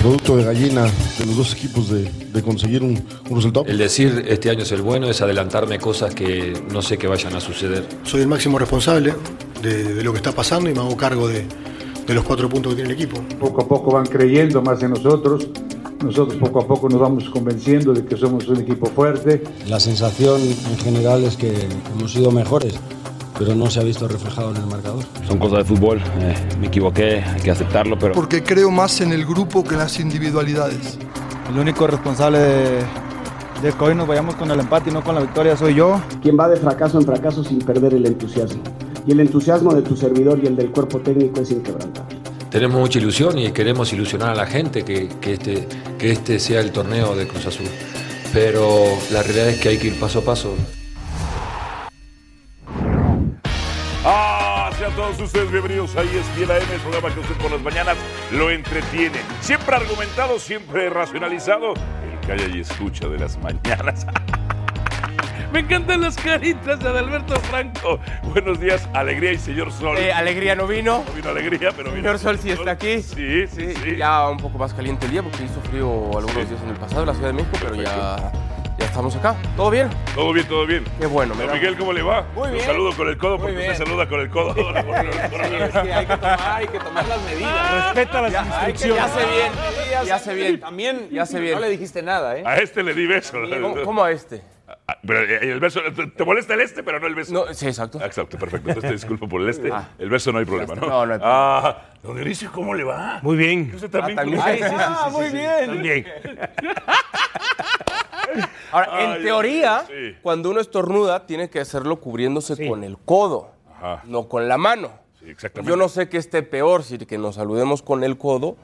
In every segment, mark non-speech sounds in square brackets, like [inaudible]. producto de gallina de los dos equipos de, de conseguir un, un resultado. El decir este año es el bueno es adelantarme cosas que no sé que vayan a suceder. Soy el máximo responsable de, de lo que está pasando y me hago cargo de, de los cuatro puntos que tiene el equipo. Poco a poco van creyendo más en nosotros. Nosotros poco a poco nos vamos convenciendo de que somos un equipo fuerte. La sensación en general es que hemos sido mejores, pero no se ha visto reflejado en el marcador. Son cosas de fútbol, eh, me equivoqué, hay que aceptarlo, pero... Porque creo más en el grupo que en las individualidades. El único responsable de, de que hoy nos vayamos con el empate y no con la victoria soy yo. Quien va de fracaso en fracaso sin perder el entusiasmo. Y el entusiasmo de tu servidor y el del cuerpo técnico es inquebrantable tenemos mucha ilusión y queremos ilusionar a la gente que, que, este, que este sea el torneo de Cruz Azul. Pero la realidad es que hay que ir paso a paso. Ah, sean todos ustedes bienvenidos a E ESPN AM, el programa que usted por las mañanas lo entretiene. Siempre argumentado, siempre racionalizado. El calla y escucha de las mañanas. [laughs] Me encantan las caritas de Alberto Franco. Buenos días, Alegría y señor Sol. Eh, alegría no vino. No vino Alegría, pero vino. Señor Sol sí está aquí. Sí, sí, sí. Ya un poco más caliente el día porque hizo frío algunos Sí. días en el pasado en la Ciudad de México, pero ya, Perfecto. ya estamos acá. ¿Todo bien? Todo bien, todo bien. Qué bueno, me Don da- Miguel, ¿cómo le va? Muy Lo bien. saludo con el codo porque Muy usted bien. saluda con el [laughs] codo. hay que tomar, hay que tomar las medidas. Respeta las instrucciones. ya sé bien, ya sé bien. También, ya sé bien. No le dijiste nada, ¿eh? A este le di beso. ¿Cómo, cómo a este? Ah, Pero eh, el beso, te- te molesta el este, pero no el beso. No, sí, exacto. Ah, Exacto, perfecto. Entonces te disculpo por el este. Ah. El beso no hay problema, ¿no? No, no hay problema. Ah, don Dionisio, ¿cómo le va? Muy bien. Usted también. Ah, [laughs] también. con- Ay, sí, sí, sí, sí, sí. Bien. Ahora, en Ay, teoría, sí. cuando uno estornuda, tiene que hacerlo cubriéndose con el codo, Ajá. no con la mano. Sí, exactamente. Yo no sé qué esté peor, si que nos saludemos con el codo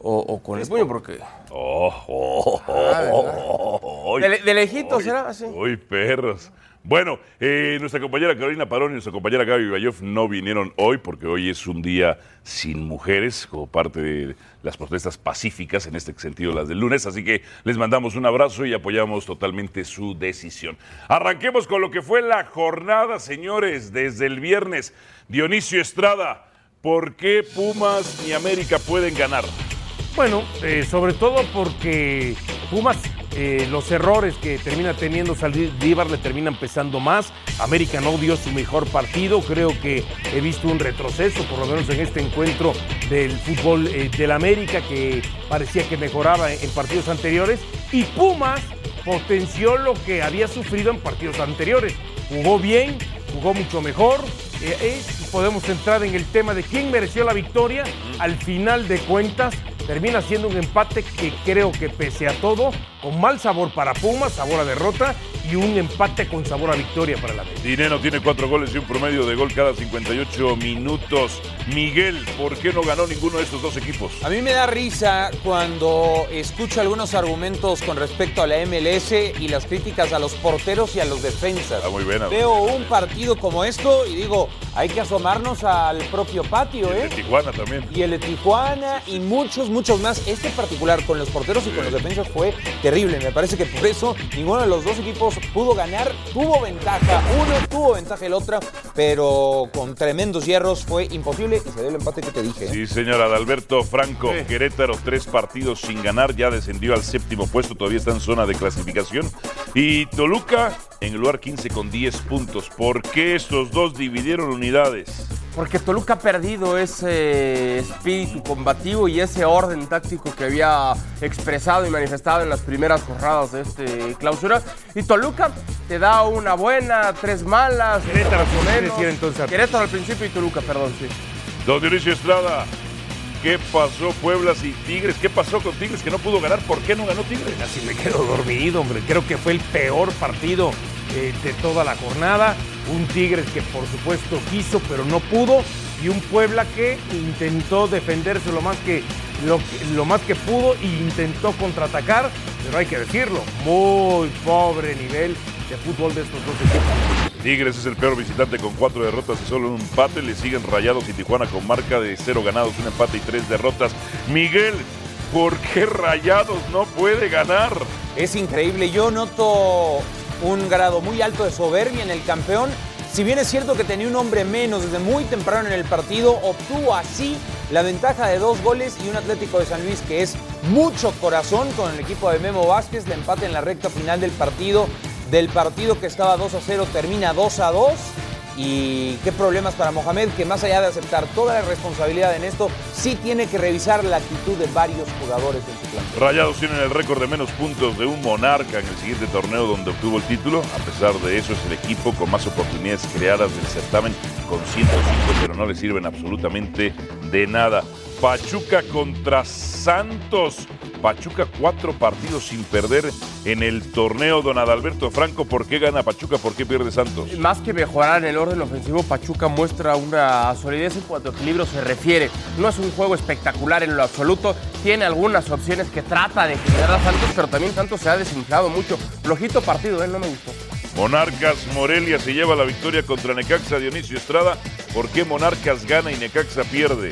o, o con el puño, porque Oh, oh, oh, oh, oh, oh. Ah, De le- de lejitos, Ah, Uy, ¿era? Así. Uy, perros. Bueno, eh, nuestra compañera Carolina Parón y nuestra compañera Gaby Bayoff no vinieron hoy porque hoy es un día sin mujeres como parte de las protestas pacíficas, en este sentido las del lunes, así que les mandamos un abrazo y apoyamos totalmente su decisión. Arranquemos con lo que fue la jornada, señores, desde el viernes. Dionisio Estrada, ¿por qué Pumas ni América pueden ganar? Bueno, eh, sobre todo porque Pumas, eh, los errores que termina teniendo Saldívar le terminan pesando más. América no dio su mejor partido. Creo que he visto un retroceso, por lo menos en este encuentro del fútbol eh, del América, que parecía que mejoraba en, en partidos anteriores. Y Pumas potenció lo que había sufrido en partidos anteriores. Jugó bien, jugó mucho mejor. Eh, eh, podemos entrar en el tema de quién mereció la victoria. Al final de cuentas, termina siendo un empate que creo que pese a todo, con mal sabor para Pumas, sabor a derrota y un empate con sabor a victoria para la América. Dineno tiene cuatro goles y un promedio de gol cada 58 minutos. Miguel, ¿por qué no ganó ninguno de estos dos equipos? Ah, A mí me da risa cuando escucho algunos argumentos con respecto a la MLS y las críticas a los porteros y a los defensas. Ah, muy buena. Veo un partido como esto y digo, hay que asomarnos al propio Y patio, el de ¿eh? Tijuana también. Y el de Tijuana y muchos, muchos más. Este en particular con los porteros y con los defensas fue terrible. Me parece que por eso ninguno de los dos equipos pudo ganar. Tuvo ventaja uno, tuvo ventaja el otro, pero con tremendos hierros fue imposible y se dio el empate que te dije. ¿eh? Sí, señora Adalberto Franco, Querétaro, tres partidos sin ganar, ya descendió al séptimo puesto, todavía está en zona de clasificación. Y Toluca en el lugar 15 con 10 puntos. ¿Por qué estos dos dividieron unidades? Porque Toluca ha perdido ese espíritu combativo y ese orden táctico que había expresado y manifestado en las primeras jornadas de este clausura. Y Toluca te da una buena, tres malas. Querétaro, más o ¿qué quiere menos. decir entonces? Querétaro al principio y Toluca, perdón, sí. Don Dionisio Estrada, ¿qué pasó Pueblas y Tigres? ¿Qué pasó con Tigres que no pudo ganar? ¿Por qué no ganó Tigres? Casi me quedo dormido, hombre. Creo que fue el peor partido eh, de toda la jornada. Un Tigres que por supuesto quiso, pero no pudo. Y un Puebla que intentó defenderse lo más que, lo, que- lo más que pudo e intentó contraatacar. Pero hay que decirlo, muy pobre nivel de fútbol de estos dos equipos. Tigres es el peor visitante con cuatro derrotas y solo un empate. Le siguen Rayados y Tijuana con marca de cero ganados, un empate y tres derrotas. Miguel, ¿por qué Rayados no puede ganar? Es increíble, yo noto un grado muy alto de soberbia en el campeón. Si bien es cierto que tenía un hombre menos desde muy temprano en el partido, obtuvo así la ventaja de dos goles y un Atlético de San Luis que es mucho corazón con el equipo de Memo Vázquez, le empate en la recta final del partido, del partido que estaba 2 a 0 termina 2 a 2 y qué problemas para Mohamed que más allá de aceptar toda la responsabilidad en esto, sí tiene que revisar la actitud de varios jugadores en su plan. Rayados tienen el récord de menos puntos de un monarca en el siguiente torneo donde obtuvo el título. A pesar de eso, es el equipo con más oportunidades creadas del certamen con 105, pero no le sirven absolutamente de nada. Pachuca contra Santos. Pachuca cuatro partidos sin perder en el torneo. Don Adalberto Franco, ¿por qué gana Pachuca? ¿Por qué pierde Santos? Más que mejorar en el orden ofensivo, Pachuca muestra una solidez en cuanto a equilibrio se refiere. No es un juego espectacular en lo absoluto. Tiene algunas opciones que trata de generar a Santos, pero también Santos se ha desinflado mucho. Flojito partido, él no me gustó. Monarcas Morelia se lleva la victoria contra Necaxa Dionisio Estrada. ¿Por qué Monarcas gana y Necaxa pierde?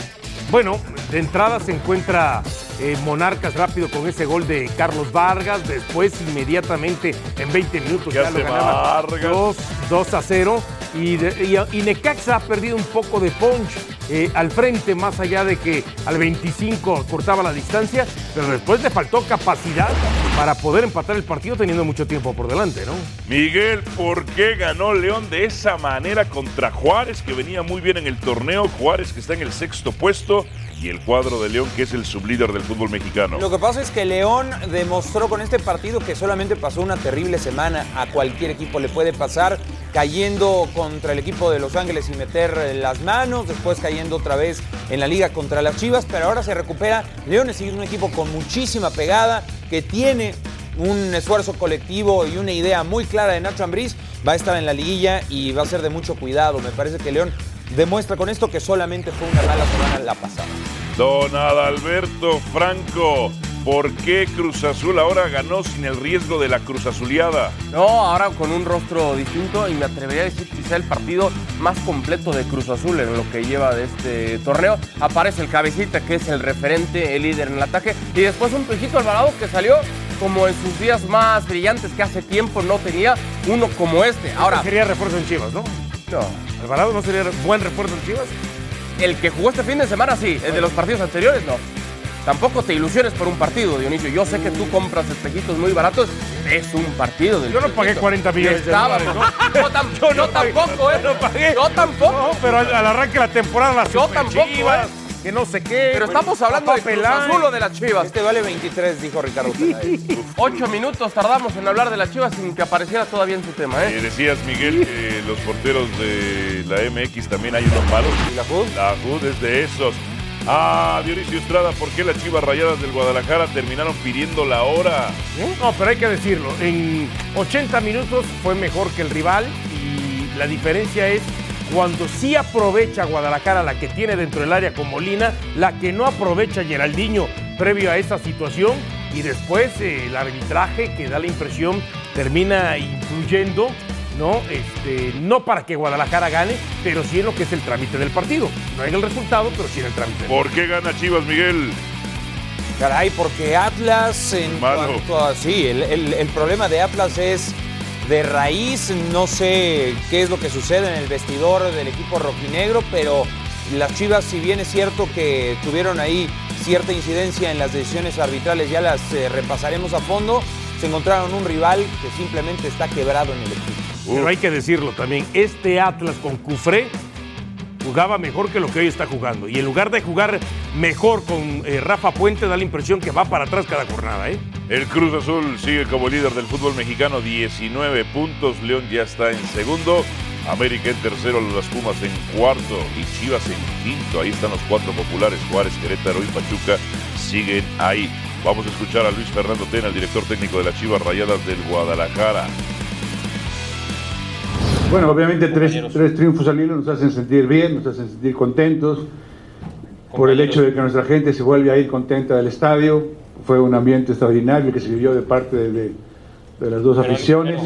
Bueno, de entrada se encuentra eh, Monarcas rápido con ese gol de Carlos Vargas. Después, inmediatamente, en 20 minutos, ya lo hace ganaba Vargas? 2, 2 a 0. Y, de- y- y Necaxa ha perdido un poco de punch eh, al frente, más allá de que al 25 cortaba la distancia. Pero después le faltó capacidad para poder empatar el partido teniendo mucho tiempo por delante, ¿no? Miguel, ¿por qué ganó León de esa manera contra Juárez, que venía muy bien en el torneo? Juárez que está en el sexto puesto y el cuadro de León que es el sublíder del fútbol mexicano. Lo que pasa es que León demostró con este partido que solamente pasó una terrible semana. A cualquier equipo le puede pasar, cayendo contra el equipo de Los Ángeles y meter eh, las manos, después cayendo otra vez en la liga contra las Chivas, pero ahora se recupera. León es un equipo con muchísima pegada, que tiene un esfuerzo colectivo y una idea muy clara de Nacho Ambriz. Va a estar en la liguilla y va a ser de mucho cuidado. Me parece que León demuestra con esto que solamente fue una mala semana la pasada. Don Adalberto Franco, ¿por qué Cruz Azul ahora ganó sin el riesgo de la Cruz Azuleada? No, ahora con un rostro distinto y me atrevería a decir quizá el partido más completo de Cruz Azul en lo que lleva de este torneo. Aparece el cabecita que es el referente, el líder en el ataque y después un Pejito Alvarado que salió como en sus días más brillantes que hace tiempo no tenía uno como este. Ahora sería refuerzo en Chivas, ¿no? No. Alvarado no sería buen refuerzo en Chivas. El que jugó este fin de semana sí, el de los partidos anteriores no. Tampoco te ilusiones por un partido, Dionisio. Yo sé que tú compras espejitos muy baratos. Es un partido del Yo no pagué Pejito. 40 millones de Estaba- dólares, ¿no? tam- yo no tampoco, ¿eh? Yo tampoco. pero al, al arranque de la temporada la Yo super tampoco, Chivas, ¿eh? que no sé qué. Pero bueno, estamos hablando de Cruz papelán. Azul o de las Chivas. Este vale 23, dijo Ricardo. Ocho minutos tardamos en hablar de las Chivas sin que apareciera todavía en su tema, Eh, ¿eh? decías, Miguel, que los porteros de la MX también hay unos malos. ¿Y la JUD? La JUD es de esos. Ah, Dionisio Estrada, ¿por qué las chivas rayadas del Guadalajara terminaron pidiendo la hora? ¿Eh? No, pero hay que decirlo. En 80 minutos fue mejor que el rival y la diferencia es cuando sí aprovecha Guadalajara la que tiene dentro del área con Molina, la que no aprovecha Geraldinho previo a esa situación y después eh, el arbitraje que da la impresión termina influyendo. No, este, no para que Guadalajara gane, pero sí en lo que es el trámite del partido. No en el resultado, pero sí en el trámite. [laughs] ¿Por qué gana Chivas, Miguel? Caray, porque Atlas en Malo. cuanto a- Sí, el, el- el problema de Atlas es de raíz. No sé qué es lo que sucede en el vestidor del equipo rojinegro, pero las Chivas, si bien es cierto que tuvieron ahí cierta incidencia en las decisiones arbitrales, ya las eh, repasaremos a fondo, se encontraron un rival que simplemente está quebrado en el equipo. Pero hay que decirlo también, este Atlas con Cufré jugaba mejor que lo que hoy está jugando. Y en lugar de jugar mejor con eh, Rafa Puente, da la impresión que va para atrás cada jornada. ¿eh? El Cruz Azul sigue como líder del fútbol mexicano, 19 puntos. León ya está en segundo. América en tercero, las Pumas en cuarto y Chivas en quinto. Ahí están los cuatro populares, Juárez, Querétaro y Pachuca siguen ahí. Vamos a escuchar a Luis Fernando Tena, el director técnico de las Chivas Rayadas del Guadalajara. Bueno, obviamente tres, tres triunfos al hilo nos hacen sentir bien, nos hacen sentir contentos por el hecho de que nuestra gente se vuelve a ir contenta del estadio. Fue un ambiente extraordinario que se vivió de parte de, de- de las dos aficiones.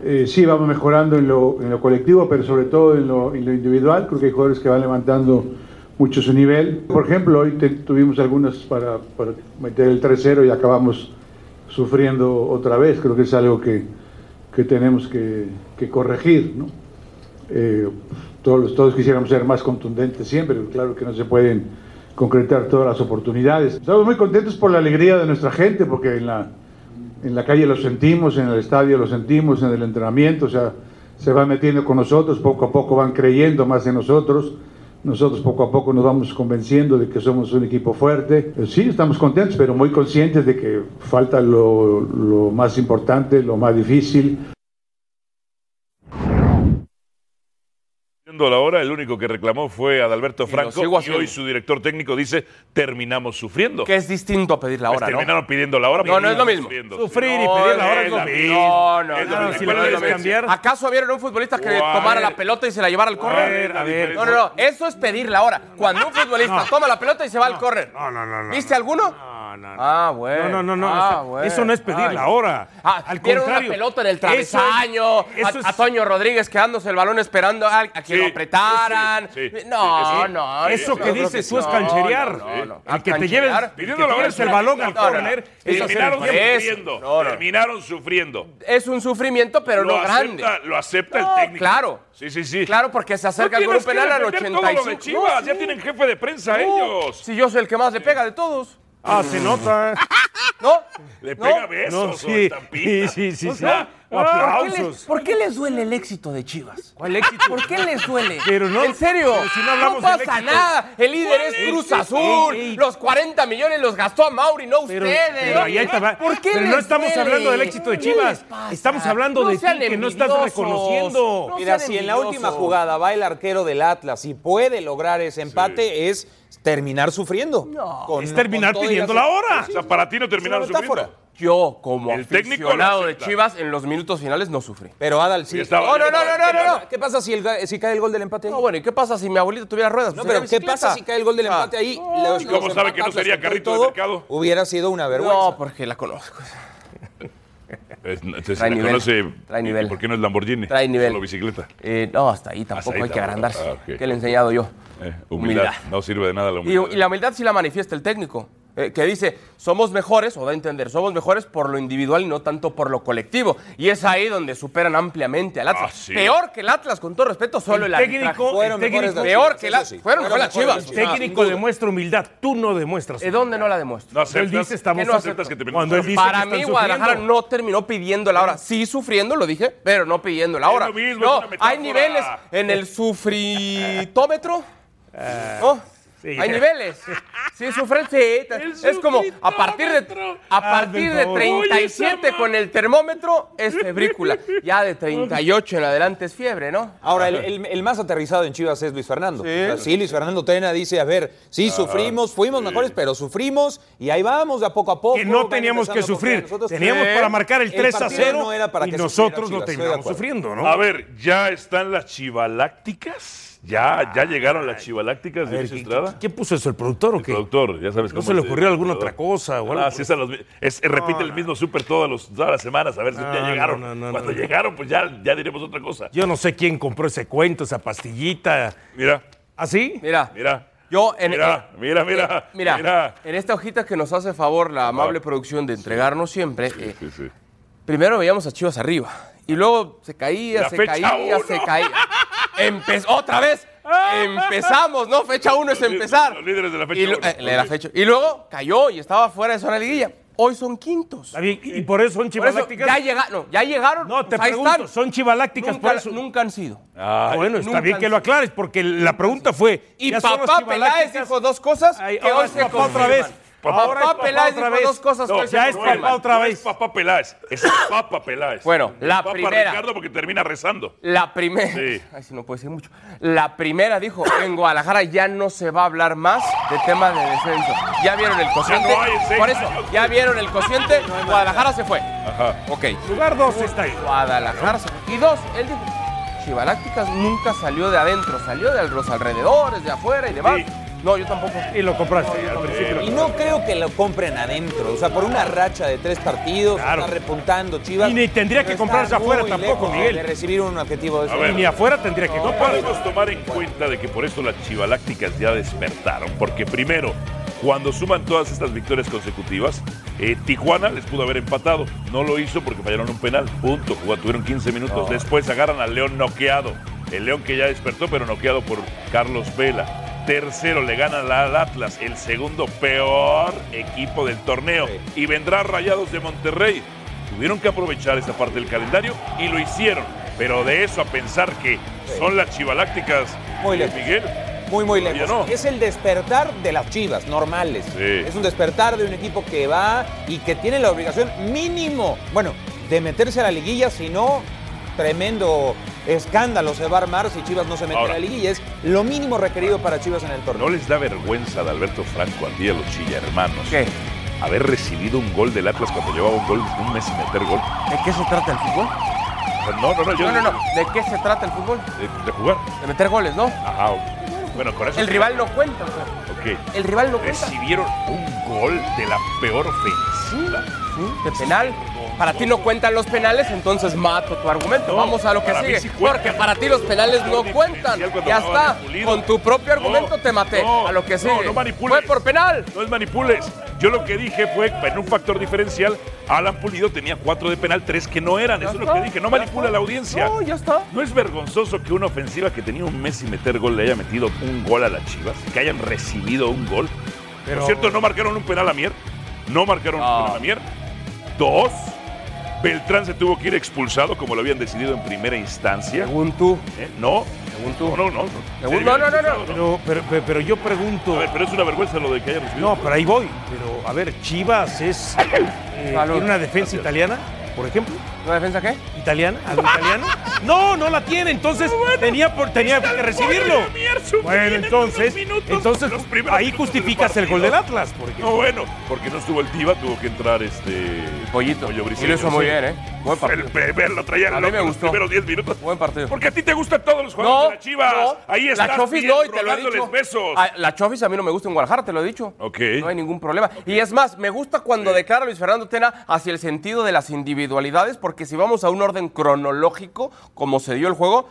Eh, sí, vamos mejorando en lo, en lo colectivo, pero sobre todo en lo, en lo individual. Creo que hay jugadores que van levantando mucho su nivel. Por ejemplo, hoy te- tuvimos algunos para, para meter el 3-0 y acabamos sufriendo otra vez. Creo que es algo que, que tenemos que, que corregir. ¿no? Eh, todos, todos quisiéramos ser más contundentes siempre, pero claro que no se pueden concretar todas las oportunidades. Estamos muy contentos por la alegría de nuestra gente, porque en la, en la calle lo sentimos, en el estadio lo sentimos, en el entrenamiento, o sea, se va metiendo con nosotros, poco a poco van creyendo más en nosotros. Nosotros poco a poco nos vamos convenciendo de que somos un equipo fuerte. Eh, Sí, estamos contentos, pero muy conscientes de que falta lo, lo más importante, lo más difícil, Viendo la hora, el único que reclamó fue Adalberto Franco y sigo haciendo. hoy su director técnico dice terminamos sufriendo. Que es distinto a pedir la hora, Pues ¿no? terminaron pidiendo la hora. No, no es lo mismo. Sufrir y pedir la hora es lo mismo. No, no, Es lo no, mismo. Si no, lo no es lo quieres mismo. cambiar. ¿Acaso vieron a un futbolista que O a tomara ver. la pelota y se la llevara al córner? ver, a ver. No, no, no. Eso es pedir la hora. Cuando un futbolista toma la pelota y se va al córner. No, no, no. no. ¿Viste alguno? Ah, bueno. No, no, no, no, Ah, o sea, eso no es pedir la hora. Ah, Al vieron contrario. una pelota en el Eso es- travesaño, a- eso es- a, Toño Rodríguez quedándose el balón esperando a, a que lo apretaran. No, Sí. no. Eso no, que no, dices tú no, es cancherear. no, no, no. El que te Cancherear. lleves, que Pidiendo te la hora lleves es el una- balón no, al no, no. córner es hacer Terminaron el tiempo. sufriendo. Terminaron sufriendo. Es un sufrimiento, pero Lo no grande. acepta- lo acepta el No, técnico. Claro. Sí, sí, sí. Claro, porque se acerca No con un tienes que penal al defender todo lo de 85. Chivas, ya tienen jefe de prensa ellos. Si yo soy el que más le pega de todos. Ah, se nota. [laughs] ¿No? Le ¿No? pega besos No, o sí. Sí, estampitas. sí, sí. O sí. sea, O ¿Por qué, les, aplausos. por qué les duele el éxito de Chivas? ¿Cuál éxito? ¿Por qué les duele? Pero no- en serio, pero si no hablamos del pasa éxito. nada. El líder ¿Cuál es Cruz éxito? Azul. Ey, ey. Los 40 millones los gastó a Mauri, no Pero, ustedes. pero ahí te va. ¿Por qué Pero les no estamos duele? hablando del éxito de ¿Qué Chivas. les pasa? Estamos hablando No de ti sean que no estás envidiosos. reconociendo. No Mira, sean si en la envidiosos. última jugada va el arquero del Atlas y puede lograr ese empate, es terminar sufriendo. Con- Es terminar con todo y pidiendo las- la hora. O sea, para ti no terminaron Es una metáfora. sufriendo. Yo, como El técnico lo aficionado de acepta. Chivas, en los minutos finales no sufrí. Pero Adal, sí. Y estaba- No, no, no, no, no, no, no. ¿Qué pasa si, el ga- si cae el gol del empate ahí? No, bueno, ¿y qué pasa si mi abuelita tuviera ruedas? No, Pues pero sería ¿qué pasa bicicleta. si cae el gol del O sea, empate ahí? Los- ¿Y cómo los sabe que no empatas, sería los empató y carrito de todo, mercado? Hubiera sido una vergüenza. No, porque la conozco. Es- entonces, Trae la nivel, conoce, trae ¿y nivel. ¿Por qué no es Lamborghini? Trae nivel. Solo bicicleta. Eh, no, hasta ahí tampoco Hasta ahí hay que tampoco. agrandarse. Ah, ok. ¿Qué le he enseñado yo? Eh, humildad. No sirve de nada la Y, humildad. y la humildad sí la manifiesta el técnico, eh, que dice, somos mejores, o da a entender, somos mejores por lo individual y no tanto por lo colectivo. Y es ahí donde superan ampliamente al Atlas. Ah, sí. Peor que el Atlas, con todo respeto, solo el, El arbitraje. técnico- Fueron el mejores técnico- las Peor Chivas, que eso la- sí. fueron mejor las mejores Chivas. Chivas, sin técnico duda. demuestra humildad. Tú no demuestras. ¿De dónde no la demuestro? No aceptas. Él dice, estamos ¿Qué no aceptando. aceptas que te Cuando él dice Para que mí, están Guadalajara sufriendo. no terminó pidiendo la hora. Sí, sufriendo, lo dije, pero no pidiendo la Es hora. lo mismo, no, es una metáfora. hay niveles en el sufritómetro. ¿no? Eh, sí. Hay niveles. Sí, sufren, sí. Es como a partir de, a partir Hazme de el favor. 37 con el termómetro es febrícula. [laughs] Ya de 38 en adelante es fiebre, ¿no? Ahora, el, el- el más aterrizado en Chivas es Luis Fernando. O sea, Sí, Luis Fernando Tena dice, a ver, sí, sufrimos, fuimos mejores, pero sufrimos y ahí vamos de a poco a poco. Que no van teníamos que empezando a sufrir. confiar en nosotros. Teníamos Sí. para marcar el 3 a partido 0 no era para y que nosotros lo sufriera Chivas, estoy de terminamos acuerdo. sufriendo, ¿no? A ver, ya están las chivalácticas. Ya, ya llegaron las chivalácticas de A ver, Luis ¿qué, Estrada. qué puso eso el productor o qué? Productor, ya sabes ¿No cómo se le es el ocurrió alguna productor. otra cosa o algo? Ah, sí, es a los mi- es- repite el mismo súper todas, los- todas las semanas, a ver si No, ya no, llegaron. no, no, Cuando no. llegaron, pues ya, ya diremos otra cosa. Yo no sé quién compró ese cuento, esa pastillita. Mira, ¿Ah, sí? Mira. mira. Yo en Mira, mira, mira, eh, mira, mira. en esta hojita que nos hace favor la amable producción de entregarnos siempre, eh, Sí, sí. primero veíamos a Chivas arriba y luego se caía, La se fecha caía, uno. se caía. Empe- otra vez empezamos, no fecha uno es Los lí- empezar. los líderes de la fecha y, lo- uno. eh, de la fecha- y luego cayó y estaba fuera de zona de liguilla. Hoy son quintos. Está bien, y por eso son Por eso chivalácticas. ya llegaron, no, ya llegaron. No, te pues ahí pregunto, están. son chivalácticas nunca, por eso. nunca han sido. Ah, bueno, está nunca bien han que lo sido. aclares, porque la pregunta fue. Y ¿ya son las papá Peláez chivalácticas? dijo dos cosas Ay, que ahora hoy es se papá otra confirman. vez. Papá, Ahora es papá Peláez otra dijo vez. dos cosas que No, hoy se ya es confirman. papá otra no vez. Es papá Peláez, es papá Peláez. Bueno, Es la papá primera. Ricardo porque termina rezando. La primera. Sí. Ay, sí, no puede decir mucho. La primera dijo: en Guadalajara ya no se va a hablar más de temas de descenso. Ya vieron el cociente. hay en seis Por eso, años. ya vieron el cociente. Guadalajara se fue. Ajá. Ok. Lugar 2 está ahí. Guadalajara se fue. Y dos, él dijo: Chivalácticas nunca salió de adentro, salió de los alrededores, de afuera y demás. Sí. No, yo tampoco. Y lo compraste al principio. Y no creo que lo compren adentro. O sea, por una racha de tres partidos, Claro. está repuntando Chivas. Y ni tendría que está comprarse muy afuera tampoco, lejos Miguel. De recibir un objetivo de A ese. ver. Ni afuera tendría que No comprar. podemos tomar en cuenta de que por eso las chivalácticas ya despertaron. Porque primero, cuando suman todas estas victorias consecutivas, eh, Tijuana les pudo haber empatado. No lo hizo porque fallaron un penal. Punto. Jugó- tuvieron 15 minutos. Después agarran al León noqueado. El León que ya despertó, pero noqueado por Carlos Vela. Tercero le gana la- al Atlas, el segundo peor equipo del torneo. Y vendrá Rayados de Monterrey. Tuvieron que aprovechar esa parte del calendario y lo hicieron. Pero de eso a pensar que son las chivalácticas, Muy eh, lejos. Miguel. Muy, muy todavía lejos. no. Es el despertar de las chivas normales. Sí. Es un despertar de un equipo que va y que tiene la obligación mínimo, bueno, de meterse a la liguilla, si no, tremendo escándalo se va a armar si Chivas no se mete Ahora. a la liguilla. Es lo mínimo requerido para Chivas en el torneo. ¿No les da vergüenza de Alberto Franco a ti y a los Chilla hermanos? Haber recibido un gol del Atlas cuando llevaba un gol un mes sin meter gol. ¿De qué se trata el fútbol? No, no, no, yo No, no, no. ¿De qué se trata el fútbol? De, de jugar. De meter goles, ¿no? Ajá. ok. Bueno, con eso. El rival no cuenta, o sea. Ok. El rival no cuenta. Recibieron un gol de la peor ofensiva. de penal. Para ti no cuentan los penales, entonces mato tu argumento. Vamos a lo que para mí sigue. sí cuentan. Porque para ti los penales no cuentan. cuando Ya jugaban está. en Pulido. Con tu propio argumento te maté. no, a lo que sigue. No, no manipules. Fue por penal. No es manipules. Yo lo que dije fue que en un factor diferencial, Alan Pulido tenía cuatro de penal, tres que no eran. Ya Eso es lo está, que dije. No manipula a la audiencia. No, ya está. ¿No es vergonzoso que una ofensiva que tenía un mes sin meter gol le haya metido un gol a las Chivas? Que hayan recibido un gol. Pero- Por cierto, no marcaron un penal a Mier. No marcaron un penal a Mier. Dos. Beltrán se tuvo que ir expulsado como lo habían decidido en primera instancia. ¿Eh? Según tú. No. Según tú. No, no, no. Según- no, no, no, no. Pero, pero, pero- pero yo pregunto. A ver, pero es una vergüenza lo de que haya recibido. No, pero ahí voy. Pero, a ver, Chivas es. eh, [laughs] Salud. ¿Tiene una defensa Gracias. italiana, por ejemplo? ¿Una defensa qué? ¿Italiana? [laughs] ¿Algo italiano? No, no la tiene. Ah, Entonces tenía, por, tenía que recibirlo. Bueno, entonces. Entonces, ahí justificas el gol del Atlas. Por ejemplo. No, bueno, porque no estuvo el Diva, tuvo que entrar este. Pollito. Pollo Y lo hizo muy bien, ¿eh? Buen partido. El beber lo traía A mí loco me los gustó. primeros 10 minutos. Buen partido. Porque a ti te gustan todos los jugadores de las Chivas. Ahí estás La Chofis bien, no, y te lo he rogándoles dicho. besos. Ah, La Chofis a mí no me gusta en Guadalajara, te lo he dicho. Ok. No hay ningún problema. Y es más, me gusta cuando declara Luis Fernando Tena hacia el sentido de las individualidades, porque si vamos a un orden cronológico, como se dio el juego,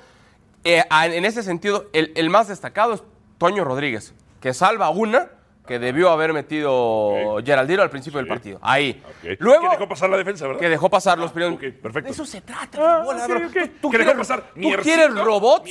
eh, a- en ese sentido, el, el más destacado es Toño Rodríguez, que salva una que debió haber metido Geraldino al principio del partido. Ahí. Luego, que dejó pasar la defensa, ¿verdad? Ah, Que dejó pasar los primeros. perfecto. De eso se trata. fútbol, Álvaro. Tú, tú Ah, ¿Qué dejó quieres, pasar? tú Miercito, quieres robots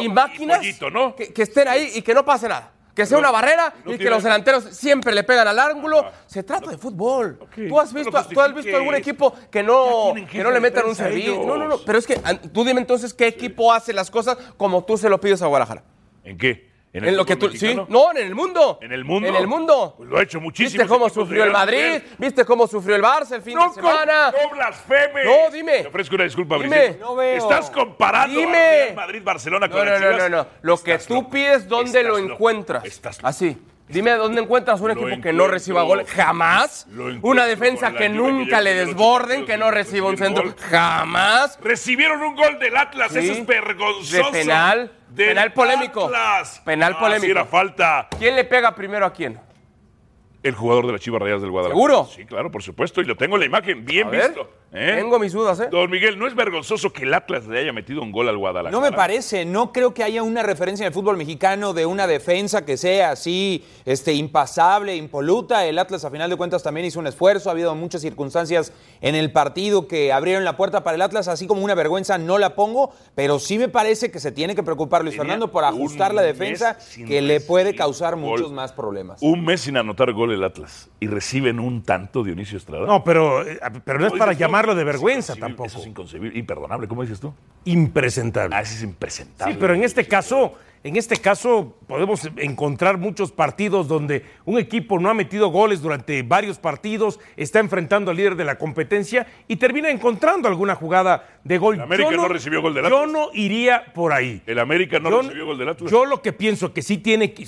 y máquinas pollito, que, que estén ahí y que no pase nada. Que sea No, una barrera no y que tiene- Ah. los delanteros siempre le pegan al ángulo. se trata de fútbol. ¿Tú has, visto, ¿Tú has visto algún equipo que no, que no le metan un defensa servicio? ellos. No, no, no. Pero es que an- tú dime entonces qué equipo hace las cosas como tú se lo pides a Guadalajara. ¿En qué? En, el lo que fútbol tú. mexicano? Sí, no, en el mundo. ¿En el mundo? En el mundo. Pues lo ha hecho muchísimo. ¿Viste cómo sufrió el Madrid? ¿Viste cómo sufrió el Barça el fin No de semana? con- no blasfemes. No, dime. Te ofrezco una disculpa, Dime. Brice. No veo. Estás comparando Dime. a Real Madrid-Barcelona No, con no, las no, Chivas. no, no. Lo que tú pides, ¿dónde lo encuentras? Así. Dime dónde encuentras un equipo que no reciba gol jamás. Una defensa que nunca le desborden, que no reciba un centro jamás. Recibieron un gol del Atlas, Sí. eso es vergonzoso. De penal. Del Penal polémico. Atlas. Penal Ah, polémico. sí era falta. ¿Quién le pega primero a quién? El jugador de las Chivas Rayas del Guadalajara. ¿Seguro? Sí, claro, por supuesto. Y lo tengo en la imagen, bien A ver, visto. ¿eh? Tengo mis dudas, ¿eh? Don Miguel, ¿no es vergonzoso que el Atlas le haya metido un gol al Guadalajara? No me parece, no creo que haya una referencia en el fútbol mexicano de una defensa que sea así, este, impasable, impoluta. El Atlas, a final de cuentas, también hizo un esfuerzo. Ha habido muchas circunstancias en el partido que abrieron la puerta para el Atlas, así como una vergüenza no la pongo, pero sí me parece que se tiene que preocupar Luis Fernando por ajustar la defensa que le puede causar muchos más problemas. Un mes sin anotar gol el Atlas y reciben un tanto Dionisio Estrada. No, pero, eh, pero no es No, para dices tú, llamarlo de es vergüenza inconcebible, tampoco. Eso es inconcebible, imperdonable, ¿cómo dices tú? Impresentable. Ah, ese es impresentable. Sí, pero en este caso, en este caso podemos encontrar muchos partidos donde un equipo no ha metido goles durante varios partidos, está enfrentando al líder de la competencia y termina encontrando alguna jugada de gol. El América Yo no recibió gol del Yo Atlas. no iría por ahí. El América no Yo- recibió gol del Atlas. Yo lo que pienso que sí tiene que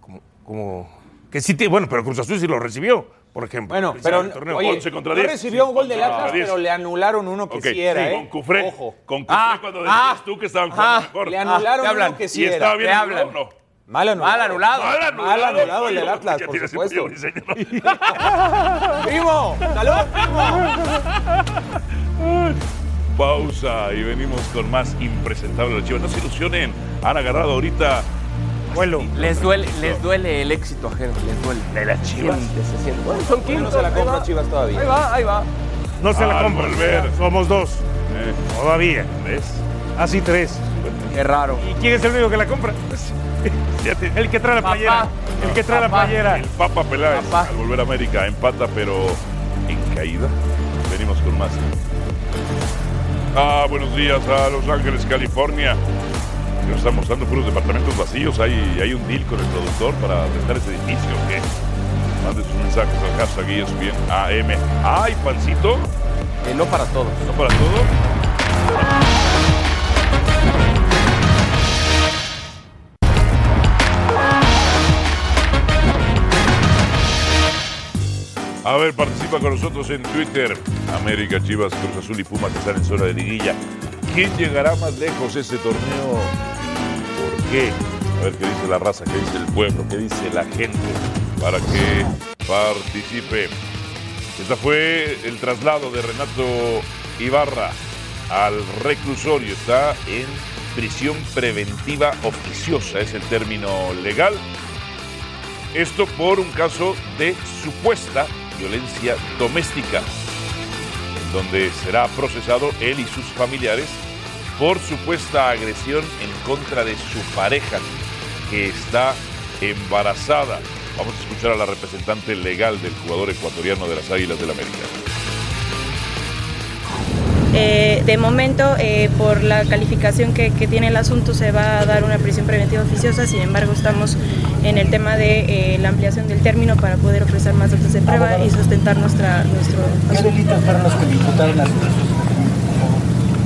como, como- que sí tiene, bueno, pero Cruz Azul sí lo recibió, por ejemplo. Bueno, al principio pero del torneo. oye, no recibió un gol del Atlas, pero le anularon uno que Ok, sí era, sí, ¿eh? Con Cufré. Ojo. Con Cufré cuando decías tú que estaban jugando ah, mejor. le anularon ¿te uno hablan? que sí ¿Y era. estaba bien ¿Te anulado hablan? o no? Mal anulado. Mal anulado. Mal anulado. Mal anulado, el del pollo, Atlas, ya por tienes el supuesto. pollo briseño. [laughs] Primo, salud, primo. Pausa y venimos con más impresentable de las Chivas. No se ilusionen, han agarrado ahorita. Vuelo. Les duele, les duele el éxito ajeno, les duele. De las Chivas. Se siente. Bueno, son quintos. No se la ahí compra va. Chivas todavía. Ahí va, ahí va. Ah, No Eh. se la Al compro. volver. Somos dos. Todavía. ¿Ves? Así tres. Qué raro. ¿Y quién es el único que la compra? El que trae la playera. El que trae la playera. El Papa Peláez al volver a América empata, pero en caída. Venimos con más. Ah, buenos días a Los Ángeles, California. Que Nos están mostrando puros departamentos vacíos. Hay, hay un deal con el productor para rentar ese edificio. ¿Qué? Mande sus mensajes al hashtag E ESPN AM. ¡Ay, pancito! Eh, no para todos. ¿No para todos? A ver, participa con nosotros en Twitter. América, Chivas, Cruz Azul y Pumas están en zona de liguilla. ¿Quién llegará más lejos ese torneo? ¿Y ¿Por qué? A ver qué dice la raza, qué dice el pueblo, qué dice la gente para que participe. Esta fue el traslado de Renato Ibarra al reclusorio. Está en prisión preventiva oficiosa, es el término legal. Esto por un caso de supuesta violencia doméstica, en donde será procesado él y sus familiares por supuesta agresión en contra de su pareja, que está embarazada. Vamos a escuchar a la representante legal del jugador ecuatoriano de las Águilas del América. Eh, de momento, eh, por la calificación que, que tiene el asunto, se va a dar una prisión preventiva oficiosa. Sin embargo, estamos en el tema de eh, la ampliación del término para poder ofrecer más datos de prueba y sustentar nuestra, nuestro ¿Qué delitos fueron los que le imputaron a su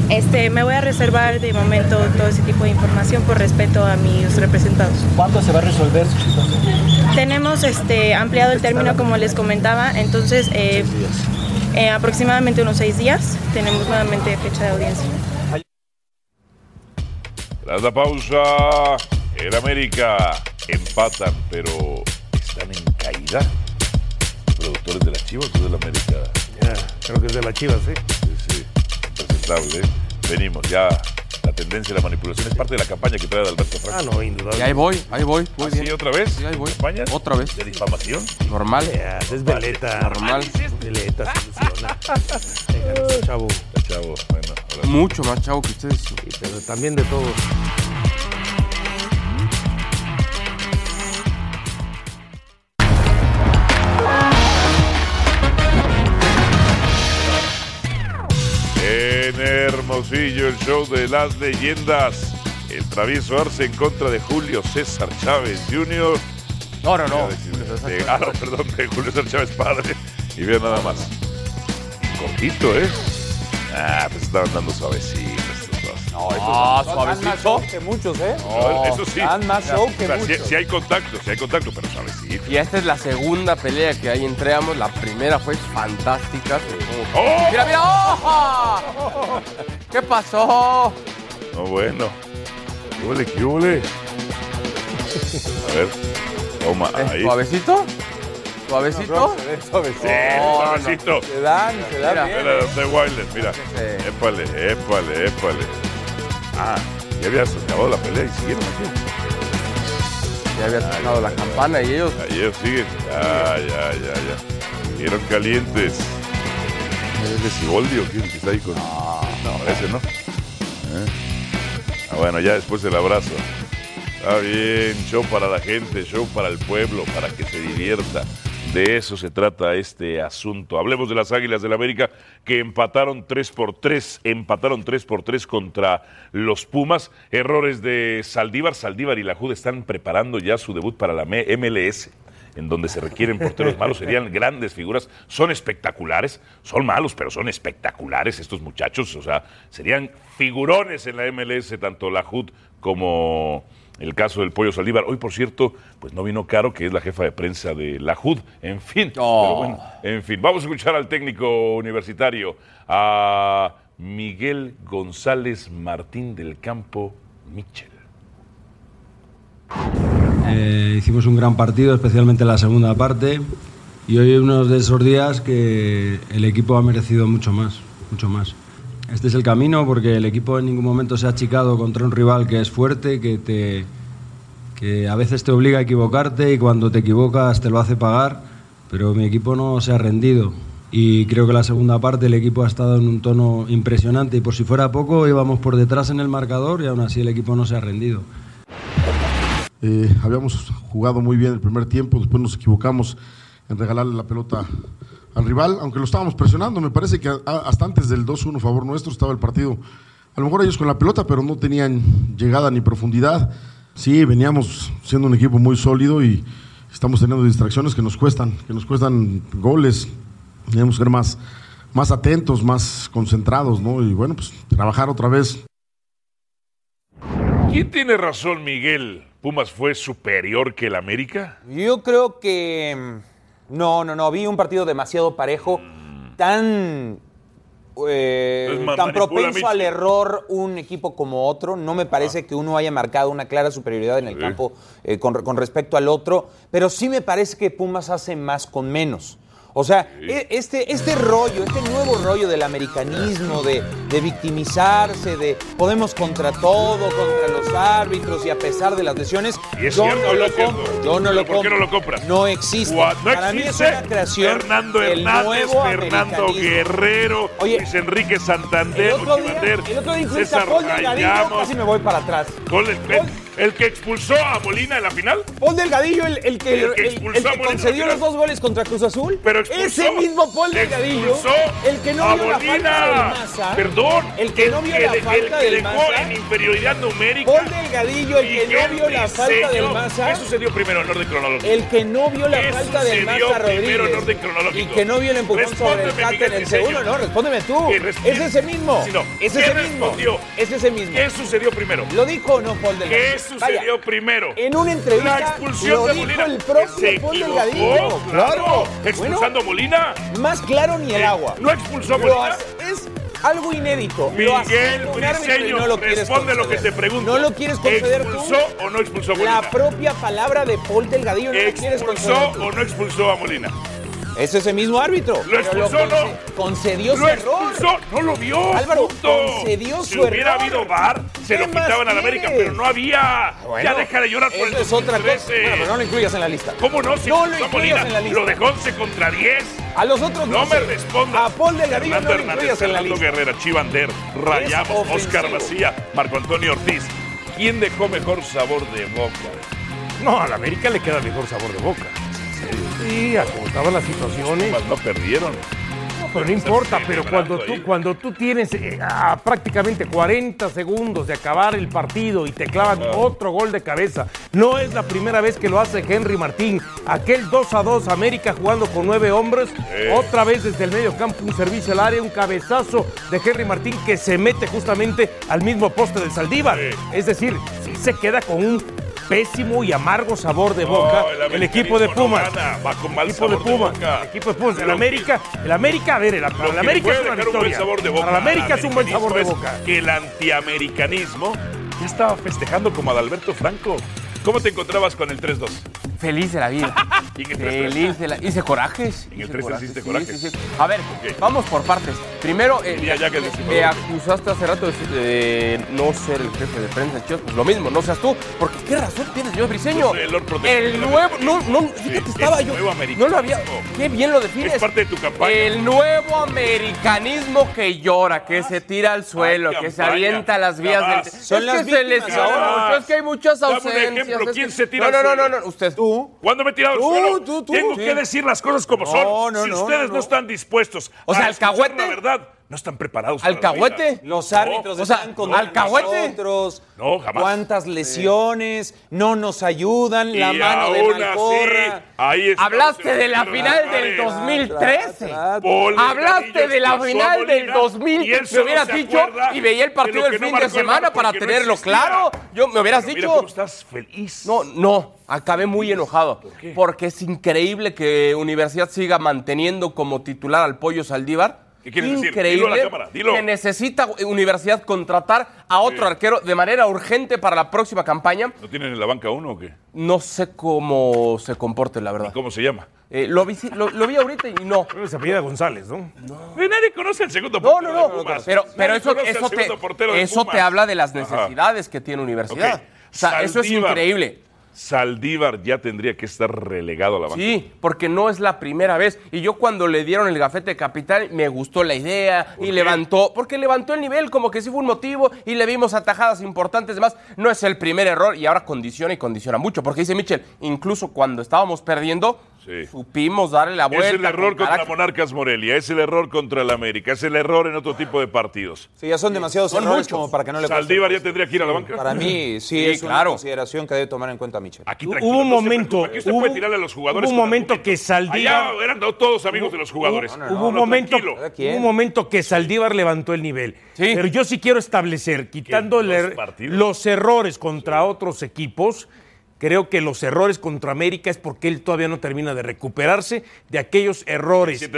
Este, me voy a reservar de momento todo ese tipo de información por respeto a mis representados. ¿Cuándo se va a resolver su situación? Tenemos este, ampliado el término, como les comentaba, entonces eh, eh, aproximadamente unos seis días tenemos nuevamente fecha de audiencia. Tras la pausa, el América empatan, pero están en caída. ¿Los productores de las Chivas o del América? creo que es de las Chivas, ¿eh? Sí, sí, impresentable. ¿eh? Venimos, ya la tendencia de la manipulación es parte de la campaña que trae Alberto Franco. ¿Ah, Ah, no, indudable. Y ahí voy, ahí voy. Muy bien. otra vez? Sí, ahí voy. ¿Campaña? ¿Otra vez? ¿De difamación? Normal. Es veleta. Normal. Veleta, se ilusiona. Venga, [laughs] es Chavo. Chavo, bueno. ahora sí. Mucho más chavo que ustedes. pero también de todo. En Hermosillo, el show de las leyendas. El travieso Arce en contra de Julio César Chávez Jr. No, no, no. De, ah, no, perdón, de Julio César Chávez Padre. Y vean nada más. Cortito, ¿eh? Ah, pues estaban dando suavecitos. estos dos. No, Ah, Dan más show que muchos, ¿eh? eso sí. Dan más show que O sea, sí- muchos. sí hay contacto, sí hay contacto, pero suavecito. Y esta es la segunda pelea que hay entre ambos. La primera fue fantástica. ¡Oh! Mira, mira. [laughs] ¡oh! ¿Qué pasó? No, bueno. ¿Qué huele, qué huele? A ver. Toma, ahí. ¿Suavecito? ¿Suavecito? Sí, suavecito. Se dan, se dan bien. Mira, de Wilder, mira. Épale, épale, épale. Ah, ya había acabado la pelea y siguieron aquí. Ah, Ya había tocado la campana y ellos. Ahí ellos siguen. Ya, ya, ya, ya. Siguieron calientes. ¿Es de Siboldi o quién que está ahí con.? No, ese no. ¿Eh? Ah, bueno, ya después el abrazo. Está bien, show para la gente, show para el pueblo, para que se divierta. De eso se trata este asunto. Hablemos de las Águilas del América que empataron 3 por 3, empataron 3 por 3 contra los Pumas. Errores de Saldívar, Saldívar y la Jude están preparando ya su debut para la M- MLS, en donde se requieren porteros malos, serían grandes figuras, son espectaculares, son malos, pero son espectaculares estos muchachos, o sea, serían figurones en la MLS, tanto la HUD como el caso del Pollo Saldívar. Hoy, por cierto, pues no vino Caro, que es la jefa de prensa de la HUD. En fin, pero bueno, en fin. Vamos a escuchar al técnico universitario, a Miguel González Martín del Campo Michel. Eh, hicimos un gran partido, especialmente la segunda parte, y hoy es uno de esos días que el equipo ha merecido mucho más, mucho más. Este es el camino porque el equipo en ningún momento se ha achicado contra un rival que es fuerte, que, te, que a veces te obliga a equivocarte y cuando te equivocas te lo hace pagar, pero mi equipo no se ha rendido. Y creo que la segunda parte el equipo ha estado en un tono impresionante y por si fuera poco íbamos por detrás en el marcador y aún así el equipo no se ha rendido. Eh, habíamos jugado muy bien el primer tiempo, después nos equivocamos en regalarle la pelota al rival, aunque lo estábamos presionando. Me parece que a- hasta antes del 2-1 a favor nuestro estaba el partido. A lo mejor ellos con la pelota, pero no tenían llegada ni profundidad. Sí, veníamos siendo un equipo muy sólido y estamos teniendo distracciones que nos cuestan, que nos cuestan goles. Tenemos que ser más, más atentos, más concentrados, ¿no? Y bueno, pues trabajar otra vez ¿Quién tiene razón, Miguel? ¿Pumas fue superior que el América? Yo creo que. mm, No, no, no. Vi un partido demasiado parejo. Tan. eh, Es más, tan manipula propenso Mitchell. al error un equipo como otro. No me Ah. parece que uno haya marcado una clara superioridad en el campo eh, con, con respecto al otro. Pero sí me parece que Pumas hace más con menos. O sea, e- este, este rollo, este nuevo rollo del americanismo, de, de victimizarse, de podemos contra todo, contra los árbitros y a pesar de las lesiones, Y es yo cierto, no es lo cierto. compro. Yo no lo ¿Por qué compro. no lo compras? No existe. Gua- No Para mí es existe una creación Fernando del Hernández, nuevo Fernando americanismo. Guerrero, Luis Enrique Santander, El otro día- Ochimander, el otro día incluso César sacó el Delgadillo, Rayamos. casi me voy para atrás. Gol del Pep. ¿El que expulsó a Molina en la final? Paul Delgadillo, el, el que, El que el- el expulsó a que Molina concedió en la los dos goles contra Cruz Azul, Pero expulsó- ese mismo Paul Delgadillo, expulsó el que no a vio la Molina. falta del Maza, Perdón. el que no vio la de- el falta que del dejó Maza, en inferioridad numérica. Paul Delgadillo, el que no vio la falta del Briseño. Maza, ¿Qué sucedió primero en orden cronológico? el que no vio la ¿Qué falta del sucedió Maza primero en Rodríguez orden cronológico? y que no vio el empujón sobre el Respóndeme, Tata en Miguel el segundo, Briseño. no, respóndeme tú, ¿Qué es ese mismo, Sí, no. es ¿Qué ese mismo, respondió? es ese mismo. ¿Qué sucedió primero? ¿Lo dijo o no Paul Delgadillo? ¿Qué sucedió Vaya, primero? En una entrevista La expulsión lo de dijo Molina. el propio Se Paul equivocó, Delgadillo. Claro. Claro. Expulsando a Molina. Más claro ni el Eh, agua. ¿no expulsó a Lo Molina? hace- Es algo inédito. Lo Miguel acepta un árbitro y Briseño, no lo quieres responde lo que conceder. te pregunto. No lo quieres conceder tú. ¿Expulsó o no expulsó a Molina? La propia palabra de Paul Delgadillo no la quieres ¿Expulsó conceder tú. o no expulsó a Molina? Es ese mismo árbitro. ¿Lo expulsó o no? Concedió su ¿Lo error. expulsó? No lo vio. Álvaro, punto. concedió si su hubiera error. habido VAR, se ¿Qué lo más quitaban a la América, quieres? pero no había. Bueno, ya deja de llorar por eso el es otra cosa. 2013. Bueno, pero no lo incluyas en la lista. ¿Cómo no? Si No expulsó lo a incluyas Molina, en la lista. Lo dejó 11 contra 10. A los otros No no me sé. responda. A Paul Delgadillo Fernando no lo Hernández, incluyas en la Fernando lista. Guerrera, Chivander, Rayamos, ofensivo. Oscar Macía, Marco Antonio Ortiz. ¿Quién dejó mejor sabor de boca? No, a la América le queda mejor sabor de boca. Sí, a como estaban las situaciones. No perdieron. Pero no importa, pero cuando tú, cuando tú tienes eh, a prácticamente 40 segundos de acabar el partido y te clavan Ah. otro gol de cabeza, no es la primera vez que lo hace Henry Martín. Aquel 2 a 2 América jugando con nueve hombres, otra vez desde el medio campo, un servicio al área, un cabezazo de Henry Martín que se mete justamente al mismo poste del Saldívar. Es decir, sí se queda con un pésimo y amargo sabor de boca el, equipo de americanismo no Pumas. gana, va con mal equipo de sabor de Pumas. boca. El equipo de Pumas. El Lo- América, el América, a ver, el, para Lo el que América puede es una dejar un buen victoria. sabor de boca para el América al es un buen sabor de americanismo boca. es Que el antiamericanismo ya estaba festejando como Adalberto Franco. ¿Cómo te encontrabas con el 3-2? Feliz de la [laughs] vida. Feliz de la Hice corajes. En el hice 3-3 corajes, hiciste sí, corajes. sí, sí. A ver, vamos por partes. Primero, eh, Diría ya que el me- destripador. me acusaste hace rato de, de no ser el jefe de prensa, chicos. Pues lo mismo, no seas tú. Porque qué razón tienes, yo Briseño. Soy el Lord Protector El de la nuevo. No, no, Sí, fíjate, estaba el yo. nuevo No lo había. americanismo. Qué bien lo defines. Es parte de tu campaña. El nuevo americanismo que llora, que se tira al suelo, que se campaña. avienta a las vías Jamás. del. Son es las que se les víctimas llora ahora. mucho, es que hay muchas Dame un ausencias. ejemplo, es que- ¿quién se tira no, al no, suelo? No, no, no, usted. Tú. ¿Cuándo me he tirado al Tú, suelo? tú, tú. Tengo Sí. que decir las cosas como No, son. no, si no, ustedes no, no, no. están dispuestos O sea, a escuchar alcahuete. la verdad, no están preparados para la ¿Alcahuete? vida. Los No. árbitros O sea, están contra ¿alcahuete? nosotros. No, jamás. ¿Cuántas lesiones? No nos ayudan. la Y mano de aún así, Malcorra. ahí estamos Hablaste en de la los final del lugares. 2013. Paul Hablaste Delgadillo de la expulsó a final del Molina, y 2000 él me solo hubieras se dicho acuerda y veía el de partido lo que del no fin de marcó el semana bar para porque no tenerlo existía. claro. Yo me hubieras Pero mira dicho. cómo estás feliz. No, no, acabé muy enojado. Porque es increíble que Universidad siga manteniendo como titular al Pollo Saldívar. ¿Qué quieres decir? increíble Dilo a la cámara, dilo. que necesita Universidad contratar a otro arquero de manera urgente para la próxima campaña. ¿No tienen en la banca uno o qué? No sé cómo se comporte, la verdad. ¿Cómo se llama? lo, vi, lo- lo vi ahorita y no. Se apellida González, ¿no? Eh, Nadie conoce al segundo No, portero. no, de no. Pumas. Pero, pero Nadie eso, conoce al eso, te, segundo portero de eso Pumas. te habla de las Ajá. necesidades que tiene universidad. Ok. O sea, eso es Saldívar. increíble. Saldívar ya tendría que estar relegado a la banca. Sí, porque no es la primera vez. Y yo cuando le dieron el gafete de capitán, me gustó la idea y levantó, porque levantó el nivel, como que sí fue un motivo y le vimos atajadas importantes. Además, no es el primer error y ahora condiciona y condiciona mucho. Porque dice Michel, incluso cuando estábamos perdiendo, supimos darle la vuelta. Es el error con contra carácter. Monarcas Morelia, es el error contra el América, es el error en otro tipo de partidos. Sí, ya son demasiados Son errores muchos. como para que no le cueste. Saldívar ya tendría que ir a la banca. [laughs] Para mí, sí, es una consideración que debe tomar en cuenta Michel. Aquí hubo un momento. Aquí usted puede tirarle a los jugadores. hubo con un la momento boquita. que Saldívar- Allá eran todos amigos de los jugadores. Hubo, un momento, quién? hubo un momento que Saldívar levantó el nivel. Pero yo sí quiero establecer, quitando el er- los errores contra otros equipos, creo que los errores contra América es porque él todavía no termina de recuperarse de aquellos errores.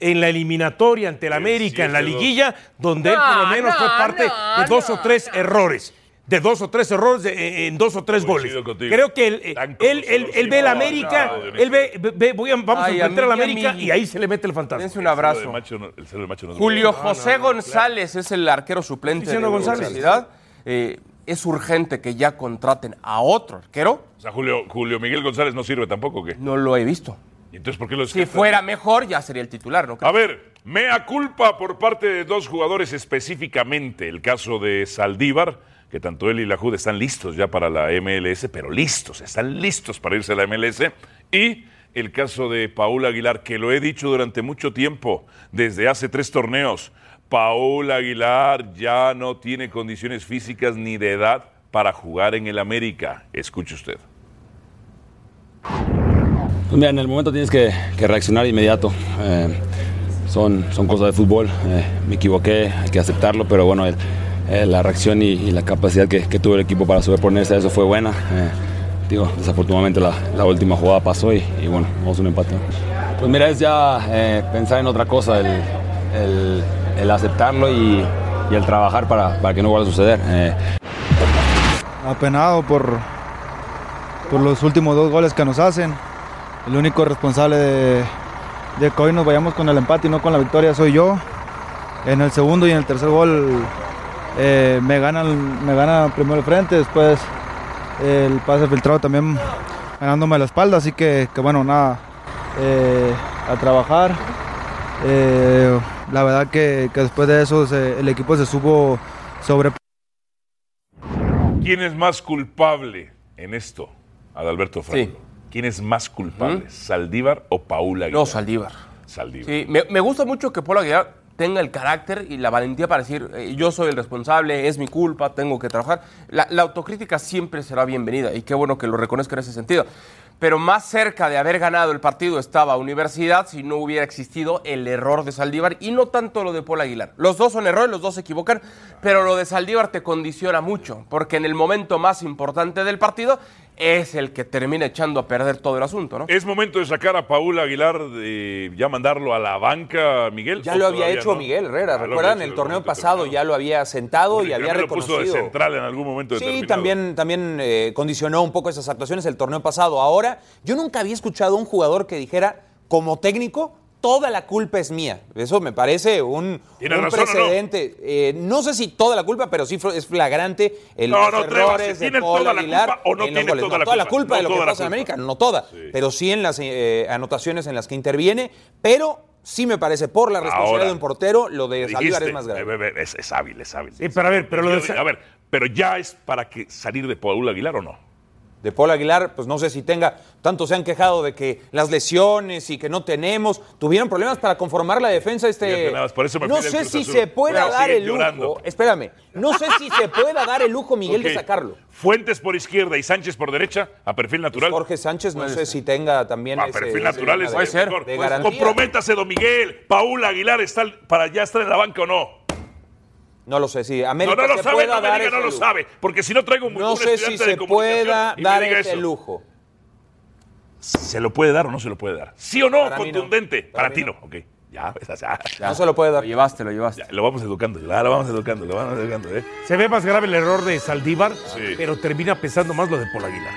En la eliminatoria ante el América, en la 7-2. liguilla, donde él por lo No, menos no, fue parte no, de dos o tres errores. De dos o tres errores de- eh, en dos o tres goles. contigo. Creo que él, eh, él, él- él ve el No, América, no, Dionisio. él ve, ve- ve- voy a- vamos Ay, a enfrentar al amigui, América amigui. y ahí se le mete el fantasma. Dense un El abrazo. celo de macho no- el celo de macho no es Julio bueno. José González es el arquero suplente Luciano de González. la universidad. Eh, es urgente que ya contraten a otro arquero. O sea, Julio, Julio Miguel González no sirve tampoco, ¿o qué? No lo he visto. Entonces, ¿por qué lo Si fuera mejor, ya sería el titular, ¿no? A ver, mea culpa por parte de dos jugadores específicamente. El caso de Saldívar, que tanto él y la Jud están listos ya para la MLS, pero listos, están listos para irse a la MLS. Y el caso de Paul Aguilar, que lo he dicho durante mucho tiempo, desde hace tres torneos. Paul Aguilar ya no tiene condiciones físicas ni de edad para jugar en el América. Escuche usted. Pues mira, en el momento tienes que, que reaccionar inmediato. Eh, son, son cosas de fútbol. eh, me equivoqué, hay que aceptarlo, pero bueno, el- eh, la reacción y, y la capacidad que, que tuvo el equipo para sobreponerse a eso fue buena. Eh, digo, desafortunadamente la, la última jugada pasó y, y bueno, vamos a un empate. ¿no? Pues mira, es ya eh, pensar en otra cosa, el, el- el aceptarlo y, y el trabajar para, para que no vuelva a suceder. Eh, apenado por, por los últimos dos goles que nos hacen. El único responsable de, de que hoy nos vayamos con el empate y no con la victoria soy yo. En el segundo y en el tercer gol eh, me ganan me gana primero el frente, después el pase filtrado también ganándome la espalda, así que, que bueno, nada, eh, a trabajar. Eh, la verdad que, que después de eso se- el equipo se supo sobre... ¿Quién es más culpable en esto, Adalberto Franco? ¿Quién es más culpable, Saldívar o Paula Aguilar? No, Saldívar. Saldívar. Sí, me, me gusta mucho que Polo Aguilar tenga el carácter y la valentía para decir, eh, yo soy el responsable, es mi culpa, tengo que trabajar. La, la autocrítica siempre será bienvenida y qué bueno que lo reconozca en ese sentido. Pero más cerca de haber ganado el partido estaba Universidad si no hubiera existido el error de Saldívar y no tanto lo de Polo Aguilar. Los dos son errores, los dos se equivocan, pero lo de Saldívar te condiciona mucho, porque en el momento más importante del partido es el que termina echando a perder todo el asunto, ¿no? ¿Es momento de sacar a Paul Aguilar, de ya mandarlo a la banca, Miguel? Ya ¿O lo había todavía hecho no? Miguel Herrera, Ya lo había ¿recuerdan? hecho El en torneo algún pasado ya lo había sentado y había También lo puso reconocido. de central en algún momento Sí, determinado. también, también eh, condicionó un poco esas actuaciones el torneo pasado. Ahora, yo nunca había escuchado a un jugador que dijera, como técnico, toda la culpa es mía. Eso me parece un, ¿Tiene un razón o no? precedente. Eh, no sé si toda la culpa, pero sí fue- es flagrante el No, los no, Trevas, errores de ¿tiene Paul toda la Aguilar culpa o no en los tiene goles. toda la toda la culpa? culpa de No lo que toda la pasa en culpa. América, no toda, pero sí en las eh, anotaciones en las que interviene, pero sí me parece por la responsabilidad Ahora, de un portero, lo de Dijiste, Saldívar es más grave. eh, eh, Es, es hábil, es hábil. Sí, pero a ver, pero lo de Yo- A ver, pero ya es para que salir de Paul Aguilar o no. De Paul Aguilar, pues no sé si tenga, tanto se han quejado de que las lesiones y que no tenemos, tuvieron problemas para conformar la defensa este... Fíjate nada más, por eso me no pide el sé Cruz si Azul. se pueda Pero dar siguen el lujo, llorando. espérame, no sé si se pueda dar el lujo Miguel Ok. de sacarlo. Pues Fuentes por izquierda y Sánchez por derecha, a perfil natural. Jorge Sánchez no sé si tenga también A ese- perfil ese natural tema es de- Ah, el mejor. de Pues, garantía. comprométase, don Miguel. Paul Aguilar está para ya estar en la banca o no. No lo sé, si América no, no lo se sabe, pueda no me dar diga, ese no lo lujo. sabe. Porque si no traigo un, No un sé si estudiante de se comunicación pueda y me dar diga ese eso. lujo. ¿Se lo puede dar o no se lo puede dar? ¿Sí o no? Para mí no. contundente. Para, ti no. Ok. Ya, pues, ya. No se lo puede dar. Lo llevaste, lo llevaste. lo vamos educando, ya, lo vamos educando, lo vamos educando. ¿eh? Se ve más grave el error de Saldívar, pero termina pesando más lo de Paul Aguilar.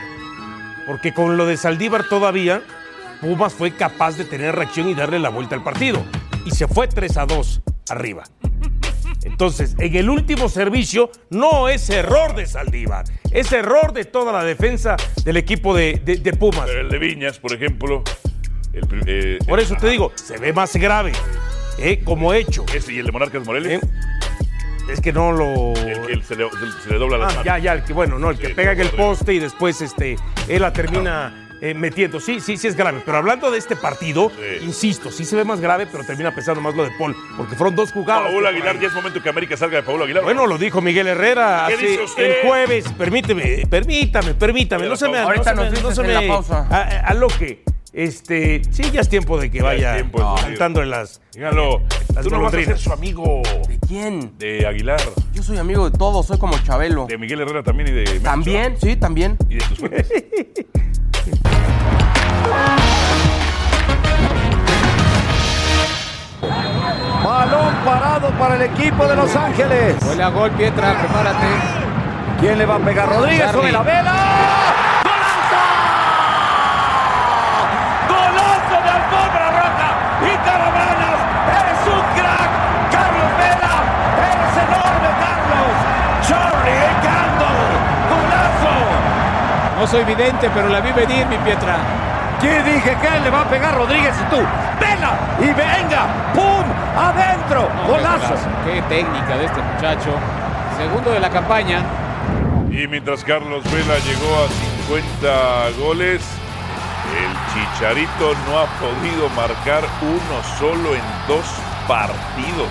Porque con lo de Saldívar todavía, Pumas fue capaz de tener reacción y darle la vuelta al partido. Y se fue 3 a 2 arriba. Entonces, en el último servicio no es error de Saldívar, es error de toda la defensa del equipo de, de- de Pumas. El de Viñas, por ejemplo. el pri- eh, Por eso te digo, se ve más grave eh, como hecho. ¿Eh? ¿Y el de Monarcas Morelia? es que no lo. El que se le, se le dobla la Ah, mano. ya, ya, el que bueno, no, el que Sí, pega en el Rodrigo. poste y después este, él la termina eh, metiendo. Sí, sí, sí es grave. Pero hablando de este partido, insisto, sí se ve más grave, pero termina pesando más lo de Paul, porque fueron dos jugadas. Paul que- Aguilar, ya es momento que América salga de Paul Aguilar. este Bueno, lo dijo Miguel Herrera ¿Qué hace- dice usted? el jueves. Permíteme, permítame, permítame. No se me, no Ahorita se me, nos dices no se en me- la pausa. A, a lo que, este, sí, ya es tiempo de Ya que es vaya tiempo de no, salir. cantando en las. eh, Dígalo. Las Tú no vas a ser golondrinas. su amigo. ¿De quién? De Aguilar. Yo soy amigo de todos, soy como Chabelo. De Miguel Herrera también y de. Mencho. También, sí, también. Y de tus [laughs] cuentas. Balón parado para el equipo de Los Ángeles. Huele a gol, Pietra, prepárate. ¿Quién le va a pegar? Rodríguez Charlie. sobre la vela. ¡Golazo de alfombra roja! ¡Y Caravanas! ¡Eres un crack! ¡Carlos Vela! ¡Eres enorme, Carlos! ¡Charlie Encando! ¡Golazo! No soy vidente, pero la vi venir, mi Pietra. ¿Quién dije que le va a pegar Rodríguez y tú? ¡Vela! ¡Y venga! ¡Pum! ¡Adentro! ¡Golazo! Qué técnica de este muchacho. Segundo de la campaña. Y mientras Carlos Vela llegó a 50 goles, el Chicharito no ha podido marcar uno solo en dos partidos.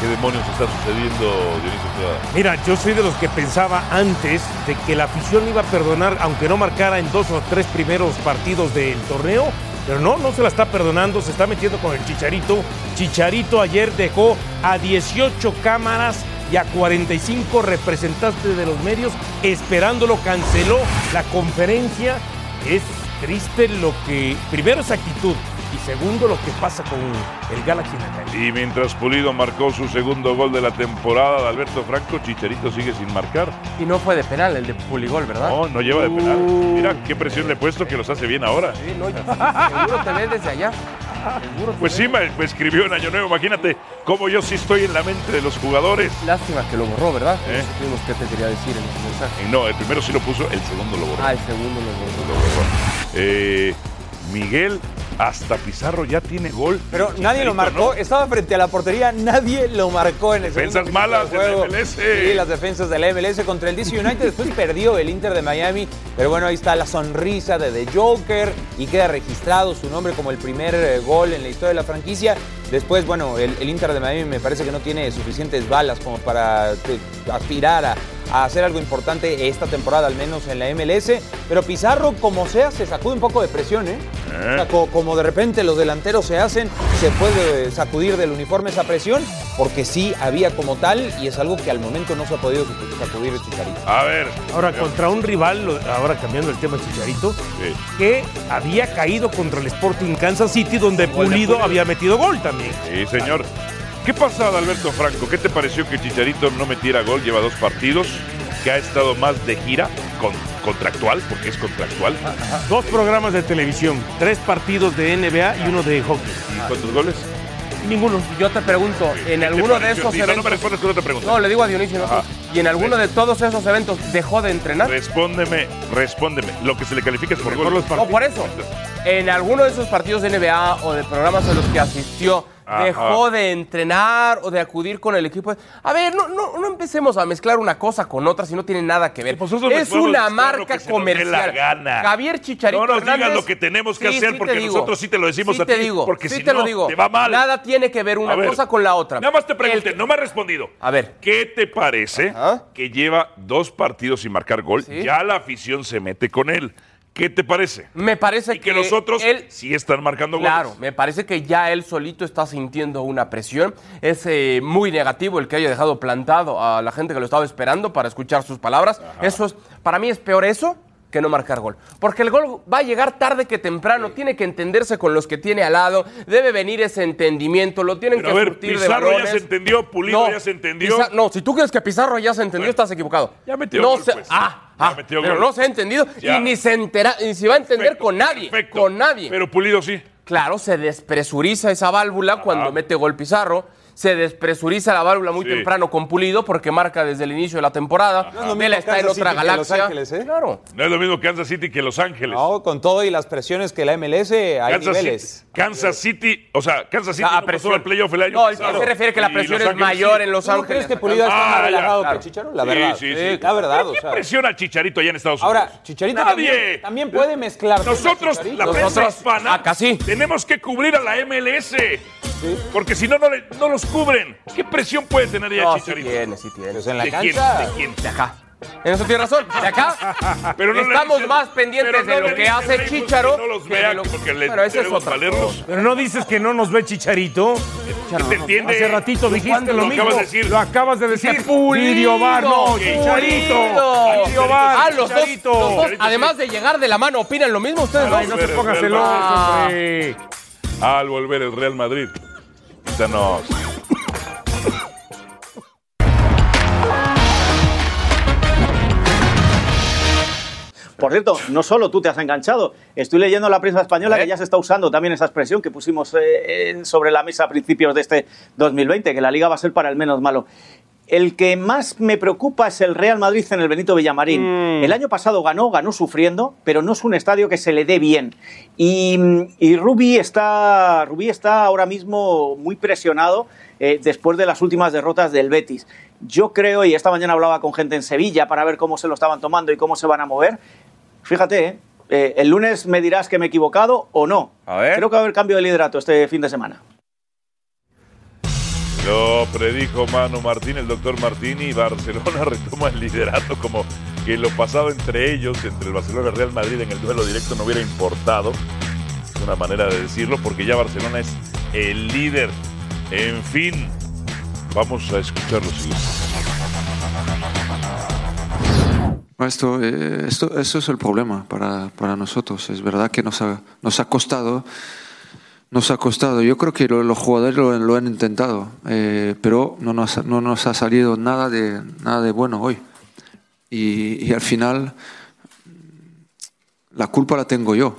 ¿Qué demonios está sucediendo, Dionisio Estrada? Mira, yo soy de los que pensaba antes de que la afición iba a perdonar, aunque no marcara en dos o tres primeros partidos del torneo, pero no, no se la está perdonando, se está metiendo con el Chicharito. Chicharito ayer dejó a 18 cámaras y a 45 representantes de los medios esperándolo, canceló la conferencia. Es triste lo que, primero esa actitud y segundo lo que pasa con el Galaxy en la cancha. Y mientras Pulido marcó su segundo gol de la temporada de Alberto Franco, Chicharito sigue sin marcar. Y no fue de penal el de Puligol, ¿verdad? No, no lleva de penal. Mira qué presión le he puesto que los hace bien ahora. Sí, no, seguro te ves desde allá. Seguro te Pues sí, me me escribió en Año Nuevo. Imagínate cómo yo sí estoy en la mente de los jugadores. Lástima que lo borró, ¿verdad? ¿Eh? Eso tuvimos que te quería decir en ese mensaje. Y No, el primero sí lo puso, el segundo lo borró. Ah, el segundo lo borró. Eh, Miguel, hasta Pizarro ya tiene gol. Pero nadie lo Chicharito, marcó, estaba frente a la portería, nadie lo marcó en el Defensas segundo malas minuto del juego. MLS. Sí, las defensas del MLS contra el DC United, después perdió el Inter de Miami, pero bueno, ahí está la sonrisa de The Joker y queda registrado su nombre como el primer eh, gol en la historia de la franquicia. Después, bueno, el, el Inter de Miami me parece que no tiene suficientes balas como para eh, aspirar a, a hacer algo importante esta temporada, al menos en la MLS. Pero Pizarro, como sea, se sacude un poco de presión, ¿eh? O sea, co- como de repente los delanteros se hacen, se puede eh, sacudir del uniforme esa presión, porque sí había como tal, y es algo que al momento no se ha podido sacudir el Chicharito. A ver. Ahora, contra un rival, lo- ahora cambiando el tema Chicharito, que había caído contra el Sporting Kansas City, donde Gol de Pulido Pulido. había metido gol también. Sí, señor. ¿Qué pasa, Alberto Franco? ¿Qué te pareció que Chicharito no metiera gol? Lleva dos partidos, que ha estado más de gira, con- contractual, porque es contractual. Dos programas de televisión, tres partidos de NBA y uno de hockey. ¿Y cuántos goles? Ninguno. Yo te pregunto, en ¿Qué te alguno de pareció? esos Sí, no, no eventos. me respondes con otra pregunta. No, le digo a Dionisio. ¿no? Ajá. Y en alguno de todos esos eventos dejó de entrenar. Respóndeme, respóndeme. Lo que se le califica es por gol. No, por eso. En alguno de esos partidos de NBA o de programas a los que asistió, Ajá. dejó de entrenar o de acudir con el equipo. A ver, no, no, no empecemos a mezclar una cosa con otra si no tiene nada que ver. pues nosotros es podemos una mezclar lo marca que se nos dé comercial. la gana. Javier Chicharito No nos digas Hernández- lo que tenemos que hacer, te porque digo. nosotros sí te lo decimos Sí a te ti, digo, porque sí si te lo no, digo. te va mal. Nada tiene que ver una A ver, cosa con la otra. Nada más te pregunté, no me has respondido. A ver. ¿Qué te parece que lleva dos partidos sin marcar gol? Ya la afición se mete con él. ¿Qué te parece? Me parece y que, los otros sí están marcando goles. Claro, me parece que ya él solito está sintiendo una presión. Es eh, muy negativo el que haya dejado plantado a la gente que lo estaba esperando para escuchar sus palabras. Eso es, para mí es peor eso que no marcar gol. Porque el gol va a llegar tarde que temprano, tiene que entenderse con los que tiene al lado, debe venir ese entendimiento, lo tienen Pero a que ver, surtir de Pizarro ya balones. se entendió, Pulido No, ya se entendió. Pizar- no, si tú crees que Pizarro ya se entendió, estás equivocado. Ya metió no gol, se- pues. Ah, ah, metió pero gol. no se ha entendido Ya. y ni se entera, y se va a entender con nadie. Con nadie. Pero Pulido sí. Claro, se despresuriza esa válvula cuando mete gol Pizarro. se despresuriza la válvula muy Sí. temprano con Pulido porque marca desde el inicio de la temporada. No es lo mismo Vela está en Kansas otra City que Los galaxia. Ángeles, ¿eh? Claro. No es lo mismo Kansas City que Los Ángeles. No, con todo y las presiones que la MLS hay Kansas niveles. City, Kansas City, o sea, Kansas City Ah, no pasó presión. al playoff el año No, él pasado. se refiere que la Y presión Los es Ángeles mayor en Los ¿Tú no Ángeles. crees que Pulido está más ya, relajado claro. que Chicharo? La Sí, verdad. Sí, sí, Sí, la verdad, ¿Pero o ¿Quién sea. presiona a Chicharito allá en Estados Unidos? Ahora, Chicharito Nadie. también- también puede mezclar. Nosotros, la prensa Nosotros, hispana, tenemos que cubrir a la MLS. Porque si no, no, le- no los cubren. ¿Qué presión puede tener ya No, sí Chicharito? tiene, sí tiene. Pues en la ¿De quién? cancha- ¿De quién? acá. En eso tiene razón. De acá [laughs] Pero no le estamos dicen- más pendientes pero no de lo le que dicen hace Reynolds que Chicharo. no los que vea de lo- porque le Pero esa es tenemos otra valernos. cosa. Pero no dices que no nos ve Chicharito. ¿Te entiende? Hace ratito ¿Tú dijiste cuándo lo, lo mismo. acabas de decir? Lo acabas de decir. Pulido, Lidio Bar, no, Pulido. Chicharito. Lidio Bar, Ah, los dos, Chicharito. los dos, además de llegar de la mano, opinan lo mismo ustedes Ay, dos. no se ponga celoso, hombre. Al volver el Real Madrid. Quítanos. Por cierto, no solo tú te has enganchado, estoy leyendo en la prensa española que ya se está usando también esa expresión que pusimos eh, en- sobre la mesa a principios de este 2020, que la liga va a ser para el menos malo. El que más me preocupa es el Real Madrid en el Benito Villamarín. El año pasado ganó, ganó sufriendo, pero no es un estadio que se le dé bien. Y, y Rubí, está, Rubí está ahora mismo muy presionado eh, después de las últimas derrotas del Betis. Yo creo, y esta mañana hablaba con gente en Sevilla para ver cómo se lo estaban tomando y cómo se van a mover, Fíjate, ¿eh? Eh, el lunes me dirás que me he equivocado o no. Creo que va a haber cambio de liderato este fin de semana. [laughs] Lo predijo Manu Martín, el doctor Martini, y Barcelona [laughs] retoma el liderato como que lo pasado entre ellos, entre el Barcelona y el Real Madrid en el duelo directo no hubiera importado. Es una manera de decirlo porque ya Barcelona es el líder. En fin, vamos a escuchar lo siguiente. No, Esto, eh, esto, eso es el problema para, para nosotros. Es verdad que nos ha, nos ha costado. Nos ha costado. Yo creo que lo- los jugadores lo, lo han intentado, eh, pero no nos, ha- no nos ha salido nada de, nada de bueno hoy. Y, y al final, la culpa la tengo yo.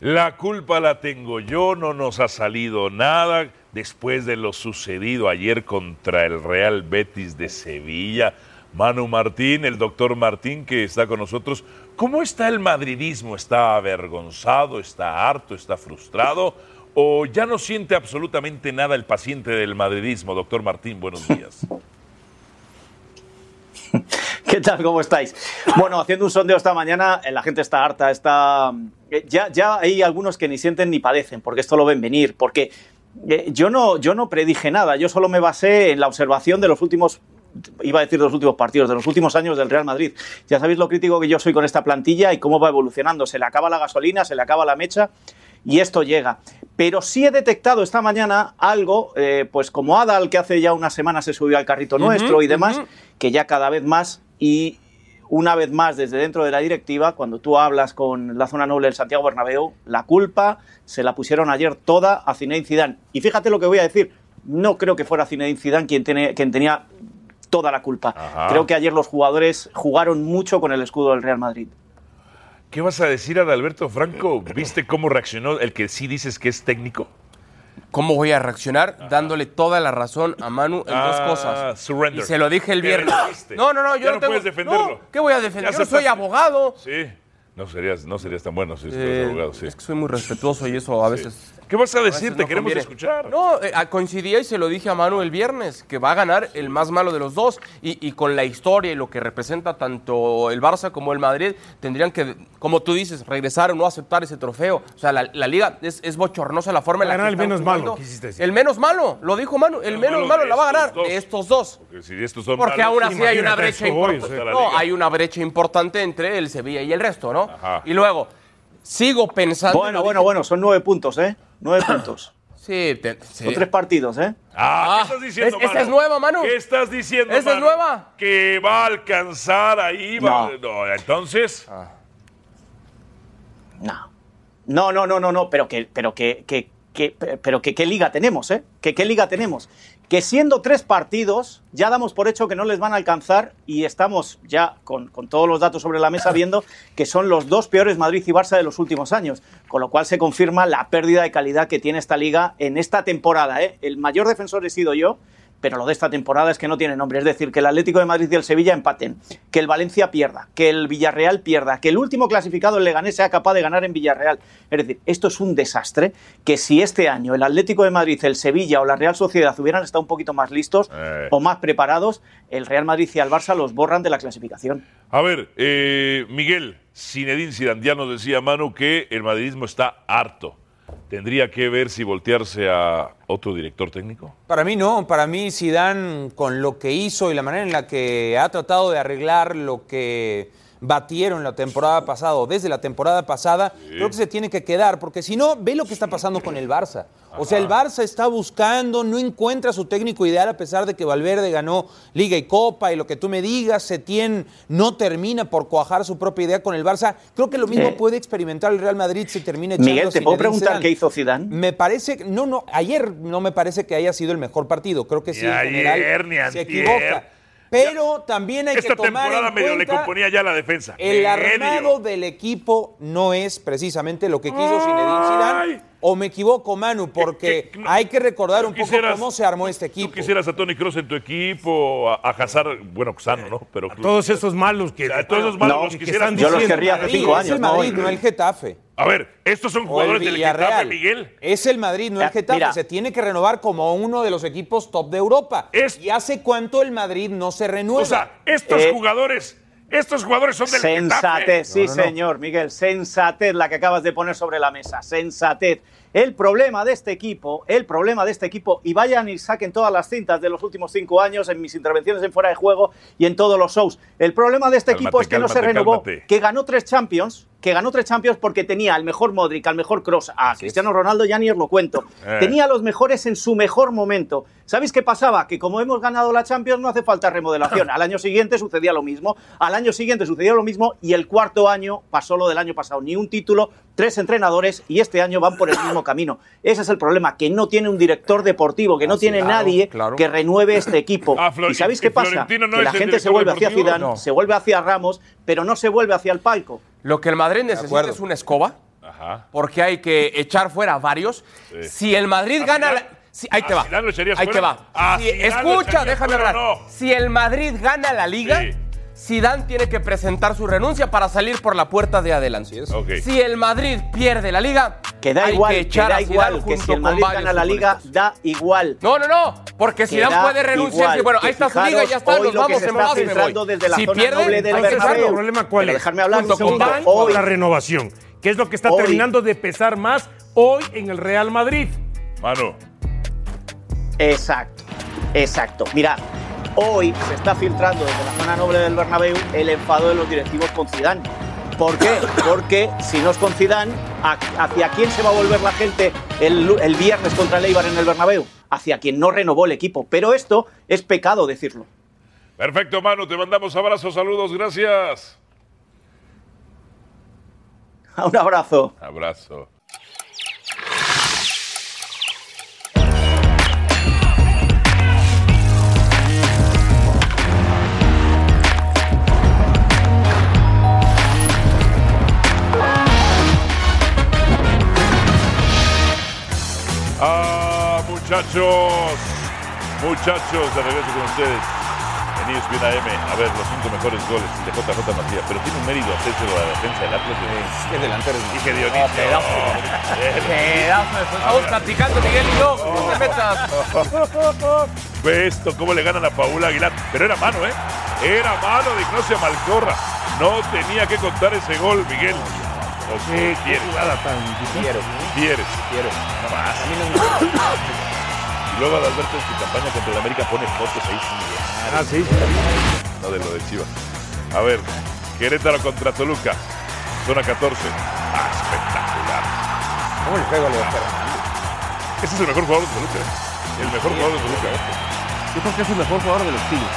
La culpa la tengo yo, no nos ha salido nada después de lo sucedido ayer contra el Real Betis de Sevilla. Manu Martín, el doctor Martín que está con nosotros. ¿Cómo está el madridismo? ¿Está avergonzado? ¿Está harto? ¿Está frustrado? ¿O ya no siente absolutamente nada el paciente del madridismo? Doctor Martín, buenos días. ¿Qué tal? ¿Cómo estáis? Bueno, haciendo un sondeo esta mañana, eh, la gente está harta, está... eh, Ya, ya hay algunos que ni sienten ni padecen, porque esto lo ven venir, porque eh, yo, no, yo no predije nada, yo solo me basé en la observación de los últimos iba a decir de los últimos partidos, de los últimos años del Real Madrid. Ya sabéis lo crítico que yo soy con esta plantilla y cómo va evolucionando. Se le acaba la gasolina, se le acaba la mecha y esto llega. Pero sí he detectado esta mañana algo, eh, pues como Adal, que hace ya una semana se subió al carrito Ujú, nuestro y demás, que ya cada vez más y una vez más desde dentro de la directiva, cuando tú hablas con la zona noble del Santiago Bernabéu, la culpa se la pusieron ayer toda a Zinedine Zidane. Y fíjate lo que voy a decir, no creo que fuera Zinedine Zidane quien, tiene, quien tenía toda la culpa. Creo que ayer los jugadores jugaron mucho con el escudo del Real Madrid. ¿Qué vas a decir a Alberto Franco? ¿Viste cómo reaccionó el que sí dices que es técnico? ¿Cómo voy a reaccionar? Dándole toda la razón a Manu en dos Ah, cosas. surrender. Y se lo dije el Te viernes. rendiste. No, no, no, yo Ya no, no tengo- puedes defenderlo. no, ¿Qué voy a defender? Ya Yo no soy aceptaste. abogado. Sí. No serías, no serías tan bueno si Eh, fueras abogado, sí. Es que soy muy respetuoso y eso a veces. ¿Qué vas a veces decir? no Te queremos conviene. escuchar. No, eh, ah, coincidía y se lo dije a Manu el viernes, que va a ganar el más malo de los dos. Y, y con la historia y lo que representa tanto el Barça como el Madrid, tendrían que, como tú dices, regresar o no aceptar ese trofeo. O sea, la, la liga es, es bochornosa la forma en la Ganar que el están menos malo, jugando. quisiste decir. El menos malo, lo dijo Manu, el, malo menos malo de la va a ganar estos dos. de estos dos. Porque si estos son Porque malos, aún así hay una imagínate brecha esto hoy, importante. o sea, ¿eh? la No, liga. hay una brecha importante entre el Sevilla y el resto, ¿no? Y luego, sigo pensando. Bueno, bueno, bueno, son nueve puntos, ¿eh? Nueve puntos. Sí, te- sí. Son tres partidos, ¿eh? Ah, Ah, ¿qué estás diciendo, es- esa Manu? es nueva, Manu. ¿Qué estás diciendo, Esa es Manu? nueva. Que va a alcanzar ahí. va- No. entonces... Ah. No, no, no, no, no, pero que, pero que, que que, pero que qué liga tenemos, ¿eh? Que qué liga tenemos. Que siendo tres partidos, ya damos por hecho que no les van a alcanzar y estamos ya con, con todos los datos sobre la mesa viendo que son los dos peores Madrid y Barça de los últimos años. Con lo cual se confirma la pérdida de calidad que tiene esta liga en esta temporada, ¿eh? El mayor defensor he sido yo. Pero lo de esta temporada es que no tiene nombre. Es decir, que el Atlético de Madrid y el Sevilla empaten, que el Valencia pierda, que el Villarreal pierda, que el último clasificado, el Leganés, sea capaz de ganar en Villarreal. Es decir, esto es un desastre que si este año el Atlético de Madrid, el Sevilla o la Real Sociedad hubieran estado un poquito más listos o más preparados, el Real Madrid y el Barça los borran de la clasificación. A ver, eh, Miguel, Zinedine Zidane ya nos decía, Manu, que el madridismo está harto. ¿Tendría que ver si voltearse a otro director técnico? Para mí no, para mí Zidane con lo que hizo y la manera en la que ha tratado de arreglar lo que batieron la temporada pasada o desde la temporada pasada, creo que se tiene que quedar, porque si no, ve lo que está pasando con el Barça. O sea, el Barça está buscando, no encuentra su técnico ideal a pesar de que Valverde ganó Liga y Copa y lo que tú me digas, Setién no termina por cuajar su propia idea con el Barça. Creo que lo mismo Eh. puede experimentar el Real Madrid si termina echando Miguel, ¿te a puedo Zinedine preguntar Zidane. qué hizo Zidane? Me parece, no, no, ayer no me parece que haya sido el mejor partido. Creo que sí, Ni en general, ayer, ni se antier. equivoca. Pero también hay Esta que tomar temporada en medio le cuenta componía ya la defensa. Eh, el Medio. armado del equipo no es precisamente lo que quiso Zinedine Zidane. O me equivoco, Manu, porque hay que recordar un poco cómo se armó este equipo. Quisieras a Tony Cross en tu equipo, a, a Hazard, bueno, Sano, ¿no? Pero Todos esos malos que. a todos esos malos los quisieran diciendo. Es el Madrid, no el Getafe. A ver, estos son O el jugadores del Getafe, Villarreal. Miguel. Es el Madrid, no el Ah, Getafe. mira. Se tiene que renovar como uno de los equipos top de Europa. ¿Y hace cuánto el Madrid no se renueva? O sea, estos Eh, jugadores, estos jugadores son del Getafe. Sensatez, sí, señor, Miguel. Sensatez la que acabas de poner sobre la mesa. Sensatez. El problema de este equipo, el problema de este equipo, y vayan y saquen todas las cintas de los últimos cinco años en mis intervenciones en fuera de juego y en todos los shows. El problema de este Cálmate, equipo es que no se cálmate, renovó, cálmate. que ganó tres Champions, que ganó tres Champions porque tenía al mejor Modric, al mejor Cross, a Cristiano Ronaldo, ya ni os lo cuento. Eh. Tenía a los mejores en su mejor momento. ¿Sabéis qué pasaba? Que como hemos ganado la Champions no hace [laughs] falta remodelación. Al año siguiente sucedía lo mismo, al año siguiente sucedía lo mismo y el cuarto año pasó lo del año pasado. Ni un título, tres entrenadores y este año van por el [coughs] mismo camino. Ese es el problema, que no tiene un director deportivo, que no tiene claro, nadie claro. que renueve [coughs] este equipo. Ah, Flor- ¿Y sabéis y qué pasa? Florentino no que es la el gente se director vuelve hacia deportivo, Zidane, no. se vuelve hacia Ramos, pero no se vuelve hacia el palco. Lo que el Madrid necesita acuerdo. es una escoba, porque hay que echar fuera a varios. Sí. Si el Madrid gana... la- si- ahí te a va. Zidane lo echarías ahí te fuera. Ah, va. A Si- Zidane lo escucha, echarías déjame fuera, hablar. Si el Madrid gana la liga, Zidane tiene que presentar su renuncia para salir por la puerta de adelante. Si el Madrid pierde la liga, Que da hay igual, que que, echar da a Zidane igual, que junto si el con Madrid varios gana la liga, da igual. No, no, no, porque Que Zidane da puede renunciar y decir, igual, bueno, que ahí está su fijaros liga, ya está, hoy nos lo que vamos, se en está paz, me voy. pensando desde la si zona pierde, noble del ahí se Bernabéu. salva. ¿El problema cuál Pero es? dejarme hablar Junto un con segundo. Bank, Hoy- la renovación, que es lo que está Hoy- terminando de pesar más hoy en el Real Madrid. Mano. Exacto, exacto. Mira, hoy se está filtrando desde la zona noble del Bernabéu el enfado de los directivos con Zidane. ¿Por qué? Porque si no es con Zidane, ¿a- ¿hacia quién se va a volver la gente el, lu- el viernes contra el Eibar en el Bernabéu? Hacia quien no renovó el equipo. Pero esto es pecado decirlo. [laughs] Perfecto, Manu, te mandamos abrazos, saludos, gracias. Un abrazo. Abrazo. Ah, muchachos, muchachos, de regreso con ustedes en E ESPN AM a ver los cinco mejores goles de JJ Macías, pero tiene un mérito hacerse la defensa del Atlético. Qué delantero es. Dije Dionisio. [laughs] Pedazo de- Estamos platicando, Miguel y yo. No te [laughs] metas. Ve esto, cómo le ganan a Paula Aguilar. Pero era mano, ¿eh? Era mano de Ignacio Malcorra. No tenía que contar ese gol, Miguel. O sea, Eh, qué quieres. jugada tan Quiero. Quieres. Quiero. No más. Y luego Adalberto en su campaña contra el América pone fotos ahí sin Ah, sí. No de lo de Chivas. A ver, Querétaro contra Toluca. Zona 14. Ah, espectacular. ¿Cómo le pega Ese es el mejor jugador de Toluca. ¿eh? El mejor jugador de Toluca. Yo creo que es el mejor jugador de los Tigres.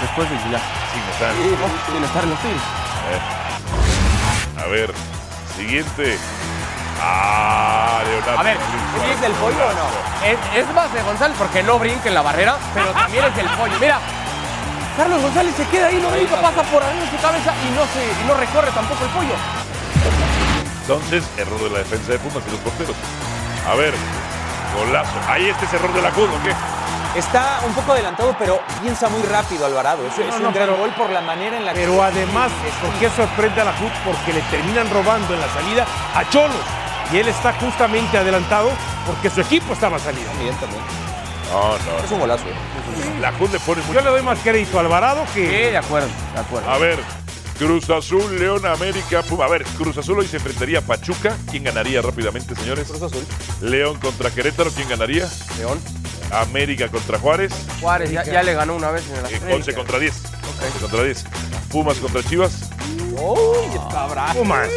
Después de Aguilar. Sí, no está. Sin estar en los Tigres. Eh. A ver, siguiente. Ah, Leonardo. A ver, Luis ¿es del pollo o no? Es, es más de González porque no brinca en la barrera, pero también es del pollo. Mira, Carlos González se queda ahí, no brinca, pasa por arriba de su cabeza y no, se, y no recorre tampoco el pollo. Entonces, error de la defensa de Pumas y los porteros. A ver, golazo. Ahí este es error de la CUD, ¿o qué? Está un poco adelantado, pero piensa muy rápido Alvarado. Es, es No, un no, gran pero- gol por la manera en la que. Pero además, ¿por qué sorprende a la HUD? Porque le terminan robando en la salida a Cholos. Y él está justamente adelantado porque su equipo estaba salido. No, no. Es un golazo. ¿eh? La CUD le pone mucho. Yo le doy más crédito a Alvarado que. Sí, de acuerdo, de acuerdo. A ver, Cruz Azul, León, América, Puma. A ver, Cruz Azul hoy se enfrentaría a Pachuca. ¿Quién ganaría rápidamente, señores? Cruz Azul. León contra Querétaro, ¿quién ganaría? León. América contra Juárez. Juárez ya, ya le ganó una vez en la Eh, 11 contra 10. 11 contra 10. Pumas contra Chivas. ¡Uy, Ah. está bravo! Ah, Pumas.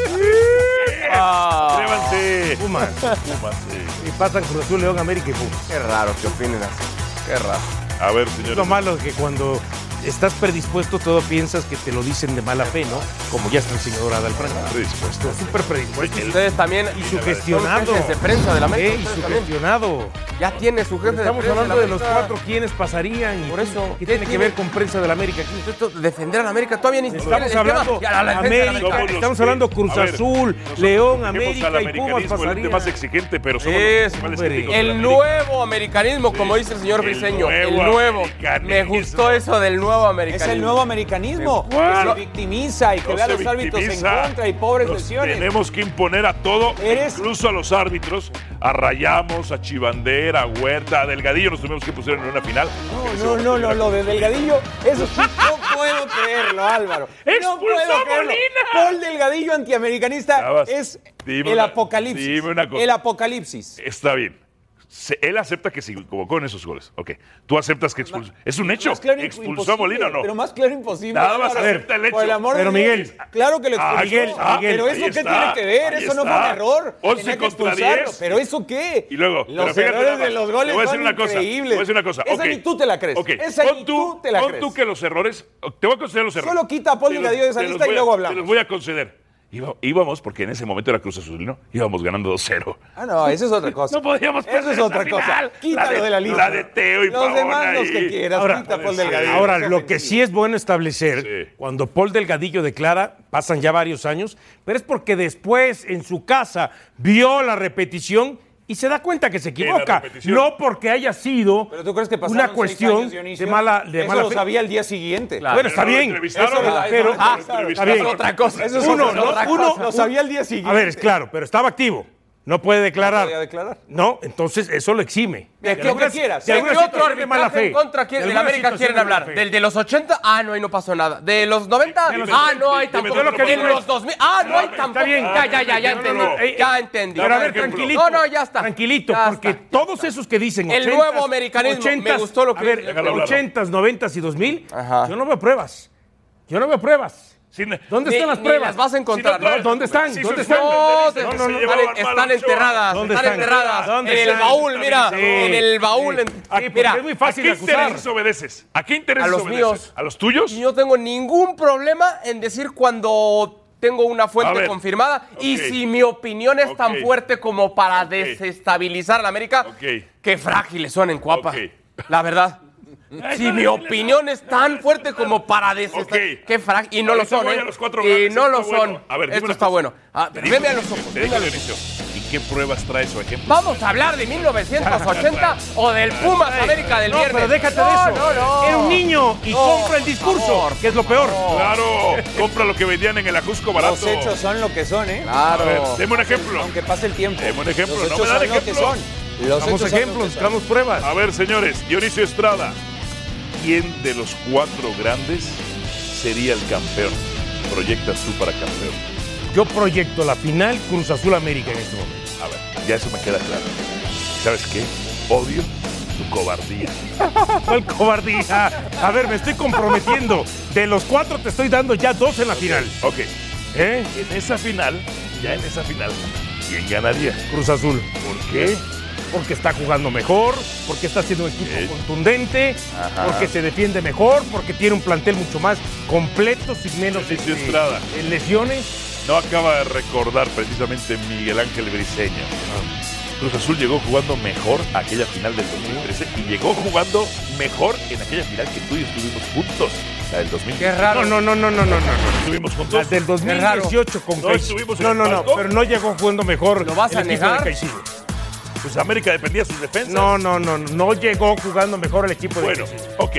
Ah. Atrévanse. Pumas. Ah. Pumas, Y pasan Cruz Azul, León, América y Pumas. Qué raro que opinen así. Qué raro. A ver, Es Ah, señores. lo malo que cuando estás predispuesto, todo piensas que te lo dicen de mala fe, ¿no? Como ya está el señor Adal Franco. Predispuesto. Súper predispuesto. Ustedes también. Pues Y sugestionado. Son jefes de prensa de la América, Ey, ustedes también. sugestionado. Ya tiene su jefe Estamos de prensa hablando de los América. cuatro quienes pasarían. y Por eso. ¿Qué tiene que ver con prensa de la América aquí? Defender a la América todavía ni Estamos siquiera el tema- hablando Ya, la- la defensa de la América, estamos hablando Cruz A ver, Azul, nosotros León, exigimos América al y Pumas americanismo, el ente pasarían. más exigente, pero somos los Es principales críticos de la el América. nuevo americanismo, como dice el señor Briseño. El nuevo nuevo. Me gustó eso del nuevo Es americanismo. el nuevo americanismo. Sí. Que se Lo- victimiza y que No ve a se los árbitros en victimiza. contra y pobres Nos lesiones. Tenemos que imponer a todo, incluso a los árbitros, a Rayamos, a Chivandera, a Huerta, a Delgadillo, nos tuvimos que poner en una final. En ese No, momento no, no, era lo de Delgadillo, eso sí, no puedo creerlo, Álvaro. No puedo creerlo. Paul Delgadillo, antiamericanista, Navas, es el dime una- apocalipsis. dime una cosa. El apocalipsis. Está bien. Se- él acepta que se equivocó en esos goles. Ok. Tú aceptas que expulsó. Es un hecho. Más claro ¿Expulsó imposible, a Molina o no? Pero más claro imposible. Nada más Álvaro. acepta el hecho. Por amor de Pero, Dios, Miguel. Claro que lo Ah, expulsó. Miguel, ah, Miguel, Pero eso ahí qué está, tiene que ver, ahí eso no fue un está. error. 11 Tenía que contra expulsarlo. 10. Pero eso qué. Y luego, pero los fíjate nada errores más. de los Te goles voy a son decir una cosa. Te increíbles. voy a decir una cosa. Esa Ok. ni tú te la crees. Ok. Esa Pon ni tú, tú te la pon crees. tú que los errores. Te voy a conceder los errores. Solo quita a Paul Te los- Delgadillo de esa te los lista y voy a- luego Te los hablamos. voy a conceder. Iba- íbamos, porque en ese momento era Cruz Azulino, íbamos ganando 2-0. Ah, no, eso es otra [laughs] cosa. No podíamos Eso perder es la otra cosa. final. La Quítalo de, de- la lista. la de Teo y Los Pavón demás los ahí. que quieras. Ahora, quita a Paul puede ser. Delgadillo. Ahora, lo que sí es bueno establecer, cuando Paul Delgadillo declara, pasan ya varios años, pero es porque después en su casa vio la repetición y se da cuenta que se la equivoca. repetición. No porque haya sido ¿Pero tú crees que pasaron una seis cuestión años, Dionisio? de mala, de Eso mala lo fe. sabía el día siguiente. Bueno, está bien. Eso- pero- ah, está bien. Eso es Uno, otra, no, otra uno- cosa. Lo sabía el día siguiente. A ver, es claro, pero estaba activo. No puede declarar. podía declarar. No, entonces eso lo exime. ¿De qué, alguna- qué quieras? de ¿De alguna qué otro situación de mala arbitraje en fe. contra De quieren, del alguna América situación quieren de mala hablar? fe. ¿Del de los 80? Ah, no, ahí no pasó nada. ¿De los 90? De los ah, 90, no, hay dime, tampoco. de lo que ¿De viene. los 2000? Ah, no, hay Está tampoco. bien. Ya, ya, ya, ya No, no, entendí. no. Ey, Ya ey, entendí. Pero a ver, Ya entendí. tranquilito. No, no, ya está. Tranquilito, porque todos esos que dicen El 80s, nuevo americanismo, me 80s, gustó lo que- a ver, Déjalo hablar. 80s, 90s y 2000, yo no veo pruebas. Yo no veo pruebas. ¿Dónde Ni- están las ni pruebas? las vas a encontrar. Si no, ¿Dónde están? Sí, ¿Dónde sí, sí. están? No, se- se llevaban mal a están Ochoa. enterradas, ¿Dónde están están? enterradas. ¿Dónde en el están? baúl, mira, Sí. en el baúl. en- Sí, Ah, porque mira, es muy fácil ¿A qué acusar. intereses obedeces? ¿A qué intereses A los obedeces? míos. ¿A los tuyos? Yo no tengo ningún problema en decir cuando tengo una A fuente ver. confirmada y Ok. si mi opinión es tan Ok. fuerte como para desestabilizar a la América, qué frágiles son en Cuapa. [laughs] La verdad. Si mi opinión es tan fuerte como para desestabilizar, qué frágil. Y no lo Ahorita son, voy ¿eh? a los cuatro Y grandes, no está lo bueno. son. A ver, dime Esto una está cosa. bueno. Ah, pero Te digo, veme a los ojos. te veme digo, a los Dionisio, ¿Y qué pruebas trae su ejemplo? Vamos a hablar de 1980 o del Pumas América del no, viernes. pero déjate No, de eso. No, no. Era un niño y No, compra el discurso, que es lo peor. Claro, compra lo que vendían en el Ajusco barato. Los hechos son lo que son, ¿eh? Claro. A ver, deme un ejemplo. Aunque pase el tiempo. Deme un ejemplo, Los no me hechos dan son lo que ejemplos. son. Los Damos hechos son ejemplos, lo que son. damos pruebas. A ver, señores, Dionisio Estrada, ¿quién de los cuatro grandes sería el campeón? Proyectas tú para campeón. Yo proyecto la final Cruz Azul América en este momento. A ver, ya eso me queda claro. ¿Sabes qué? Odio tu cobardía. ¿Cuál cobardía? A ver, me estoy comprometiendo. De los cuatro te estoy dando ya dos en la final. Ok. ¿Eh? En esa final, ya en esa final, ¿quién ganaría? Cruz Azul. ¿Por qué? Porque está jugando mejor, porque está siendo un equipo contundente, porque se defiende mejor, porque tiene un plantel mucho más completo, sin menos este, eh, lesiones. No acaba de recordar precisamente Miguel Ángel Briseño. Ah. Cruz Azul llegó jugando mejor a aquella final del 2013 y llegó jugando mejor en aquella final que tú y yo estuvimos juntos, la del 2013. Qué raro. No, no, no, no, no, no. Estuvimos juntos. Del 2018 con No Caicedo. estuvimos en No, el no, no, palco. pero no llegó jugando mejor. ¿Lo vas el a equipo negar? de Caicedo. Pues América dependía de sus defensas. No, no, no, no, no llegó jugando mejor el equipo Bueno, de Caicedo. ok.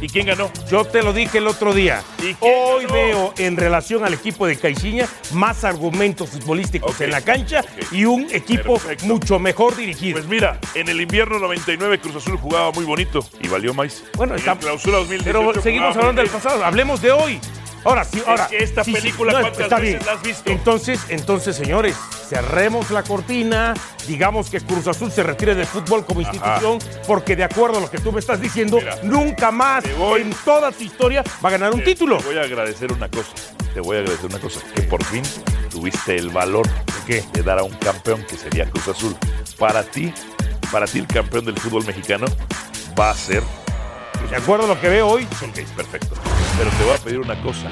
¿Y quién ganó? Yo te lo dije el otro día. Hoy veo en relación al equipo de Caixinha más argumentos futbolísticos en la cancha y un equipo mucho mejor dirigido. Pues mira, en el invierno 99 Cruz Azul jugaba muy bonito y valió más. Bueno, En está- la clausura 2018 Pero seguimos jugaba hablando muy del pasado, hablemos de hoy. Ahora sí, Es ahora. que esta sí, sí, película, no, ¿cuántas está veces bien. la has visto? Entonces, entonces, señores, cerremos la cortina, digamos que Cruz Azul se retire del fútbol como institución, porque de acuerdo a lo que tú me estás diciendo, nunca más en toda tu historia va a ganar un Te- título. Te voy a agradecer una cosa. Te voy a agradecer una cosa. Que por fin tuviste el valor ¿De, dar a un campeón que sería Cruz Azul. Para ti, para ti el campeón del fútbol mexicano va a ser. De acuerdo a lo que veo hoy. Ok, perfecto. Pero te voy a pedir una cosa.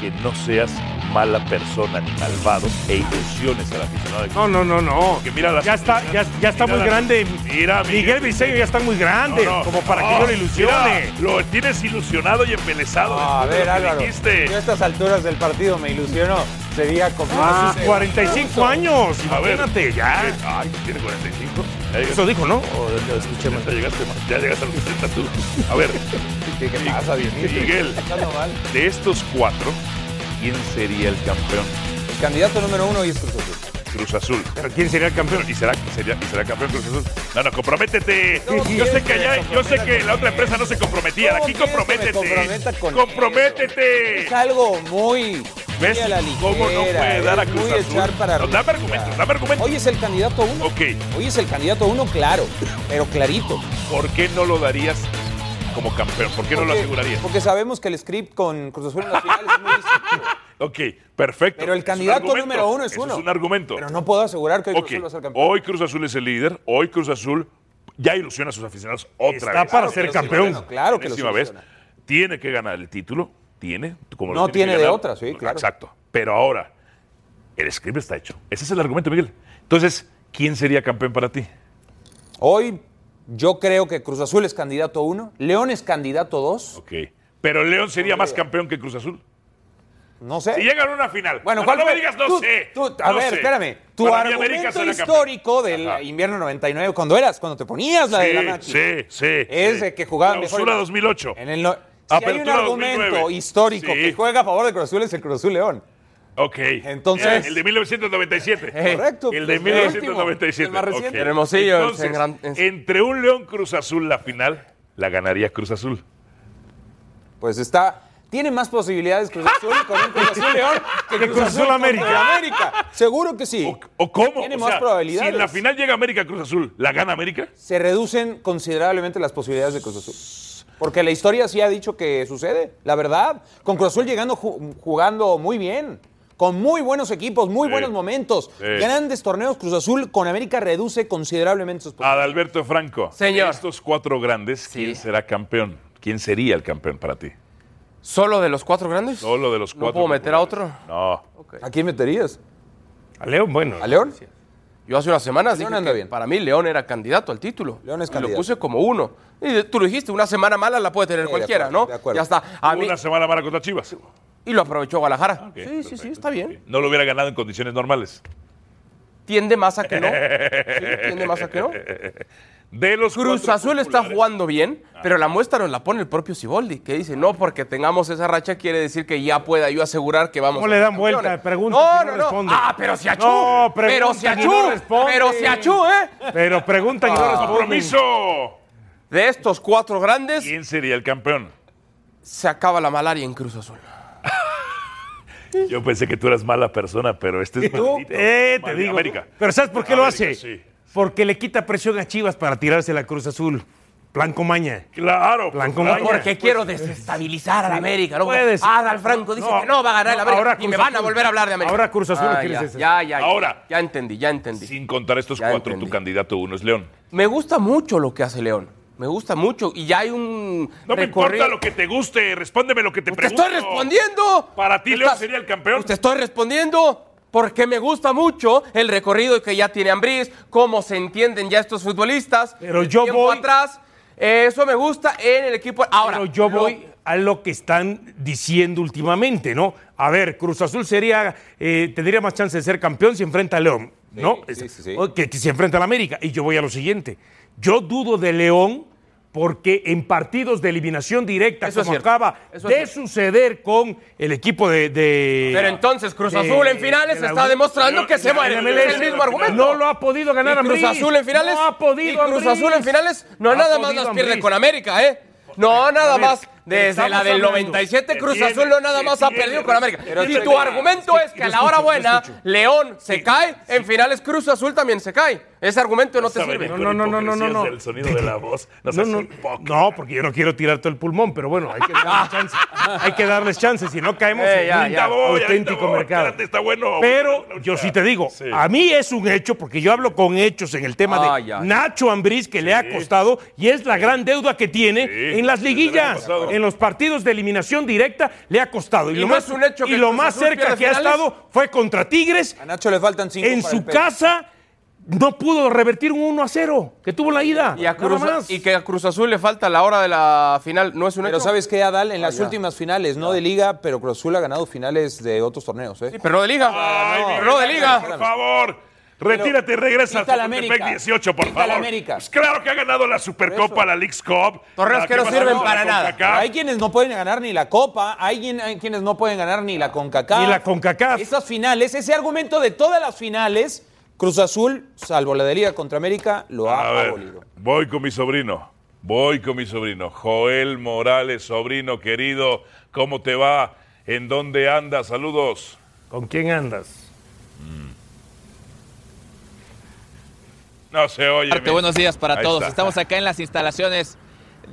Que no seas mala persona ni malvado e ilusiones a la aficionado de Cruz No, no, no, no. Que mira las- ya está, ya, ya está mira muy las- grande. Mira, Miguel Miguel Briseño ya está muy grande, No, no. como para No, que yo lo ilusione. mira, lo tienes ilusionado y embelesado. No, a después de ver, lo que Álvaro. dijiste. Yo a estas alturas del partido me ilusionó. Sería como. Ah, 45 años, A ver. imagínate, ya. Ay, tiene 45. Ya llegaste- Eso dijo, ¿no? Oh, O ya escuché más. Ya llegaste más. Ya llegaste a los 60 tú. A ver. ¿Qué, pasa, Dionisio? Miguel, Echando mal. de estos cuatro, ¿quién sería el campeón? Candidato número uno y es Cruz Azul. Cruz Azul. ¿Pero quién sería el campeón? ¿Y será, sería, y será campeón Cruz Azul? No, no, comprométete. No yo sé que quieres allá, yo sé que comprometerte la otra empresa no se comprometía. No Aquí quieres que me comprométete. comprometa con comprométete. Es algo muy. ¿Ves muy a la cómo no ligera, puede dar a es Cruz muy Azul? echar para No, dame arriba. argumentos, dame argumentos. Hoy es el candidato uno. Ok. Hoy es el candidato uno, claro, pero clarito. ¿Por qué no lo darías como campeón? ¿Por qué no lo Porque- asegurarías? Porque sabemos que el script con Cruz Azul en la final es muy Ok, perfecto. Pero el Es un candidato argumento. número uno es Eso uno. Es un argumento. Pero no puedo asegurar que hoy Ok, Cruz Azul va a ser campeón. Hoy Cruz Azul es el líder, hoy Cruz Azul ya ilusiona a sus aficionados otra Está vez. para Claro que ser lo campeón. ilusiona, claro que lo Enésima vez. Tiene que ganar el título, tiene. como lo No que tiene de ganar. otra, sí, claro. Exacto. Pero ahora, el script está hecho. Ese es el argumento, Miguel. Entonces, ¿quién sería campeón para ti? Hoy yo creo que Cruz Azul es candidato uno, León es candidato dos. Ok. Pero León sería más campeón que Cruz Azul. No sé. Si llegan a una final. Bueno, No, ¿cuál no me fue? digas, no Tú- sé. tú- a no ver, sé. espérame. Tu Para mí, América argumento será campeón. histórico del invierno 99, cuando eras, cuando te ponías la de la Sí, máquina. sí, sí, Es sí. el que jugaba Clausura 2008. En el no- si hay un Apertura argumento 2009. histórico Sí. que juega a favor de Cruz Azul es el Cruz Azul León. Ok. Entonces- El de 1997. Correcto, Eh, El de pues, el último, 1997. el más reciente. ok. El Hermosillo, Entonces, en gran- en- entre un León Cruz Azul la final, la ganaría Cruz Azul. Pues está. Tiene más posibilidades Cruz Azul con un Cruz Azul León [laughs] que Cruz, Azul, Azul contra América. América. Seguro que sí. ¿O, o cómo? Tiene O más sea, probabilidades. Si en la final llega América Cruz Azul, ¿la gana América? Se reducen considerablemente las posibilidades de Cruz Azul. Porque la historia sí ha dicho que sucede, la verdad. Con Cruz Azul llegando ju- jugando muy bien, con muy buenos equipos, muy Sí. buenos momentos, Sí. grandes torneos Cruz Azul con América reduce considerablemente sus Adalberto Franco. Pues, Señor. de Estos cuatro grandes, ¿quién será campeón? ¿Quién sería el campeón para ti? ¿Solo de los cuatro grandes? Solo de los ¿No cuatro. puedo meter a otro? No. ¿A quién meterías? A León, bueno. ¿A León? Yo hace unas semanas León dije anda que bien. para mí León era candidato al título. León es Y Lo candidato. puse como uno. Y de- tú lo dijiste, una semana mala la puede tener Sí, de cualquiera, acuerdo, ¿no? de acuerdo. Ya está. A Tuvo mí, Una semana mala contra Chivas. Ah, y lo aprovechó Guadalajara. ok, sí, sí, sí, está bien. No lo hubiera ganado en condiciones normales. Tiende más a que [laughs] no. Sí, tiende más a que no. De los Cruz cuatro Azul está populares. Ah. jugando bien, pero la muestra nos la pone el propio Siboldi, que dice, no, porque tengamos esa racha quiere decir que ya pueda yo asegurar que vamos ¿Cómo a le ser dan vuelta? campeones". Pregunta No, si no no, no. responde. Ah, pero si achú. No, pero preguntan si y achú. no responden. pero si achú, ¿eh? Pero preguntan y no responden. Ah. ¡Compromiso! De estos cuatro grandes. ¿Quién sería el campeón? Se acaba la malaria en Cruz Azul. Yo pensé que tú eras mala persona, pero este es maldito. Eh, te Madre- digo. América. Pero ¿sabes por qué lo América, hace? sí. Porque le quita presión a Chivas para tirarse la Cruz Azul. Blanco Maña. Claro. Blanco No, Maña. pues porque quiero desestabilizar a la América. ¿no? Puedes. Adal Franco dice que no va a ganar el no, América. ahora y Cruz me van a Azul. volver a hablar de América. Ahora Cruz Azul, Ah, ¿qué ya, quieres decir? ya, ya, ya. Ahora. Ya entendí, ya entendí. Sin contar estos cuatro, tu candidato uno es León. Me gusta mucho lo que hace León. Me gusta mucho y ya hay un No me recorrido- importa lo que te guste, respóndeme lo que te Te pregunto. estoy respondiendo. Para ti, León sería el campeón. Te estoy respondiendo porque me gusta mucho el recorrido que ya tiene Ambriz, cómo se entienden ya estos futbolistas. Pero yo voy atrás. Eso me gusta en el equipo. Ahora, Pero yo voy a lo que están diciendo últimamente, ¿no? A ver, Cruz Azul sería, eh, tendría más chance de ser campeón si enfrenta a León, ¿no? O Que, que si enfrenta a la América. Y yo voy a lo siguiente. Yo dudo de León porque en partidos de eliminación directa, Eso es como cierto. acaba Eso es de suceder con el equipo de... de- Pero entonces Cruz de- Azul en finales de la- E está demostrando que se en la muere. MLS. Es el mismo argumento. No lo ha podido ganar Y Cruz Ambriz. Azul en finales. No ha podido Y Ambriz. Cruz Azul en finales no Ha nada más podido las pierde Ambriz. con América, ¿eh? No, nada ver, más. Desde la estamos del hablando- 97, Cruz Entiende, Azul no nada más ha entiende, perdido con América. pero y checa- tu argumento es que a la hora escucho, buena, escucho. León se cae, en finales Cruz Azul también se cae. Ese argumento no te Saben, sirve. No, no, no, no, no, no, no. El sonido de la voz. No No, seas no, no, porque yo no quiero tirar todo el pulmón, pero bueno, hay que [laughs] darles chance. Hay que darles chance, si no caemos Eh, en ya, un ya. Voy, ahorita auténtico voy, mercado. espérate, está bueno. Pero yo sí te digo, a mí es un hecho, porque yo hablo con hechos en el tema Ah, de ya, ya. Nacho Ambriz, que le ha costado, y es la gran deuda que tiene en las liguillas, en los partidos de eliminación directa, le ha costado. Y no es un hecho y que lo Cruz más Azul cerca pierda que ha finales. estado fue contra Tigres. A Nacho le faltan cinco En para el su Pelo. casa no pudo revertir un 1 a 0 que tuvo la ida. Y, a Cruz, Nada más. y que a Cruz Azul le falta la hora de la final, no es un Pero hecho. Ah, ¿sabes qué, Adal? En las ya. últimas finales, no de liga, pero Cruz Azul ha ganado finales de otros torneos. ¿eh? pero no de liga. Ay, pero no de Miguel, liga. Por favor. Retírate, y Pero- regresa Quita la Chapultepec América. 18, por Quita la favor. América. Pues claro que ha ganado la Supercopa, la Leagues Cup. ¿Para qué vas a hablar de CONCACAF? Hay quienes no pueden ganar ni la Copa, hay, quien- hay quienes no pueden ganar ni la CONCACAF. Ni la CONCACAF. Esas finales, ese argumento de todas las finales, Cruz Azul, salvo la de Liga contra América, lo ha A ver, abolido. voy con mi sobrino. Voy con mi sobrino. Joel Morales, sobrino querido. ¿Cómo te va? ¿En dónde andas? Saludos. Mm. ¿Con quién andas? No se oye. Arte, buenos días para Ahí todos. está. Estamos acá en las instalaciones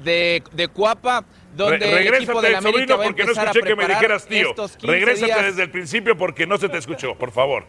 de, de Cuapa, donde Re- el regrésate, equipo de la América sobrino, va a porque no empezar a escuché que me preparar dijeras tío. estos 15 Regrésate días. desde el principio porque no se te escuchó, por favor.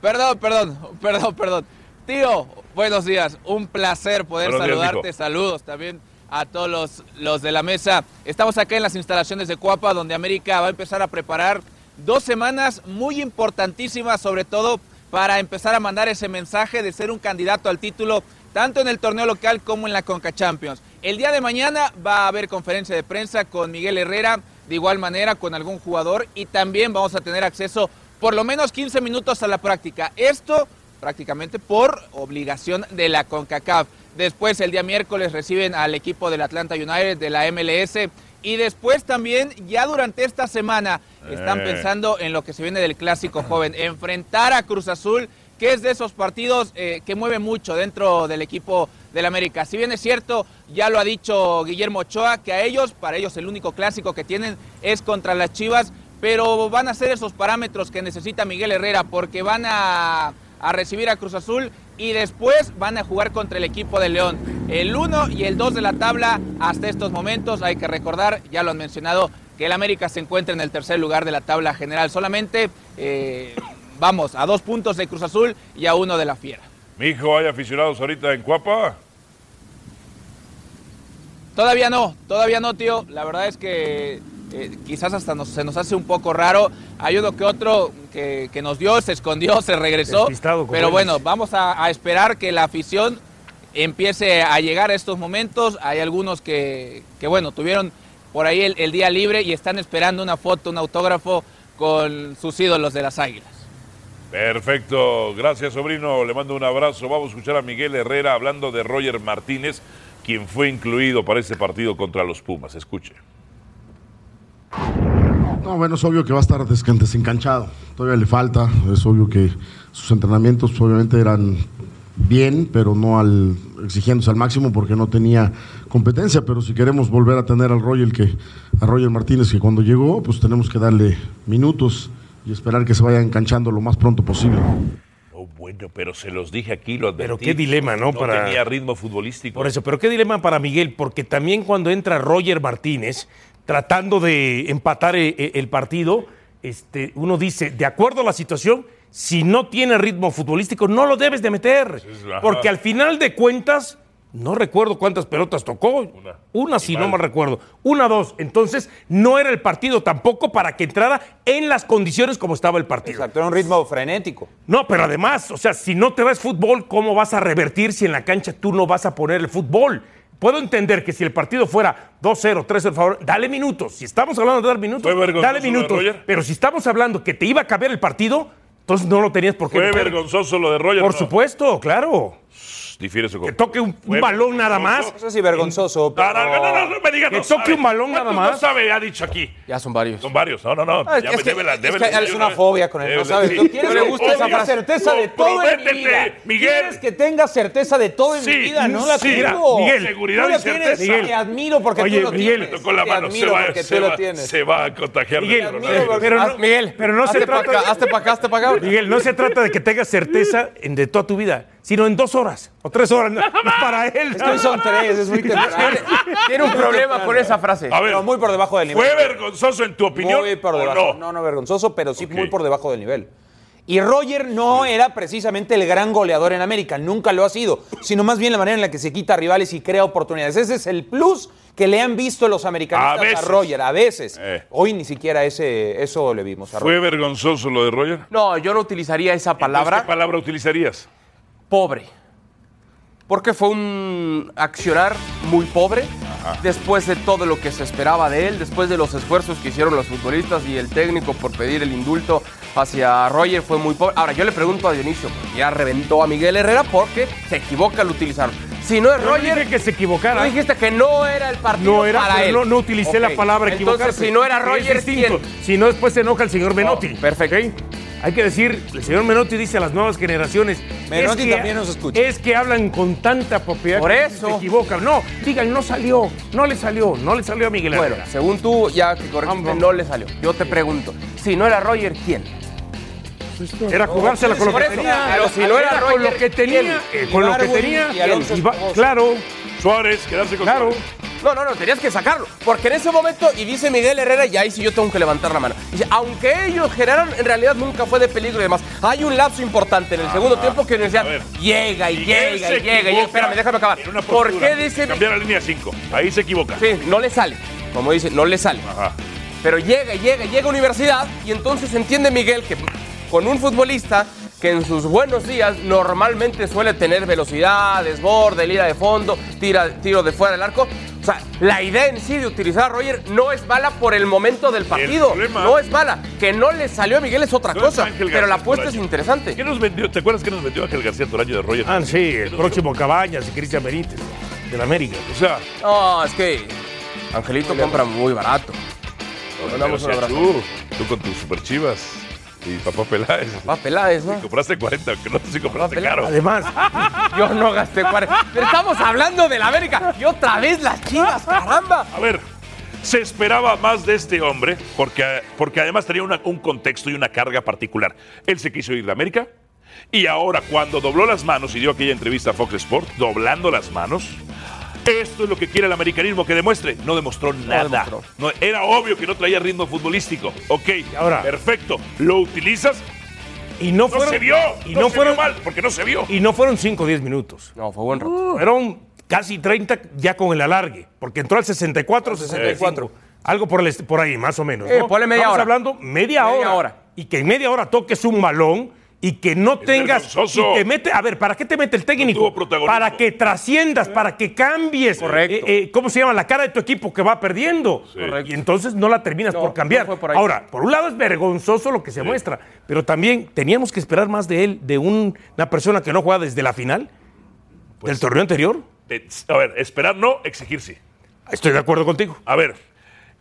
Perdón, perdón, perdón, perdón. Tío, buenos días. Un placer poder Buenos días, saludarte. hijo. Saludos también a todos los, los de la mesa. Estamos acá en las instalaciones de Cuapa, donde América va a empezar a preparar dos semanas muy importantísimas, sobre todo para empezar a mandar ese mensaje de ser un candidato al título, tanto en el torneo local como en la Conca Champions. El día de mañana va a haber conferencia de prensa con Miguel Herrera, de igual manera con algún jugador, y también vamos a tener acceso por lo menos 15 minutos a la práctica. Esto prácticamente por obligación de la CONCACAF. Después el día miércoles reciben al equipo del Atlanta United de la MLS y después también ya durante esta semana están Eh. pensando en lo que se viene del clásico joven, enfrentar a Cruz Azul, que es de esos partidos eh, que mueve mucho dentro del equipo del América. Si bien es cierto, ya lo ha dicho Guillermo Ochoa, que a ellos, para ellos el único clásico que tienen es contra las Chivas, pero van a ser esos parámetros que necesita Miguel Herrera, porque van a, a recibir a Cruz Azul y después van a jugar contra el equipo de León. El 1 y el 2 de la tabla hasta estos momentos, hay que recordar, ya lo han mencionado, que el América se encuentra en el tercer lugar de la tabla general, solamente eh, vamos a dos puntos de Cruz Azul y a uno de la Fiera. Mijo, ¿hay aficionados ahorita en Cuapa? Todavía no, todavía no, tío. La verdad es que eh, quizás hasta nos- se nos hace un poco raro. Hay uno que otro que, que nos dio, se escondió, se regresó. Despistado, como Pero él bueno, dice. vamos a, a esperar que la afición empiece a llegar a estos momentos. Hay algunos que, que, bueno, tuvieron por ahí el, el día libre y están esperando una foto, un autógrafo con sus ídolos de las Águilas. Perfecto, gracias sobrino, le mando un abrazo. Vamos a escuchar a Miguel Herrera hablando de Roger Martínez, quien fue incluido para este partido contra los Pumas. Escuche. No, bueno, es obvio que va a estar descan- desencanchado. Todavía le falta. Es obvio que sus entrenamientos obviamente eran bien, pero no al exigiéndose al máximo porque no tenía competencia. Pero si queremos volver a tener al Roger que a Roger Martínez que cuando llegó, pues tenemos que darle minutos y esperar que se vaya enganchando lo más pronto posible. Oh, bueno, pero se los dije aquí, lo advertí. Pero qué dilema, ¿no? No Para- tenía ritmo futbolístico. Por eso, pero qué dilema para Miguel, porque también cuando entra Roger Martínez tratando de empatar e- e- el partido, este, uno dice, de acuerdo a la situación, si no tiene ritmo futbolístico, no lo debes de meter. ajá. Porque al final de cuentas, No recuerdo cuántas pelotas tocó. Una. si no mal recuerdo. Una, dos. Entonces, no era el partido tampoco para que entrara en las condiciones como estaba el partido. Exacto, era un ritmo frenético. No, pero además, o sea, si no te ves fútbol, ¿cómo vas a revertir si en la cancha tú no vas a poner el fútbol? Puedo entender que si el partido fuera 2-0, 3-0, favor, dale minutos. Si estamos hablando de dar minutos, vergonzoso dale lo de minutos. Roger? Pero si estamos hablando que te iba a caber el partido, entonces no lo tenías por qué. Fue meter. vergonzoso lo de Roger. Por ¿no? supuesto, claro. Difiere su Que toque un, un balón nada más. Eso sí, vergonzoso. No, no, no, no, no me digas. Que no toque sabe. un balón nada ¿Cuántos más. No sabe, ha dicho aquí. Ya son varios. Son varios. No, no, no. Ah, es Ya que- me- débela, es débela, que es yo una no- fobia con él, débela, ¿no sabes? sí. Tú quieres Pero que gusta tenga esa certeza frase. de todo en mi Comprométete, vida. Miguel. Quieres que tenga certeza de todo en Sí, mi vida, no la sí. tengo. Mira, Miguel, seguridad Tú la y tienes, certeza. Miguel. Te admiro porque Oye, tú lo Miguel, tienes. le tocó la te mano, admiro se va, porque se tú lo va, tienes. se va a contagiar. de Miguel, coronavirus. pero no, Miguel, pero no se hazte pa' trata. acá, hazte pa' acá, hazte pa' acá. Miguel, no se trata de que tengas certeza en de toda tu vida, sino en dos horas o tres horas. no, no para él. Es que hoy son tres, es [laughs] muy temprano. Tiene un problema con esa frase. A ver, Pero muy por debajo del nivel. ¿fue vergonzoso en tu opinión Muy por o no? debajo. no? no, vergonzoso, pero sí muy por debajo del nivel. Y Roger no era precisamente el gran goleador en América, nunca lo ha sido, sino más bien la manera en la que se quita rivales y crea oportunidades. Ese es el plus que le han visto los americanistas A a, veces. Eh, Roger, a veces. Hoy ni siquiera ese, eso le vimos a ¿Fue Roger. vergonzoso lo de Roger? No, yo no utilizaría esa palabra. ¿Qué palabra utilizarías? Pobre. Porque fue un accionar muy pobre. Después de todo lo que se esperaba de él, después de los esfuerzos que hicieron los futbolistas y el técnico por pedir el indulto hacia Roger, fue muy pobre. Ahora, yo le pregunto a Dionisio, porque ya reventó a Miguel Herrera porque se equivoca al utilizarlo. Si no es Yo no Roger, dije que se equivocara. Tú dijiste que no era el partido No era, para pero él. no, no utilicé Ok. la palabra equivocarse. Entonces, si no era Es Roger, distinto. ¿quién? Oh, Si no, después se enoja el señor Menotti. perfecto. Hay que decir, el señor Menotti dice a las nuevas generaciones. Menotti es que- también nos escucha. Es que hablan con tanta propiedad. Por que eso. Se equivocan. No, digan, no salió, no le salió, no le salió a Miguel Bueno, Herrera. según tú, ya que corregiste, no le salió. Yo te pregunto, si no era Roger, ¿quién? Era jugársela con lo Por que eso, tenía. pero si no era con lo Roger, que tenía. ¿quién? eh, con lo que Ibargüen tenía. y Alonso Iba- Escobosa. claro. Suárez, quedarse con Claro. No, no, no, tenías que sacarlo. Porque en ese momento, y dice Miguel Herrera, y ahí sí yo tengo que levantar la mano. Dice, aunque ellos generaron, en realidad nunca fue de peligro y demás. Hay un lapso importante Ah, en el segundo tiempo que Universidad llega y Miguel llega se y llega. Y equivoca espérame, déjame acabar. en una ¿Por postura. qué dice Cambiar la línea 5. Ahí se equivoca. Sí, no le sale. Como dice, no le sale. Pero llega, llega, llega a universidad y entonces entiende Miguel que con un futbolista que en sus buenos días normalmente suele tener velocidad, desborde, ida de fondo, tira, tiro de fuera del arco. O sea, la idea en sí de utilizar a Roger no es mala por el momento del partido. no es mala. Que no le salió a Miguel es otra No es cosa. Ángel Pero la García apuesta es Toraño. interesante. ¿Qué nos vendió? ¿Te acuerdas que nos vendió Ángel García Toraño de Roger? Ah, sí, el próximo Cabañas y Cristian Benítez del América. O sea, No, es que Angelito compra muy barato. Pero mandamos un sea abrazo. Tú, tú con tus super chivas y papá Peláez. Papá Peláez, ¿no? compraste 40, que no sé si compraste caro. Además, [laughs] yo no gasté 40. Pero estamos hablando de la América. Y otra vez las [laughs] chivas, caramba. A ver, se esperaba más de este hombre porque, porque además tenía una- un contexto y una carga particular. Él se quiso ir de América y ahora cuando dobló las manos y dio aquella entrevista a Fox Sports, doblando las manos, esto es lo que quiere el americanismo que demuestre. No demostró nada. demostró. No, era obvio que no traía ritmo futbolístico. Ok, ahora? perfecto. Lo utilizas. Y no, fueron- se vio. y no, no se fueron- vio mal porque no se vio. Y no fueron 5 o 10 minutos. No, fue buen rato. Fueron casi 30 ya con el alargue, porque entró al 64, 64. Algo por, el est- por ahí, más o menos. Eh, ¿no? ponle media Estamos hora. hablando media, Media hora, hora. Y que en media hora toques un balón y que no tengas. Y vergonzoso. te mete, a ver, ¿para qué te mete el técnico? para que trasciendas, para que cambies. Correcto. ¿Cómo se llama? La cara de tu equipo que va perdiendo. Y entonces no la terminas por cambiar. no fue por ahí. Ahora, por un lado es vergonzoso lo que se muestra, pero también teníamos que esperar más de él, de un- una persona que no juega desde la final del torneo anterior. Pues Te- A ver, esperar no, exigir sí. Estoy de acuerdo contigo. A ver,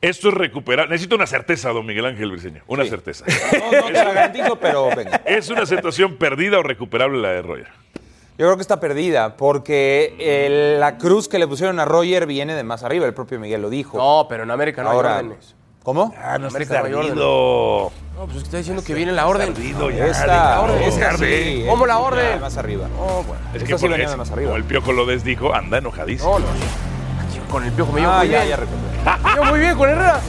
esto es recuperar. Necesito una certeza, don Miguel Ángel Briseño. Una certeza. No te la garantizo, pero venga. ¿Es una situación perdida o recuperable la de Roger? Yo creo que está perdida porque eh, la cruz que le pusieron a Roger viene de más arriba, el propio Miguel lo dijo. No, pero en América no hay órdenes. ¿Cómo? Ah, no América estés no hay ardido. No, pues está diciendo que viene la orden. ya, Esta- deja- la orden. no, Esta tarde. sí, ¿Cómo la orden? Más arriba. No, bueno. Es Esta que sí por- venía es- de más arriba. Como el Piojo Lodés dijo, anda enojadísimo. No, Con el piojo me llevo Ah, muy ya, bien. ya Me llevo muy bien con Herrera.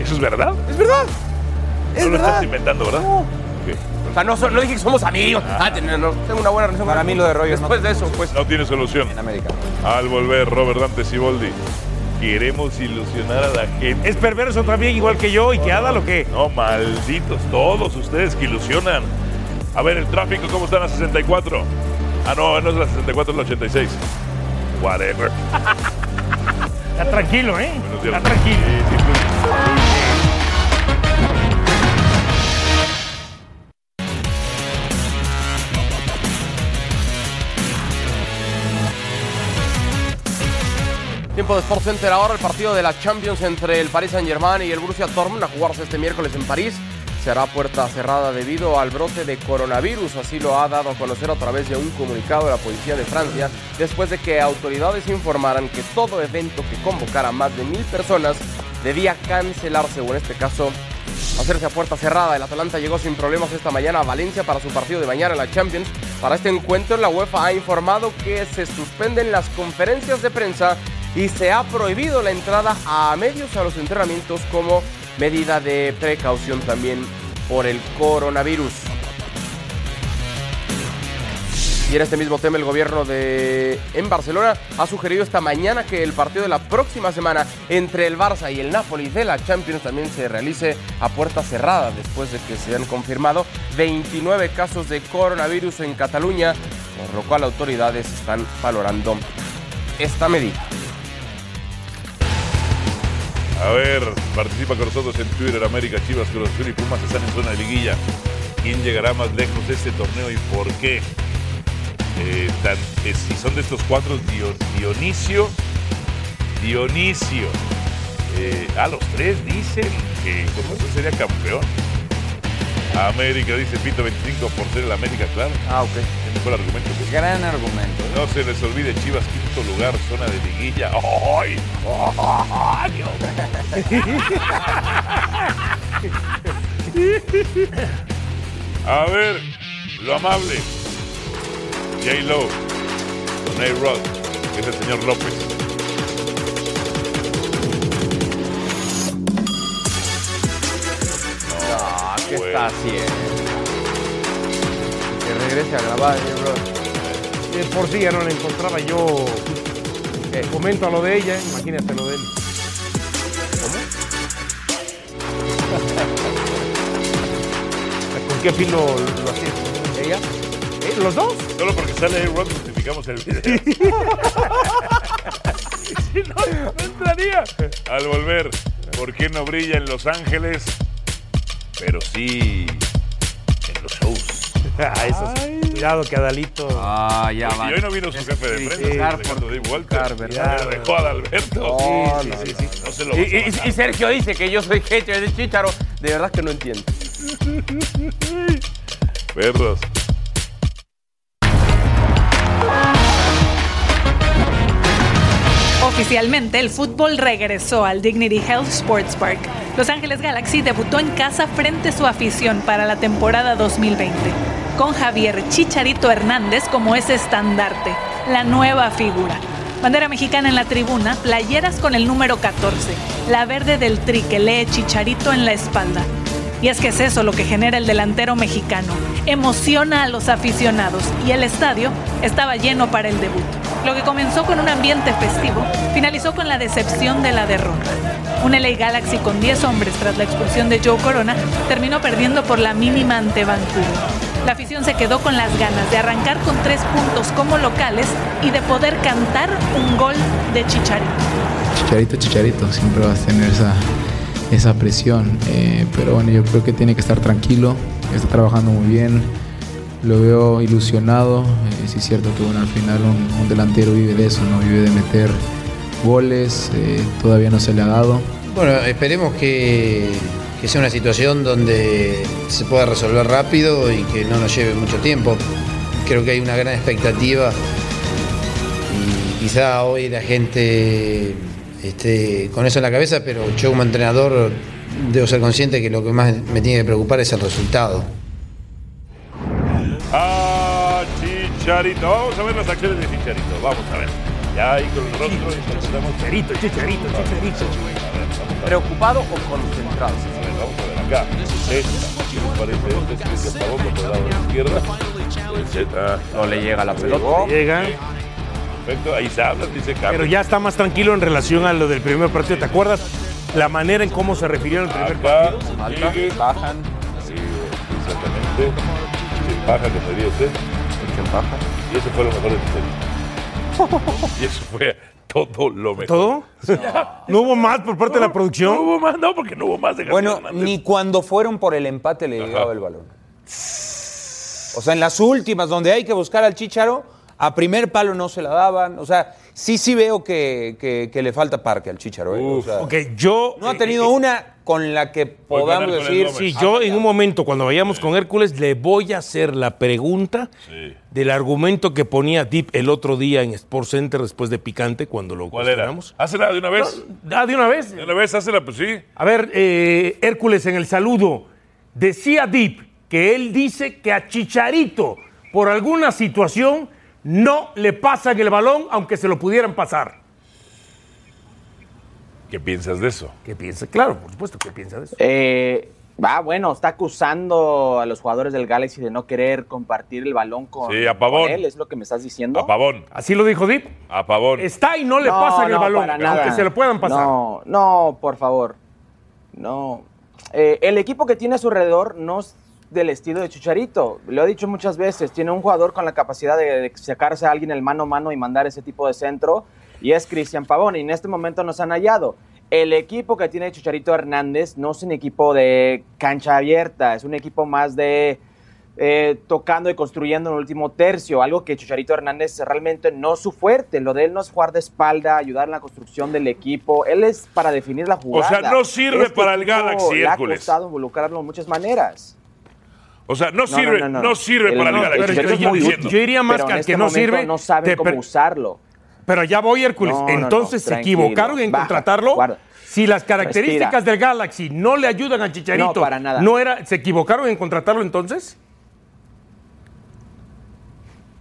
¿Eso es verdad? Es verdad. no Es lo estás verdad. inventando, ¿verdad? No. Ok, sea, Ah, no, so- no dije que somos amigos. Ah, ten- no, tengo una buena relación. Para mí lo de rollo. Después de eso, pues. No tiene solución. En América. Al volver, Robert Dante Siboldi. Queremos ilusionar a la gente. ¿Es perverso también, igual que yo, y que Adal, o qué? No, malditos, todos ustedes que ilusionan. A ver, el tráfico, ¿cómo está en la 64? Ah, no, no es la 64, es la 86. Whatever. [laughs] Está tranquilo, ¿eh? Buenos días. Está tranquilo. Tiempo de Sport Center ahora el partido de la Champions entre el Paris Saint Germain y el Borussia Dortmund a jugarse este miércoles en París. Será puerta cerrada debido al brote de coronavirus, así lo ha dado a conocer a través de un comunicado de la policía de Francia, después de que autoridades informaran que todo evento que convocara a más de mil personas debía cancelarse o en este caso hacerse a puerta cerrada. El Atalanta llegó sin problemas esta mañana a Valencia para su partido de mañana en la Champions. Para este encuentro, la UEFA ha informado que se suspenden las conferencias de prensa y se ha prohibido la entrada a medios a los entrenamientos como medida de precaución también por el coronavirus. Y en este mismo tema, el gobierno de en Barcelona ha sugerido esta mañana que el partido de la próxima semana entre el Barça y el Nápoles de la Champions también se realice a puerta cerrada, después de que se han confirmado 29 casos de coronavirus en Cataluña, por lo cual autoridades están valorando esta medida. A ver, participa con nosotros en Twitter, América Chivas, Cruz Azul y Pumas están en zona de liguilla. ¿Quién llegará más lejos de este torneo y por qué? Eh, tan- eh, si son de estos cuatro, Dio- Dionisio, Dionisio. Eh, a los tres dicen que Cruz Azul sería campeón. América dice Pito 25 por ser el América, claro. Ah, ok. El mejor argumento que Gran argumento. No se les olvide, Chivas, quinto lugar, zona de liguilla. ¡Ay! ¡Ay, Eh, Dios! A ver, lo amable. J. Lo, Ney Rod, que es el señor López. Ah, ¿qué Bueno. está haciendo? Que regrese a grabar, eh, bro. De por sí ya no la encontraba yo. eh, Comento a lo de ella, imagínate lo de él. ¿Con qué filo lo, lo hacía? [laughs] ¿Ella? ¿Eh? ¿Los dos? Solo porque sale Ney Rod, justificamos el video. [laughs] [laughs] Si no, no entraría. Al volver, ¿por qué no brilla en Los Ángeles? Pero sí en los shows. Ah, eso sí. Cuidado que Adalito. Ah, Y Pues hoy no vino su jefe de prensa, Alejandro Dave Walter. ¿verdad? Se lo dejó a Adalberto. No, sí, no, sí, sí, No se lo Y, vas a y- mandar. y Sergio dice que yo soy [laughs] hater de Chicharo. De verdad que no entiendo. Perros. Oficialmente, el fútbol regresó al Dignity Health Sports Park. Los Ángeles Galaxy debutó en casa frente a su afición para la temporada 2020, con Javier Chicharito Hernández como ese estandarte, la nueva figura. Bandera mexicana en la tribuna, playeras con el número 14, la verde del tri que lee Chicharito en la espalda. Y es que es eso lo que genera el delantero mexicano. Emociona a los aficionados y el estadio estaba lleno para el debut. Lo que comenzó con un ambiente festivo finalizó con la decepción de la derrota. Un LA Galaxy con 10 hombres tras la expulsión de Joe Corona terminó perdiendo por la mínima ante Vancouver. La afición se quedó con las ganas de arrancar con tres puntos como locales y de poder cantar un gol de Chicharito. Chicharito, chicharito, siempre vas a tener esa, esa presión. Eh, pero bueno, yo creo que tiene que estar tranquilo, está trabajando muy bien, lo veo ilusionado. Eh, sí es cierto que bueno, al final un, un delantero vive de eso, ¿no? vive de meter goles, eh, todavía no se le ha dado. Bueno, esperemos que, que sea una situación donde se pueda resolver rápido y que no nos lleve mucho tiempo. Creo que hay una gran expectativa y quizá hoy la gente esté con eso en la cabeza, pero yo como entrenador debo ser consciente que lo que más me tiene que preocupar es el resultado. Ah, Chicharito. Vamos a ver las acciones de Chicharito. Vamos a ver. Ya ahí con el rostro interpretamos. Chicharito, Chicharito, Chicharito. A ver, vamos a ver. ¿Preocupado o concentrado? A ver, vamos a ver. acá. Esta, me parece, esta es que acabó por el lado de la izquierda. El Z. No le llega la pelota. Llega. Perfecto, ahí se habla, dice Carlos. Pero ya está más tranquilo en relación a lo del primer partido. ¿Te acuerdas la manera en cómo se refirieron al primer partido? Alta, bajan. Sí, exactamente. Se baja, que sería usted. Se baja. ¿eh? Y eso fue lo mejor de mi [laughs] serie. Y eso fue todo lo mejor. ¿Todo? ¿No hubo más por parte de la producción? No hubo más, no, porque no hubo más de Bueno, ni cuando fueron por el empate le llegaba el balón. O sea, en las últimas, donde hay que buscar al Chicharo, a primer palo no se la daban. O sea, sí, sí veo que, que- que le falta parque al Chicharo. ¿eh? O sea, yo. eh, No ha tenido una con la que podamos decir. Sí, yo en un momento, cuando vayamos con Hércules, le voy a hacer la pregunta del argumento que ponía Deep el otro día en Sports Center después de Picante, cuando lo ¿Cuál era? Hácela de una vez. Ah, de una vez. De una vez, hácela, pues sí. A ver, eh, Hércules, en el saludo, decía Deep que él dice que a Chicharito, por alguna situación, no le pasan el balón, aunque se lo pudieran pasar. ¿Qué piensas de eso? ¿Qué piensas? Claro, por supuesto, ¿qué piensas de eso? Eh, ah, bueno, está acusando a los jugadores del Galaxy de no querer compartir el balón con, Sí, a Pavón. con él, es lo que me estás diciendo. A Pavón. ¿Así lo dijo Dip? A Pavón. Está y no le pasan el balón, para aunque nada. se lo puedan pasar. No, no, por favor. No. Eh, el equipo que tiene a su alrededor no es del estilo de Chicharito. Lo he dicho muchas veces, tiene un jugador con la capacidad de, de sacarse a alguien el mano a mano y mandar ese tipo de centro, y es Cristian Pavón, y en este momento nos han hallado. El equipo que tiene Chicharito Hernández no es un equipo de cancha abierta, es un equipo más de eh, tocando y construyendo en el último tercio, algo que Chicharito Hernández realmente no es su fuerte. Lo de él no es jugar de espalda, ayudar en la construcción del equipo. Él es para definir la O jugada. Este sea, no sirve para el equipo Galaxy, le ha Hércules. costado involucrarlo de muchas maneras. O sea, no No, sirve, no, no, no, no. sirve El- para el no, Galaxy. pero Eso yo- estoy yo- diciendo. yo iría más Pero que en al este que no momento sirve. no saben te cómo per- usarlo. Pero ya voy, Hércules. No, no, Entonces no, se tranquilo, equivocaron en baja, contratarlo. guarda. Si las características Respira. del Galaxy no le ayudan a Chicharito, No, para nada. ¿no era, ¿se equivocaron en contratarlo entonces?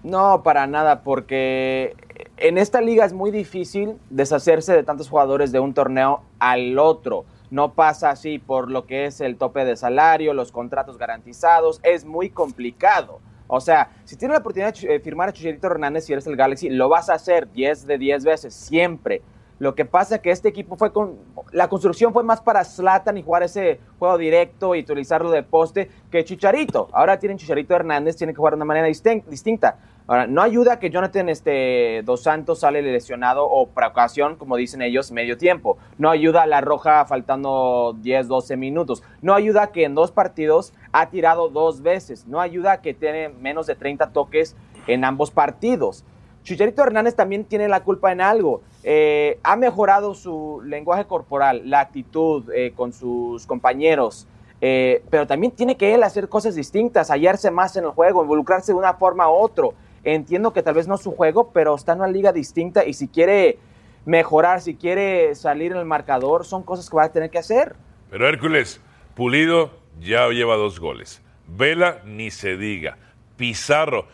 No, para nada, porque en esta liga es muy difícil deshacerse de tantos jugadores de un torneo al otro. No pasa así por lo que es el tope de salario, los contratos garantizados, es muy complicado. O sea, si tienes la oportunidad de ch- eh, firmar a Chicharito Hernández si eres el Galaxy, lo vas a hacer 10 de 10 veces, siempre. Lo que pasa es que este equipo fue con. La construcción fue más para Slatan y jugar ese juego directo y utilizarlo de poste que Chicharito. Ahora tienen Chicharito Hernández, tienen que jugar de una manera distin- distinta. Ahora, no ayuda que Jonathan este, Dos Santos sale lesionado o por ocasión, como dicen ellos, medio tiempo. No ayuda a La Roja faltando 10, 12 minutos. No ayuda que en dos partidos ha tirado dos veces. No ayuda que tiene menos de 30 toques en ambos partidos. Chicharito Hernández también tiene la culpa en algo. Eh, ha mejorado su lenguaje corporal, la actitud eh, con sus compañeros, eh, pero también tiene que él hacer cosas distintas, hallarse más en el juego, involucrarse de una forma u otro. Entiendo que tal vez no es su juego, pero está en una liga distinta y si quiere mejorar, si quiere salir en el marcador, son cosas que va a tener que hacer. Pero Hércules, Pulido ya lleva dos goles. Vela, ni se diga. Pizarro.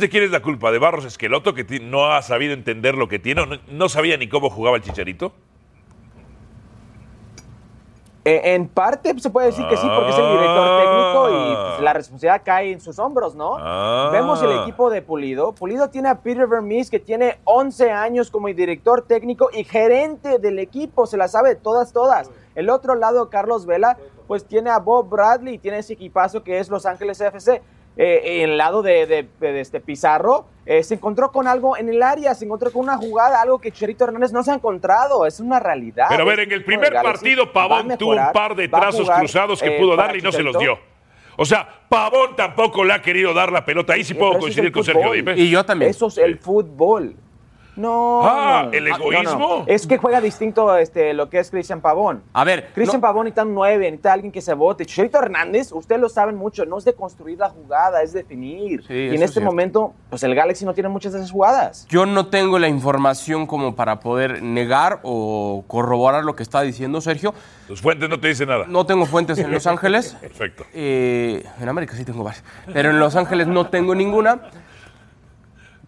Sí. ¿de quién es la culpa? ¿De Barros Esqueloto, que ti- no ha sabido entender lo que tiene? o No, no sabía ni cómo jugaba el chicharito? Eh, en parte pues, se puede decir que sí, porque es el director técnico y pues, la responsabilidad cae en sus hombros, ¿no? Ah. Vemos el equipo de Pulido. Pulido tiene a Peter Vermees, que tiene 11 años como director técnico y gerente del equipo, se la sabe todas, todas. El otro lado, Carlos Vela, pues tiene a Bob Bradley, tiene ese equipazo que es Los Ángeles FC. Eh, en el lado de, de- de- de este Pizarro, eh, se encontró con algo en el área, se encontró con una jugada, algo que Cherito Hernández no se ha encontrado, es una realidad. Pero a ver, Este en el equipo de primer Galaxy partido, va a Pavón tuvo un mejorar, par de va a trazos jugar, cruzados que eh, pudo para darle y no se los dio. Chicharito. O sea, Pavón tampoco le ha querido dar la pelota. Ahí sí puedo Pero eso es el coincidir con Sergio fútbol. Dipe. Eso es el fútbol. No. Ah, no, no. el no, egoísmo. no. Es que juega distinto este, lo que es Cristian Pavón. A ver, Cristian Pavón necesita un 9, necesita alguien que se vote. Chicharito Hernández, ustedes lo saben mucho, no es de construir la jugada, es definir. y eso en es este cierto. momento, pues el Galaxy no tiene muchas de esas jugadas. Yo no tengo la información como para poder negar o corroborar lo que está diciendo Sergio. Tus fuentes no te dicen nada. No tengo fuentes en Los Ángeles. [laughs] Perfecto. Eh, en América sí tengo varias. Pero en Los Ángeles no tengo ninguna.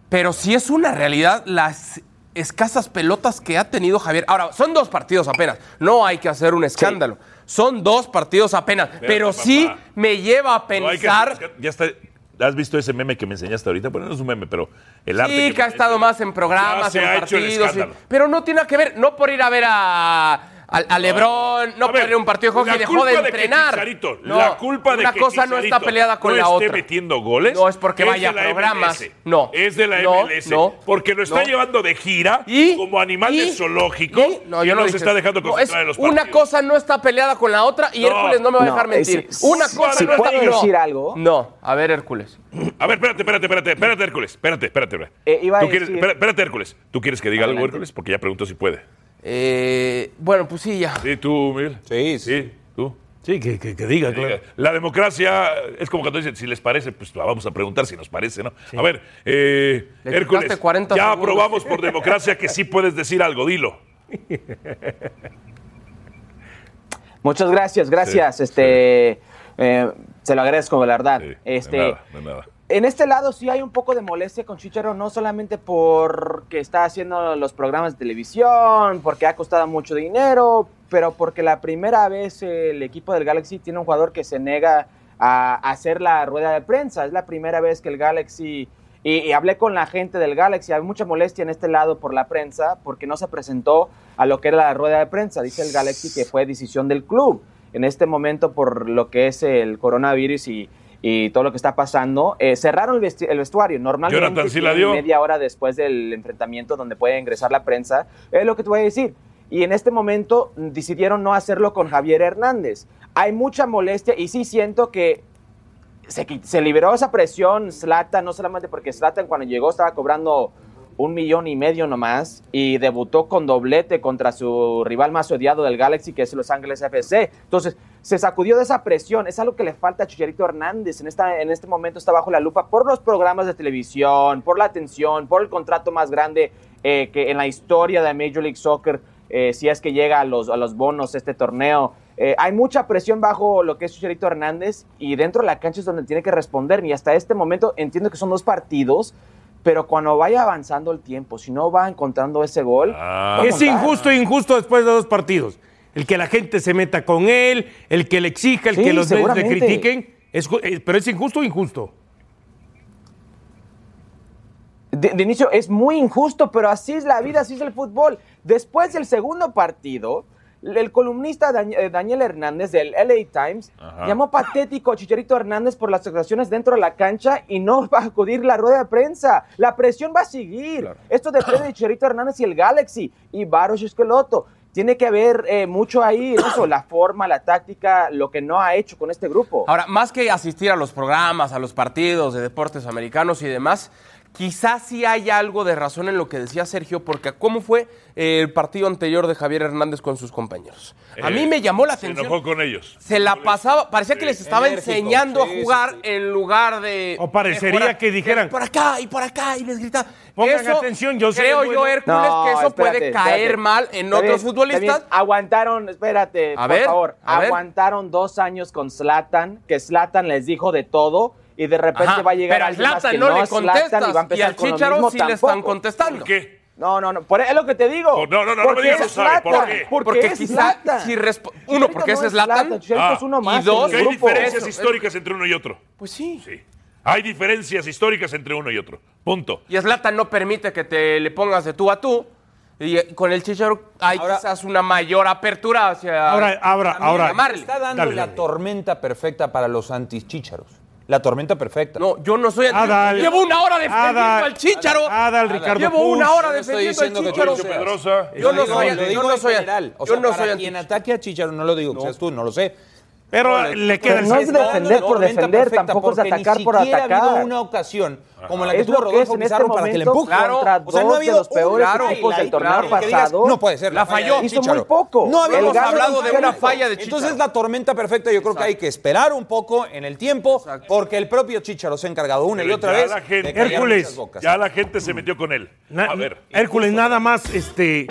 Pero sí es una realidad las escasas pelotas que ha tenido Javier. Ahora, son dos partidos apenas. No hay que hacer un escándalo. Son dos partidos apenas. Espérate, Pero sí papá. me lleva a No hay que pensar hacer- ya está. ¿Has visto ese meme que me enseñaste ahorita? Bueno, no es un meme, pero el arte. Sí, que ha estado más en Ya programas, se en ha hecho el partidos. sí. escándalo. pero no tiene nada que ver, no por ir a ver a, a, a Lebrón, no por ir a un partido de hockey, la dejó culpa de que entrenar. Chicharito- No, la culpa de una que cosa no está Chicharito peleada con no la esté otra. metiendo goles. No, es porque de vaya a la programas. MLS. No. Es de la No, MLS. no, porque lo está no. llevando de gira como animal de zoológico. No, yo y no no dije se está eso. dejando No, es concentrar en los Una cosa no está peleada con la otra y No. Hércules no me va a No, dejar ese- mentir. Una si- cosa si no está puede no. decir algo. No, a ver, Hércules. A ver, espérate, espérate, espérate, espérate, Hércules. Espérate, espérate. espérate. Eh, iba a ¿Tú quieres- decir- espera- espérate, Hércules. ¿Tú quieres que diga algo, Adelante. Hércules? Porque ya pregunto si puede. Eh, bueno, pues sí, ya. Sí, tú, Miguel. Sí, sí. ¿Tú? Sí, que, que- que diga, claro. La democracia eh, es como cuando dicen, si les parece, pues la vamos a preguntar si nos parece, ¿no? A ver, eh, Le Hércules, quitaste 40 ya segundos. aprobamos por democracia que sí puedes decir algo, dilo. Muchas gracias, gracias. este, eh, se lo agradezco, la verdad. este, De nada, de nada. En este lado sí hay un poco de molestia con Chichero, no solamente porque está haciendo los programas de televisión, porque ha costado mucho dinero, pero porque la primera vez eh, el equipo del Galaxy tiene un jugador que se nega a hacer la rueda de prensa. Es la primera vez que el Galaxy... Y, y hablé con la gente del Galaxy, hay mucha molestia en este lado por la prensa, porque no se presentó a lo que era la rueda de prensa. Dice el Galaxy que fue decisión del club en este momento por lo que es el coronavirus y, y todo lo que está pasando. Eh, cerraron el, vesti- el vestuario. Normalmente Jonathan, ¿sí la tienen dio? media hora después del enfrentamiento donde puede ingresar la prensa. Es lo que te voy a decir. Y en este momento mm, decidieron no hacerlo con Javier Hernández. Hay mucha molestia y sí siento que se, qui- se liberó esa presión Slatan, no solamente porque Slatan cuando llegó estaba cobrando un millón y medio nomás y debutó con doblete contra su rival más odiado del Galaxy, que es Los Ángeles FC. Entonces, se sacudió de esa presión. Es algo que le falta a Chicharito Hernández. En, esta, en este momento está bajo la lupa por los programas de televisión, por la atención, por el contrato más grande eh, que en la historia de Major League Soccer, eh, si es que llega a los, a los bonos este torneo. Eh, hay mucha presión bajo lo que es Chicharito Hernández y dentro de la cancha es donde tiene que responder. Y hasta este momento entiendo que son dos partidos, pero cuando vaya avanzando el tiempo, si no va encontrando ese gol. Ah. va a Es contar. injusto, injusto después de dos partidos. El que la gente se meta con él, el que le exija, el Sí, que los medios le seguramente. critiquen. Es ju- eh, pero es injusto o injusto. De, de inicio es muy injusto, pero así es la vida, así es el fútbol. Después del segundo partido, el columnista Dan- eh, Daniel Hernández del LA Times Ajá. llamó patético a Chicharito Hernández por las actuaciones dentro de la cancha y no va a acudir la rueda de prensa. La presión va a seguir. Esto depende de Chicharito Hernández y el Galaxy y Baros Esqueloto. Tiene que haber eh, mucho ahí, en eso, la forma, la táctica, lo que no ha hecho con este grupo. Ahora, más que asistir a los programas, a los partidos de deportes americanos y demás, quizás sí hay algo de razón en lo que decía Sergio, porque cómo fue eh, el partido anterior de Javier Hernández con sus compañeros. a Eh, mí me llamó la Se atención. enojó con ellos. Se la pasaba, parecía que les estaba Enérgico, enseñando sí, a sí, jugar en lugar de. O parecería mejorar. que dijeran, Por acá y por acá, y les grita. Pongan atención, yo sé Creo que es yo, bueno. Hércules, No, que eso espérate, puede caer espérate. mal Ah, en Está otros bien, futbolistas. está bien. Aguantaron, espérate, A por ver, favor. a ver. Aguantaron dos años con Slatan, que Slatan les dijo de todo y de repente Ajá, va a llegar pero a alguien más Zlatan que no le es Zlatan y va a contestas, y empezar al con lo Chícharo mismo sí le están tampoco. contestando. ¿Por qué? No, no, no, por, e, es lo que te digo. No, no, no, no Porque me digas es no sabe, ¿por Zlatan, qué? Porque, Porque es quizá Zlatan. si respo- uno, porque no ese es Zlatan. Chicharito es uno más. en el Porque Ah. hay grupo. diferencias Eso, históricas entre uno y otro. Pues sí. Hay diferencias históricas entre uno y otro. Punto. Y Zlatan no permite que te le pongas de tú a tú. Y eh, con el Chicharo hay quizás una mayor apertura hacia. hacia llamarle. Está dando la tormenta perfecta para los antichícharos. La tormenta perfecta. No, yo no soy anti. Adal. Llevo una hora defendiendo Adal. al Chícharo. Adal, Ricardo Llevo Llevo una una Puch. hora hora defendiendo defendiendo al Chícharo. Pedrosa. Yo no soy yo no soy general. O yo sea, no para soy quien ataque a Chicharo no lo digo, que seas tú, no lo sé. Pero No, le queda el Pero sexto. está No dando es defender la por tormenta defender, perfecta tampoco es porque ni atacar por siquiera Ha atacar. habido una ocasión como la Ajá. que Es tuvo lo que es Rodolfo en Pizarro este para que le momento empuje. contra o sea, no dos ha habido de los un peores claro, equipos del highlight, torneo claro, que digas, pasado. No puede ser. La falla falló. de Hizo Chícharo. muy poco. No habíamos El Galo hablado de una Chicharo. falla de Chicharo. Entonces la tormenta perfecta yo creo que hay que esperar un poco en el tiempo porque el propio Chicharo se ha encargado una y Pero otra ya vez la gente- de callar Hércules, muchas bocas. Ya la gente se metió con él. Na- a ver. Hércules, nada más, este.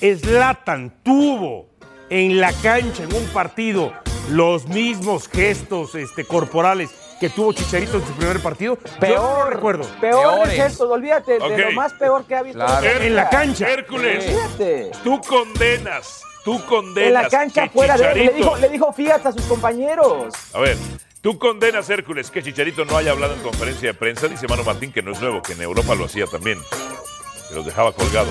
Slatan tuvo en la cancha, en un partido, los mismos gestos este, corporales que tuvo Chicharito en su primer partido? Yo no Peor, lo recuerdo. Peor es esto, olvídate de Ok. lo más peor que ha visto. Claro. la En la cancha. Hércules, Olvídate. tú condenas, tú condenas. En la cancha que fuera de le Chicharito- dijo, le dijo fíjate a sus compañeros. A ver, tú condenas, Hércules, que Chicharito no haya hablado en conferencia de prensa. Dice Mano Martín que no es nuevo, que en Europa lo hacía también. Que los dejaba colgados.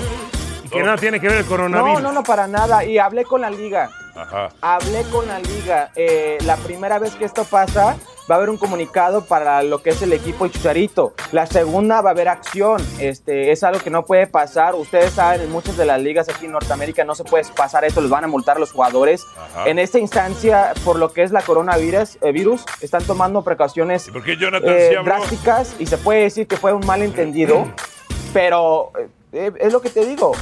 Que nada tiene que ver el No, coronavirus. no, no, para nada. Y hablé con la liga. Ajá. Hablé con la liga. Eh, la primera vez que esto pasa, va a haber un comunicado para lo que es el equipo y Chicharito. La segunda va a haber acción. Este, es algo que no puede pasar. Ustedes saben, en muchas de las ligas aquí en Norteamérica no se puede pasar esto. Les van a multar a los jugadores. Ajá. En esta instancia, por lo que es la coronavirus, eh, virus, están tomando precauciones Porque Jonathan eh, sí habló. drásticas y se puede decir que fue un malentendido, pero eh, es lo que te digo.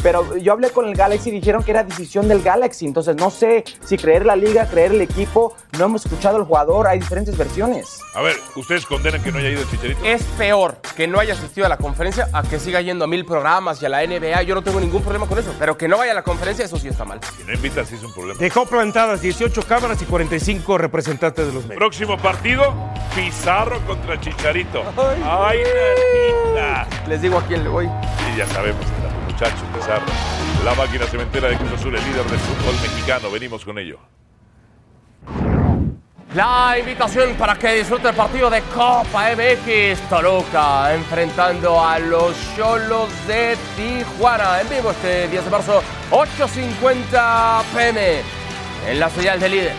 Pero yo hablé con el Galaxy y dijeron que era decisión del Galaxy, entonces no sé si creer la liga, creer el equipo, no hemos escuchado al jugador, hay diferentes versiones. A ver, ¿ustedes condenan que no haya ido Chicharito? Es peor que no haya asistido a la conferencia a que siga yendo a mil programas y a la NBA. Yo no tengo ningún problema con eso. Pero que no vaya a la conferencia, eso sí está mal. Si no invitas, sí es un problema. Dejó plantadas 18 cámaras y 45 representantes de los medios. Próximo partido, Pizarro contra Chicharito. Ay, nanita. Les digo a quién le voy. Y ya sabemos, el muchacho Pizarro. La máquina cementera de Cruz Azul, el líder del fútbol mexicano. Venimos con ello. La invitación para que disfrute el partido de Copa MX Toluca enfrentando a los Cholos de Tijuana en vivo este 10 de marzo 8:50 pm en la señal de líder.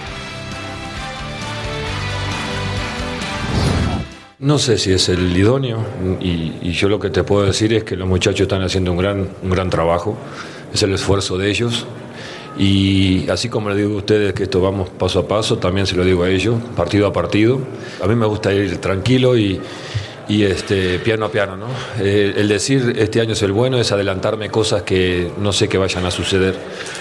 No sé si es el idóneo y, y yo lo que te puedo decir es que los muchachos están haciendo un gran, un gran trabajo, es el esfuerzo de ellos y así como le digo a ustedes que esto vamos paso a paso, también se lo digo a ellos, partido a partido. A mí me gusta ir tranquilo y, y, este, piano a piano. ¿no? Eh, el decir este año es el bueno es adelantarme cosas que no sé que vayan a suceder.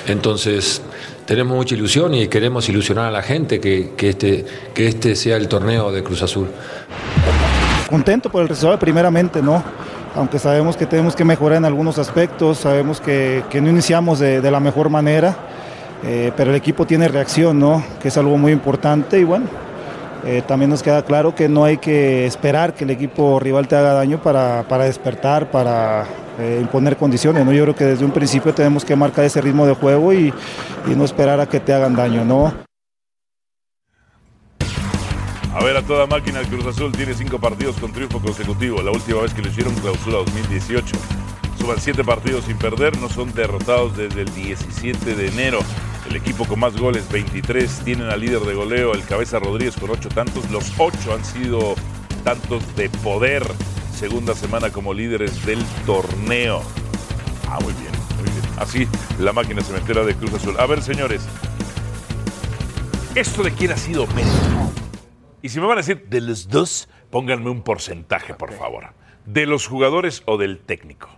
Entonces tenemos mucha ilusión y queremos ilusionar a la gente que, que este, que este sea el torneo de Cruz Azul. contento por el resultado primeramente, ¿no? Aunque sabemos que tenemos que mejorar en algunos aspectos, sabemos que, que no iniciamos de, de la mejor manera, eh, pero el equipo tiene reacción, ¿no? Que es algo muy importante y bueno, eh, también nos queda claro que no hay que esperar que el equipo rival te haga daño para, para despertar, para eh, imponer condiciones, ¿no? Yo creo que desde un principio tenemos que marcar ese ritmo de juego y, y no esperar a que te hagan daño, ¿no? A ver, a toda máquina, el Cruz Azul tiene cinco partidos con triunfo consecutivo. La última vez que lo hicieron, clausura 2018. Suman siete partidos sin perder, no son derrotados desde el 17 de enero. El equipo con más goles, 23, tienen al líder de goleo, el Cabeza Rodríguez, con ocho tantos. Los ocho han sido tantos de poder. Segunda semana como líderes del torneo. Ah, muy bien, muy bien. Así la máquina cementera de Cruz Azul. A ver, señores, ¿esto de quién ha sido mérito? Y si me van a decir de los dos, pónganme un porcentaje, por favor. ¿De los jugadores o del técnico?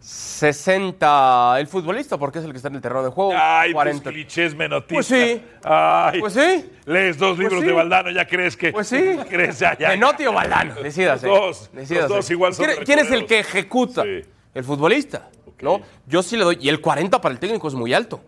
60 el futbolista porque es el que está en el terreno de juego. Ay, pues Ah, tus 40. clichés menotistas. Oh, Pues sí. Ay. Pues sí. Pues Lees dos libros sí. de Valdano, ya crees que. Pues sí. Crees ya, ya. Menotti o Valdano, decídase. Los dos. Decídase. Los dos igual son ¿Quién, quién es el recuerdos. que ejecuta? El futbolista, ¿no? Yo sí le doy, y el 40 para el técnico es muy alto.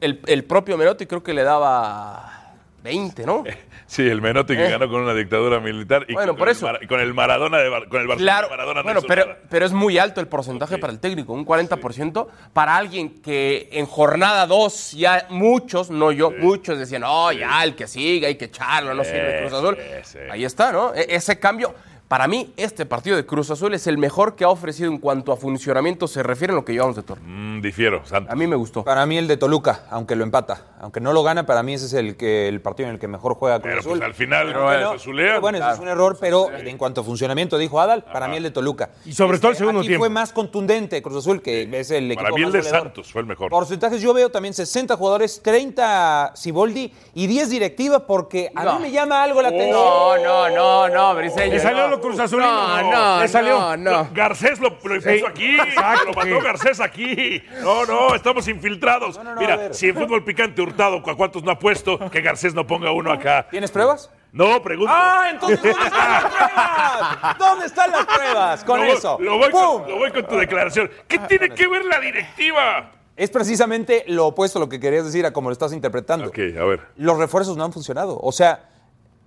El, el propio Menotti creo que le daba 20, ¿no? Sí, el Menotti que Eh. ganó con una dictadura militar [laughs] y Bueno, con, por el eso. Mar- con el Maradona de Bar- con el Barcelona Claro, Maradona no bueno, hizo pero, nada. pero es muy alto el porcentaje para el técnico, un 40% para alguien que en jornada 2 ya muchos, no yo, muchos decían, no, ya el que siga, hay que echarlo, no sirve Cruz Sí, Azul. sí, Ahí está, ¿no? E- ese cambio, para mí, este partido de Cruz Azul es el mejor que ha ofrecido en cuanto a funcionamiento se refiere en lo que llevamos de torneo. Mm, difiero, Santos. A mí me gustó. Para mí el de Toluca, aunque lo empata, aunque no lo gana, para mí ese es el, que, el partido en el que mejor juega Cruz Pero Azul. pues al final Pero bueno, se azulean. pero bueno, ese es un error, pero en cuanto a funcionamiento, dijo Adal, para mí el de Toluca. Este, Y sobre todo el segundo aquí tiempo. fue más contundente Cruz Azul, que es el equipo Para mí el más de goleador. Santos fue el mejor. Porcentajes, yo veo también 60 jugadores, 30 Siboldi y 10 directivas, porque a mí me llama algo la atención. No, no, no, no, Briseño. Le salió no. lo Cruz Azulino. No, no, Le salió. no, no. Garcés lo, lo Sí. puso aquí, Exacto, lo sí. mandó Garcés aquí. No, no, estamos infiltrados. Mira, si en fútbol picante Hurtado, ¿cu- ¿a cuántos no ha puesto que Garcés no ponga uno acá? ¿Tienes pruebas? No, pregunto. Ah, entonces, ¿dónde están las pruebas? ¿Dónde están las pruebas? Con Lo voy- eso. Lo voy, ¡Pum! Ah, con, lo voy con tu declaración. ¿Qué tiene que ver la directiva? Es precisamente lo opuesto a lo que querías decir a como lo estás interpretando. Ok, a ver. Los refuerzos no han funcionado. O sea,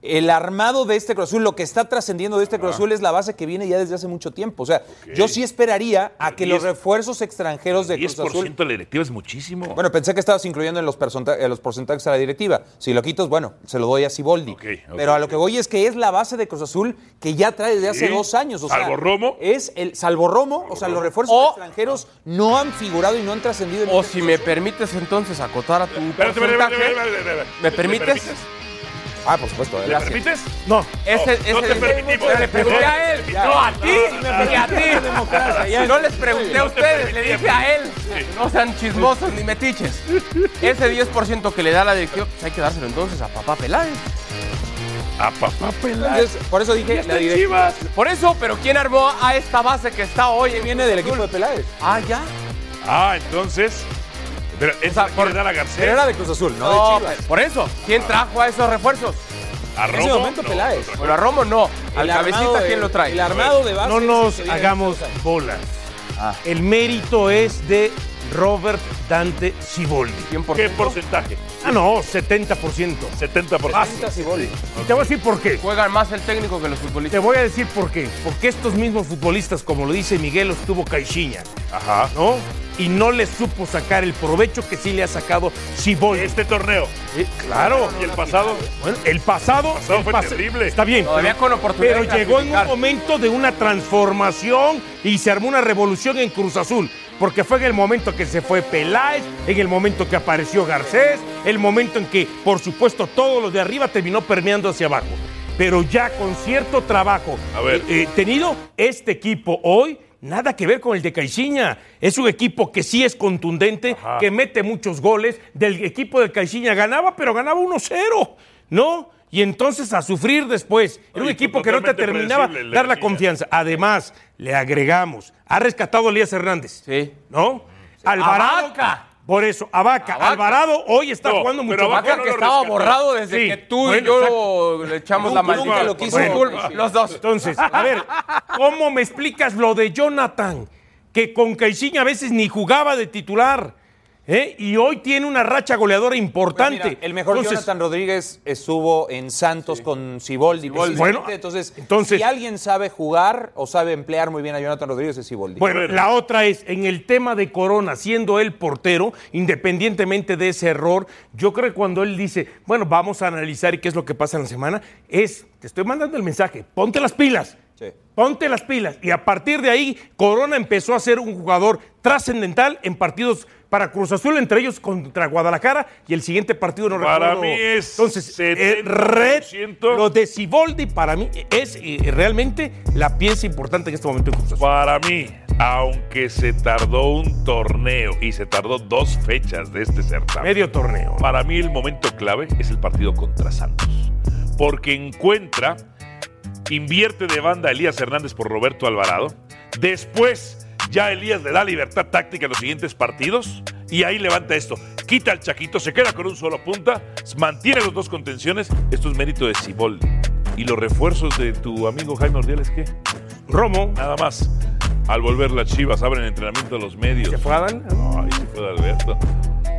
el armado de este Cruz Azul, lo que está trascendiendo de este Cruz Azul es la base que viene ya desde hace mucho tiempo. O sea, yo sí esperaría a que los 10 refuerzos extranjeros de Cruz Azul 10% de la directiva es muchísimo. bueno, pensé que estabas incluyendo en los, percenta- en los porcentajes a la directiva. Si lo quitas, bueno, se lo doy a Siboldi. Pero a lo que voy es que es la base de Cruz Azul que ya trae desde hace Sí. dos años. O sea, Salvo Romo. Es el salvo Romo. o sea, los refuerzos extranjeros no han figurado y no han trascendido. O si me permites entonces acotar a tu espérate, espérate, espérate, ¿Me permites? Ah, por supuesto. ¿Me adelante. permites? No. Ese- ese- Le pregunté a él, no a ti y a ti. ya. No les pregunté a ustedes, le dije a él. No sean chismosos ni metiches. Ese 10% que le da la directiva, pues hay que dárselo entonces a papá Peláez. A papá Entonces, por eso dije la directiva. Por eso, pero ¿quién armó a esta base que está hoy? Viene del equipo de Peláez. Ah, ya. Ah, entonces. Pero esa por, le dan a Garcés. pero era de Cruz Azul, No, por eso. ¿Quién trajo a esos refuerzos? A En Romo, ese momento no, Peláez. no trajo. Pero a Romo no. Al El armado cabecita, de- ¿quién lo trae? el armado de No nos hagamos bolas. Ah. El mérito es de Robert Dante Ciboldi. ¿Qué porcentaje? Ah, no, 70%. 70%. Y te voy a decir por qué. Juegan más el técnico que los futbolistas. Te voy a decir por qué. Porque estos mismos futbolistas, como lo dice Miguel, los tuvo Caixinha. Ajá. ¿No? Y no les supo sacar el provecho que sí le ha sacado Ciboldi. Este torneo. claro. ¿Y el pasado? Bueno, el pasado, El pasado fue pas- terrible. Está bien. Todavía pero- con oportunidad Pero de llegó en un clasificar. momento de una transformación y se armó una revolución en Cruz Azul. Porque fue en el momento que se fue Peláez, en el momento que apareció Garcés, el momento en que, por supuesto, todo lo de arriba terminó permeando hacia abajo. Pero ya con cierto trabajo eh, eh, tenido, este equipo hoy. Nada que ver con el de Caixinha. Es un equipo que sí es contundente, que mete muchos goles. Del equipo del Caixinha ganaba, pero ganaba 1-0, ¿no? Y entonces a sufrir después. Era un Oye, equipo que no te totalmente terminaba predecible el de dar la Caixinha. confianza. Además, le agregamos. Ha rescatado a Elías Hernández. Sí. ¿No? Alvarado. Vaca. Por eso, a Vaca. Alvarado hoy está No, jugando pero mucho a Vaca que estaba borrado desde que tú y yo le echamos la maldita lo que hizo Gulp, los dos. Entonces, a ver, ¿cómo me explicas lo de Jonathan? Que con Caixinha a veces ni jugaba de titular. ¿eh? Y hoy tiene una racha goleadora Pues importante. Mira, el mejor Entonces, Jonathan Rodríguez estuvo en Santos con Ciboldi. Siboldi. precisamente. Bueno, entonces, entonces- si alguien sabe jugar o sabe emplear muy bien a Jonathan Rodríguez, es Ciboldi. Bueno, la otra es, en el tema de Corona, siendo él portero, independientemente de ese error, yo creo que cuando él dice, bueno, vamos a analizar qué es lo que pasa en la semana, es, te estoy mandando el mensaje, ponte las pilas. Ponte las pilas. Y a partir de ahí, Corona empezó a ser un jugador trascendental en partidos para Cruz Azul, entre ellos contra Guadalajara, y el siguiente partido no Para recuerdo. mí es Entonces, eh, red, lo de Siboldi para mí es eh, realmente la pieza importante en este momento en Cruz Azul. Para mí, aunque se tardó un torneo y se tardó dos fechas de este certamen. Medio torneo. Para mí el momento clave es el partido contra Santos. Porque encuentra, invierte de banda a Elías Hernández por Roberto Alvarado. Después ya Elías le da libertad táctica en los siguientes partidos. Y ahí levanta esto. Quita al Chaquito, se queda con un solo punta, mantiene los dos contenciones. Esto es mérito de Ciboldi. ¿Y los refuerzos de tu amigo Jaime Ordiales qué? Romo. Nada más. Al volver las chivas, abren entrenamiento a los medios. ¿Se fue Adal? Ay, se fue Alberto.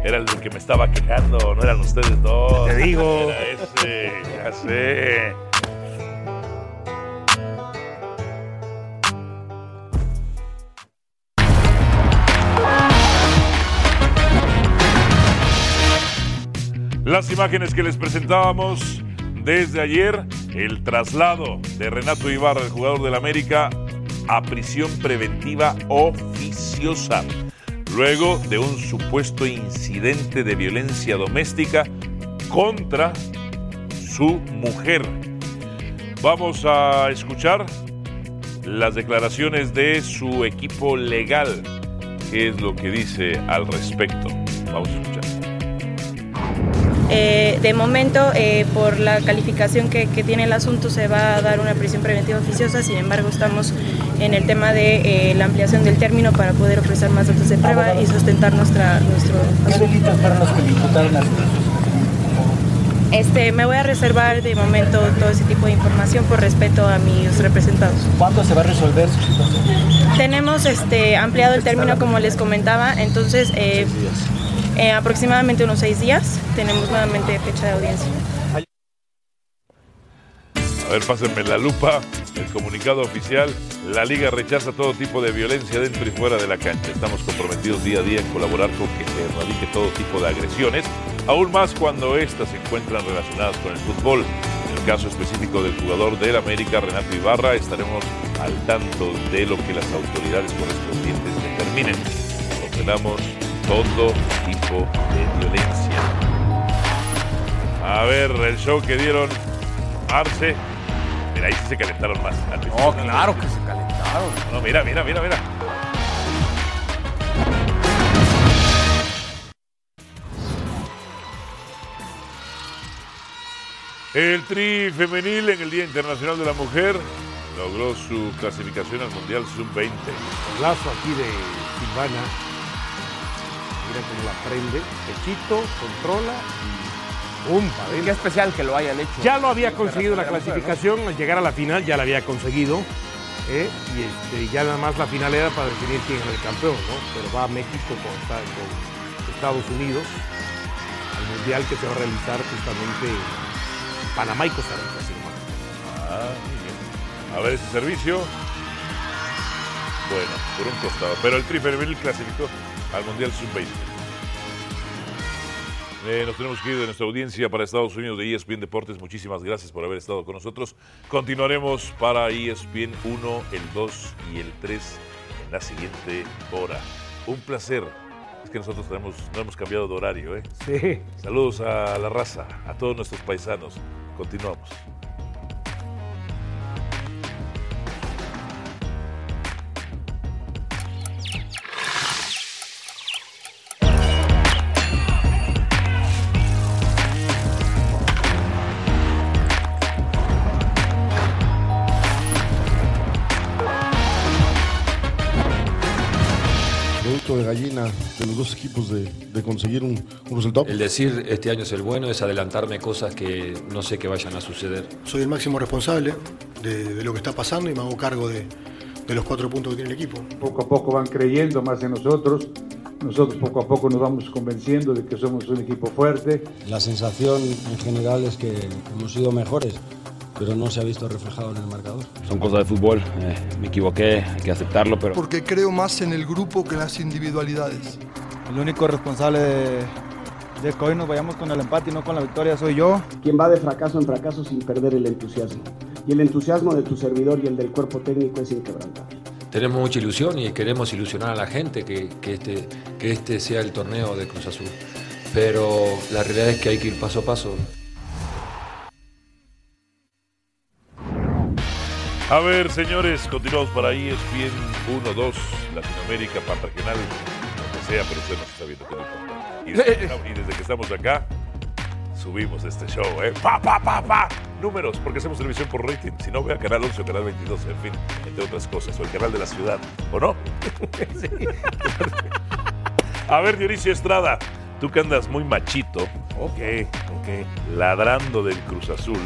Era el que me estaba quejando, no eran ustedes dos. Te digo. Era ese, ya sé. Las imágenes que les presentábamos desde ayer, el traslado de Renato Ibarra, el jugador del América, a prisión preventiva oficiosa, luego de un supuesto incidente de violencia doméstica contra su mujer. Vamos a escuchar las declaraciones de su equipo legal, qué es lo que dice al respecto. Vamos a escuchar. Eh, de momento, eh, por la calificación que, que tiene el asunto, se va a dar una prisión preventiva oficiosa. Sin embargo, estamos en el tema de eh, la ampliación del término para poder ofrecer más datos de prueba y sustentar nuestra, nuestro asunto. Este, me voy a reservar de momento todo ese tipo de información por respeto a mis representados. ¿Cuándo se va a resolver su situación? Tenemos este, ampliado el término, como les comentaba, entonces eh, eh, aproximadamente unos seis días tenemos nuevamente fecha de audiencia. A ver, pásenme la lupa. El comunicado oficial. La liga rechaza todo tipo de violencia dentro y fuera de la cancha. Estamos comprometidos día a día en colaborar con que se erradique todo tipo de agresiones. Aún más cuando éstas se encuentran relacionadas con el fútbol. En el caso específico del jugador del América, Renato Ibarra, estaremos al tanto de lo que las autoridades correspondientes determinen. Condenamos todo tipo de violencia. A ver, el show que dieron Arce. Mira, ahí sí se calentaron más. No, claro que se calentaron. No, mira, mira, mira, mira. El tri femenil en el Día Internacional de la Mujer logró su clasificación al Mundial Sub-20. Lazo aquí de Silvana. Mira cómo la prende. Pechito, controla y ¡pum! pa' Qué especial que lo hayan hecho. Ya lo había Sí, conseguido la para hacer, ¿no? clasificación, al llegar a la final ya la había conseguido. ¿eh? Y este, ya nada más la final era para definir quién era el campeón, ¿no? Pero va a México con, esta- con Estados Unidos al mundial que se va a realizar justamente en Panamá y Costa Rica. si no mal. Ah, muy bien. A ver este servicio. Bueno, por un costado. Pero el tri femenil clasificó al Mundial Sub-20. Eh, nos tenemos que ir de nuestra audiencia para Estados Unidos de E ESPN Deportes. Muchísimas gracias por haber estado con nosotros. Continuaremos para E ESPN 1, el 2 y el 3 en la siguiente hora. Un placer. Es que nosotros tenemos, no hemos cambiado de horario. ¿eh? Sí. Saludos a la raza, a todos nuestros paisanos. Continuamos. Producto de gallina de los dos equipos de, de conseguir un, un resultado. El decir este año es el bueno es adelantarme cosas que no sé que vayan a suceder. Soy el máximo responsable de, de lo que está pasando y me hago cargo de, de los cuatro puntos que tiene el equipo. Poco a poco van creyendo más en nosotros. Nosotros poco a poco nos vamos convenciendo de que somos un equipo fuerte. La sensación en general es que hemos sido mejores, pero no se ha visto reflejado en el marcador. Son cosas de fútbol, eh, me equivoqué, hay que aceptarlo, pero Porque creo más en el grupo que en las individualidades. El único responsable de, de que hoy nos vayamos con el empate y no con la victoria soy yo. quien va de fracaso en fracaso sin perder el entusiasmo. Y el entusiasmo de tu servidor y el del cuerpo técnico es inquebrantable. Tenemos mucha ilusión y queremos ilusionar a la gente que, que este, que este sea el torneo de Cruz Azul. Pero la realidad es que hay que ir paso a paso. A ver, señores, continuamos para ESPN 1, 2, Latinoamérica, Pan Regional, lo que sea, pero usted nos está viendo, que no importa. Y desde, que estamos- y desde que estamos acá, subimos este show, ¿eh? ¡Pa, pa, pa, pa! Números, porque hacemos televisión por rating. Si no, vea Canal 11 o Canal 22, en fin, entre otras cosas, o el canal de la ciudad, ¿o no? [laughs] A ver, Dionisio Estrada, tú que andas muy machito. Ok, ok. Ladrando del Cruz Azul.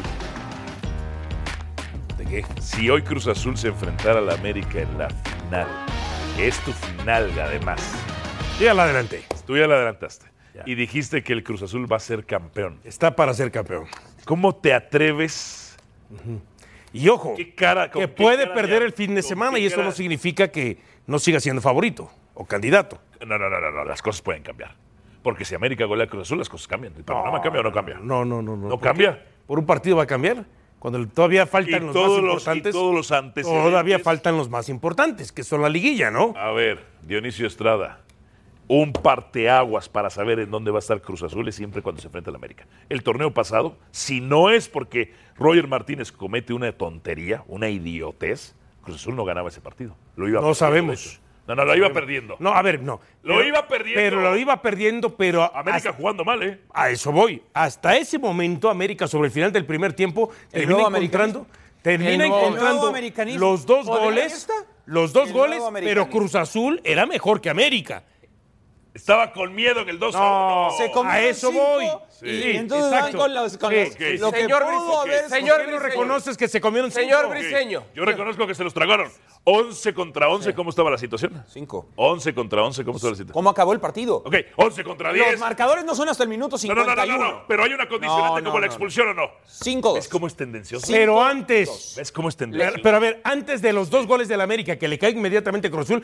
¿De qué? Si hoy Cruz Azul se enfrentara al América en la final, que es tu final además. Yo ya la adelanté. Tú ya la adelantaste. Y dijiste que el Cruz Azul va a ser campeón. Está para ser campeón. ¿Cómo te atreves? Y ojo, ¿Qué cara, con que qué puede cara perder de- el fin de con semana qué y eso cara- no significa que no siga siendo favorito o candidato. No, no, no, no, no, las cosas pueden cambiar. Porque si América golea a Cruz Azul, las cosas cambian. ¿El panorama cambia o no cambia? No, no, no. ¿No, ¿No cambia? ¿Por un partido va a cambiar? Cuando el- todavía faltan Y los todos los- más y importantes. todos los antecedentes. Todavía faltan los más importantes, que son la liguilla, ¿no? A ver, Dionisio Estrada, un parteaguas para saber en dónde va a estar Cruz Azul es siempre cuando se enfrenta al América. El torneo pasado, si no es porque Roger Martínez comete una tontería, una idiotez, Cruz Azul no ganaba ese partido. Lo iba No perdiendo, sabemos. de hecho. No, no, lo iba perdiendo. No, a ver, no. Lo iba perdiendo. Pero lo iba perdiendo, pero. América jugando mal, ¿eh? A eso voy. Hasta ese momento, América, sobre el final del primer tiempo, El termina nuevo encontrando. americanismo. El Termina nuevo- el nuevo encontrando americanismo. los dos ¿Podría goles. esta? Los dos El nuevo goles, pero americanismo. Cruz Azul era mejor que América. Estaba con miedo en el 2 no, Se comieron A eso cinco voy. y entonces van con los- con los- lo que Señor pudo Briseño, haber- ¿por qué Señor no Briseño. reconoces que se comieron cinco? Señor Briseño. Yo reconozco que se los tragaron. 11 contra 11, ¿cómo estaba la situación? 5. 11 contra 11, ¿cómo estaba la situación? ¿Cómo acabó el partido? Ok, 11 contra 10. Los marcadores no son hasta el minuto No, no, no, no, 51. no, no, pero hay una condicionante No, no, como la no, no. expulsión o no. 5-2. ¿Ves cómo es tendencioso? Pero antes. ¿Ves cómo es Pero, tendencioso? pero a ver, antes de los dos goles del América que le caiga inmediatamente a Cruz Azul,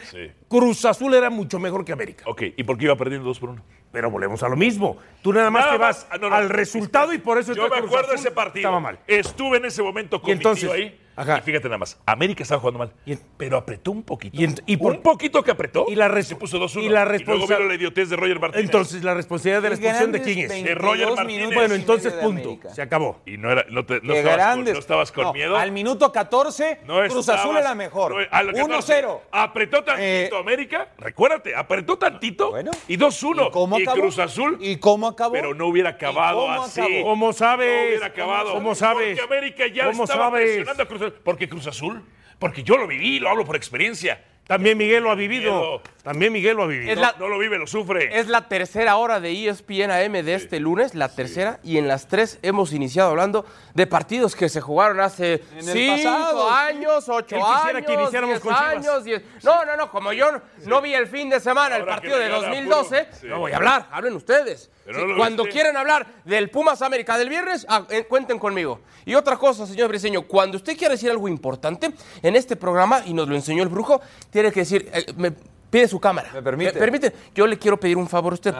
Cruz Azul era mucho mejor que América. Ok, ¿y por qué iba perdiendo dos por uno? Pero volvemos a lo mismo. Tú nada más Nada te más. vas Ah, no, no. al resultado y por eso Yo está me Cruz acuerdo de Azul. ese partido. Eh, Estaba mal. Estuve en ese momento con Y entonces, mi tío ahí. Y fíjate nada más, América estaba jugando mal, pero apretó un poquito. Y, por- un poquito que apretó. y la y res- se puso 2-1. y la luego responsa- vino la idiotez de Roger Martínez. Entonces, la responsabilidad de la Qué expulsión de grandes quién es. 22 Roger Martínez. minutos Bueno, y entonces medio de punto. América. Se acabó. Y no, era, no, te- no Qué estabas grandes. Con, no estabas con No, miedo. Al minuto 14, No Cruz estabas- Azul era mejor. no, a la 14. 1-0. Apretó tantito América, recuérdate, apretó tantito y 2-1. ¿Y, cómo acabó? Cruz Azul. ¿Y cómo acabó? Pero no hubiera acabado cómo así. acabó? ¿Cómo sabes? No hubiera acabado. ¿Cómo sabes? Porque América ya ¿Cómo estaba sabes? presionando a Cruz Azul. Porque Cruz Azul, porque yo lo viví, lo hablo por experiencia. También Miguel lo ha Miedo. vivido. También Miguel lo ha vivido. Es No, la- no lo vive, lo sufre. Es la tercera hora de E ESPN AM de este lunes, la tercera, y en las tres hemos iniciado hablando de partidos que se jugaron hace En el cinco pasado, años, ocho Él años, quisiera que iniciáramos diez con Chivas. años, diez- No, no, no, como yo no- no vi el fin de semana el partido que de me gana 2012, puro. Sí. no voy a hablar, hablen ustedes. Pero Sí, no lo cuando viste. quieran hablar del Pumas América del viernes, ah, eh, cuenten conmigo. Y otra cosa, señor Briseño, cuando usted quiera decir algo importante en este programa, y nos lo enseñó el brujo, tiene que decir, eh, me pide su cámara. ¿Me permite? permite? Yo le quiero pedir un favor a usted.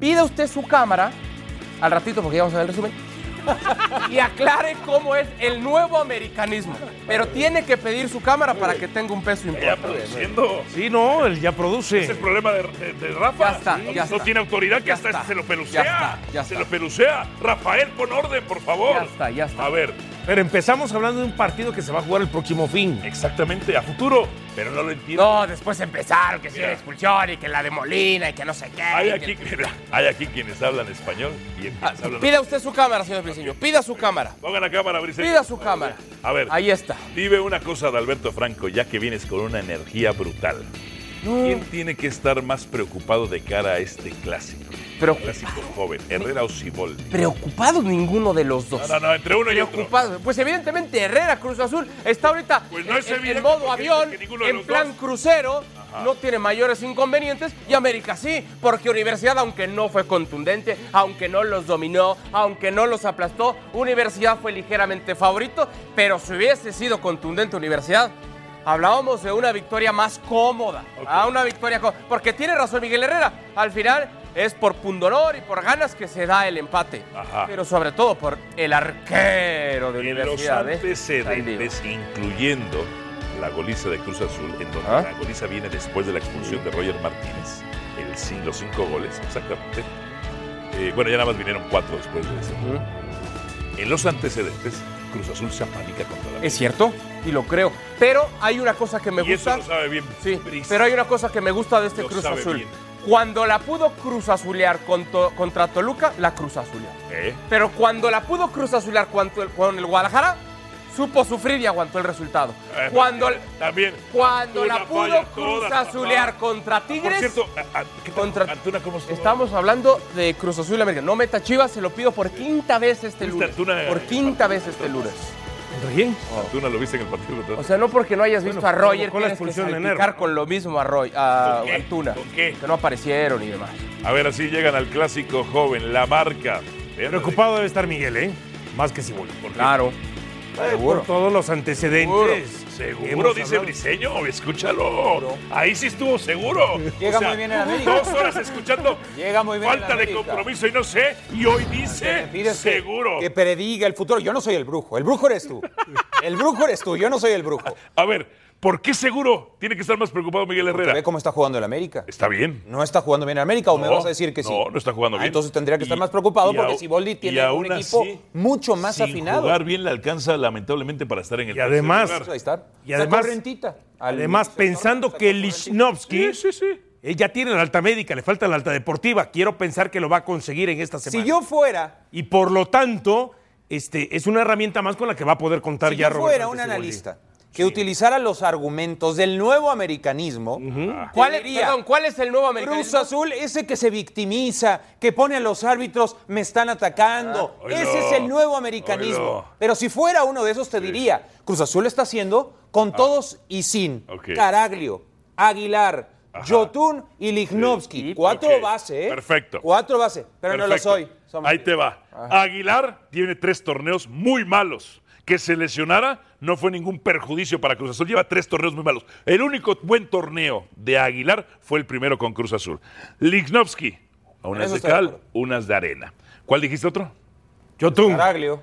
Pida usted su cámara, al ratito porque ya vamos a ver el resumen, y aclare cómo es el nuevo americanismo. Pero tiene que pedir su cámara para que tenga un peso importante. produciendo. Sí, no, él ya Es el produce. problema de, de- de Rafa. Ya está, no, ya está. tiene autoridad que Ya hasta está, se lo ya pelucea. está, ya se está. lo pelucea. Rafael, pon orden, por favor. Ya está, ya está. A ver, Pero empezamos hablando de un partido que se va a jugar el próximo fin. Exactamente, a futuro, pero no lo entiendo. No, después empezaron que si Mira. la expulsión y que la de Molina y que no sé qué. hay y que- aquí, [laughs] mira, hay aquí quienes hablan español y quienes hablan. Pida usted su cámara, señor Briseño. Pida su cámara. Pongan la cámara, Briseño. Pida su cámara. A ver. Ahí está. Dime una cosa de Alberto Franco, ya que vienes con una energía brutal. ¿Quién tiene que estar más preocupado de cara a este clásico? Clásico joven, Herrera o Siboldi. Preocupados ninguno de los dos. No, no, no, entre uno y otro. Preocupados. Pues evidentemente Herrera Cruz Azul está ahorita Pues no es en- en, evidente modo porque avión, que ninguno de en los plan dos. crucero. No tiene mayores inconvenientes y América sí, porque Universidad, aunque no fue contundente, aunque no los dominó, aunque no los aplastó, Universidad fue ligeramente favorito, pero si hubiese sido contundente Universidad, hablábamos de una victoria más cómoda. A una victoria có- Porque tiene razón Miguel Herrera, al final es por pundonor y por ganas que se da el empate. Pero sobre todo por el arquero de En los Universidad. ¿eh? antecedentes, incluyendo la goliza de Cruz Azul, en donde ¿Ah? la goliza viene después de la expulsión de Roger Martínez, el, cin- los cinco goles, exactamente. Eh, bueno, ya nada más vinieron cuatro después de eso. En los antecedentes, Cruz Azul se apanica contra la Es cierto, y lo creo. Pero hay una cosa que me Y eso gusta. lo sabe bien. Sí, pero hay una cosa que me gusta de este Lo Cruz sabe Azul. bien. Cuando la pudo Cruz Azulear con to- contra Toluca, la Cruz Azulear. ¿Eh? Pero cuando la pudo Cruz Azulear con el, con el Guadalajara, supo sufrir y aguantó el resultado. Eh, Cuando, También. cuando Una la pudo falla, Cruz todas, Azulear ajá. contra Tigres. Por cierto, contra, estamos hablando de Cruz Azul América. No meta Chivas, se lo pido por quinta vez este lunes. Por quinta vez este lunes. Oh. quién? Tú no lo viste en el partido contra O sea, no porque no hayas Bueno, visto a Roger, provocó la tienes que expulsión de salpicar Nervo. con lo mismo a, Roy, a ¿Con qué? Antuna. ¿Con qué? Que no aparecieron y demás. A ver, así llegan al clásico joven, la marca. Preocupado debe estar Miguel, ¿eh? Más que Siboldi. Claro. Seguro. Por todos los antecedentes. Seguro, Hemos dice hablado. Briseño, escúchalo. Ahí sí estuvo seguro. Llega muy bien el América. Dos horas escuchando. Llega muy bien el Falta de América. compromiso y no sé. Y hoy dice pides que- seguro. Que prediga el futuro. Yo no soy el brujo. El brujo eres [laughs] tú. El brujo eres tú. Yo no soy el brujo. A ver, ¿por qué seguro tiene que estar más preocupado Miguel Herrera? Ve cómo está jugando el América. Está bien. No está jugando bien el América o me No, vas a decir que sí. no, no está jugando Ah, bien. entonces tendría que estar Y- más preocupado y porque au- Siboldi y tiene un aún equipo así, mucho más sin afinado. jugar bien le alcanza lamentablemente para estar en el Y además, tercer lugar. Ahí está. y además, corrientita. además pensando que Lichnowsky eh, ya tiene la alta médica, le falta la alta deportiva. Quiero pensar que lo va a conseguir en esta semana. Si yo fuera, Y por lo tanto, este, es una herramienta más con la que va a poder contar si ya yo Roberto fuera Martínez un Siboldi. analista que utilizara los argumentos del nuevo americanismo. Ah. ¿Cuál, perdón, Eh, ¿Cuál es el nuevo americanismo? Cruz Azul, ese que se victimiza, que pone a los árbitros, me están atacando. Ah, oílo, ese es el nuevo americanismo. oílo. Pero si fuera uno de esos, te diría, Cruz Azul lo está haciendo con todos y sin. ok. Caraglio, Aguilar, Jotun y Lichnowsky. Cuatro ok, bases. ¿eh? perfecto. Cuatro bases, pero no lo Perfecto. soy. Ahí te va. Aguilar tiene tres torneos muy malos. Que se lesionara no fue ningún perjuicio para Cruz Azul. Lleva tres torneos muy malos. El único buen torneo de Aguilar fue el primero con Cruz Azul. Lignovsky, a unas Eso de estoy de cal, unas de arena. ¿cuál dijiste otro? Yotun. Caraglio.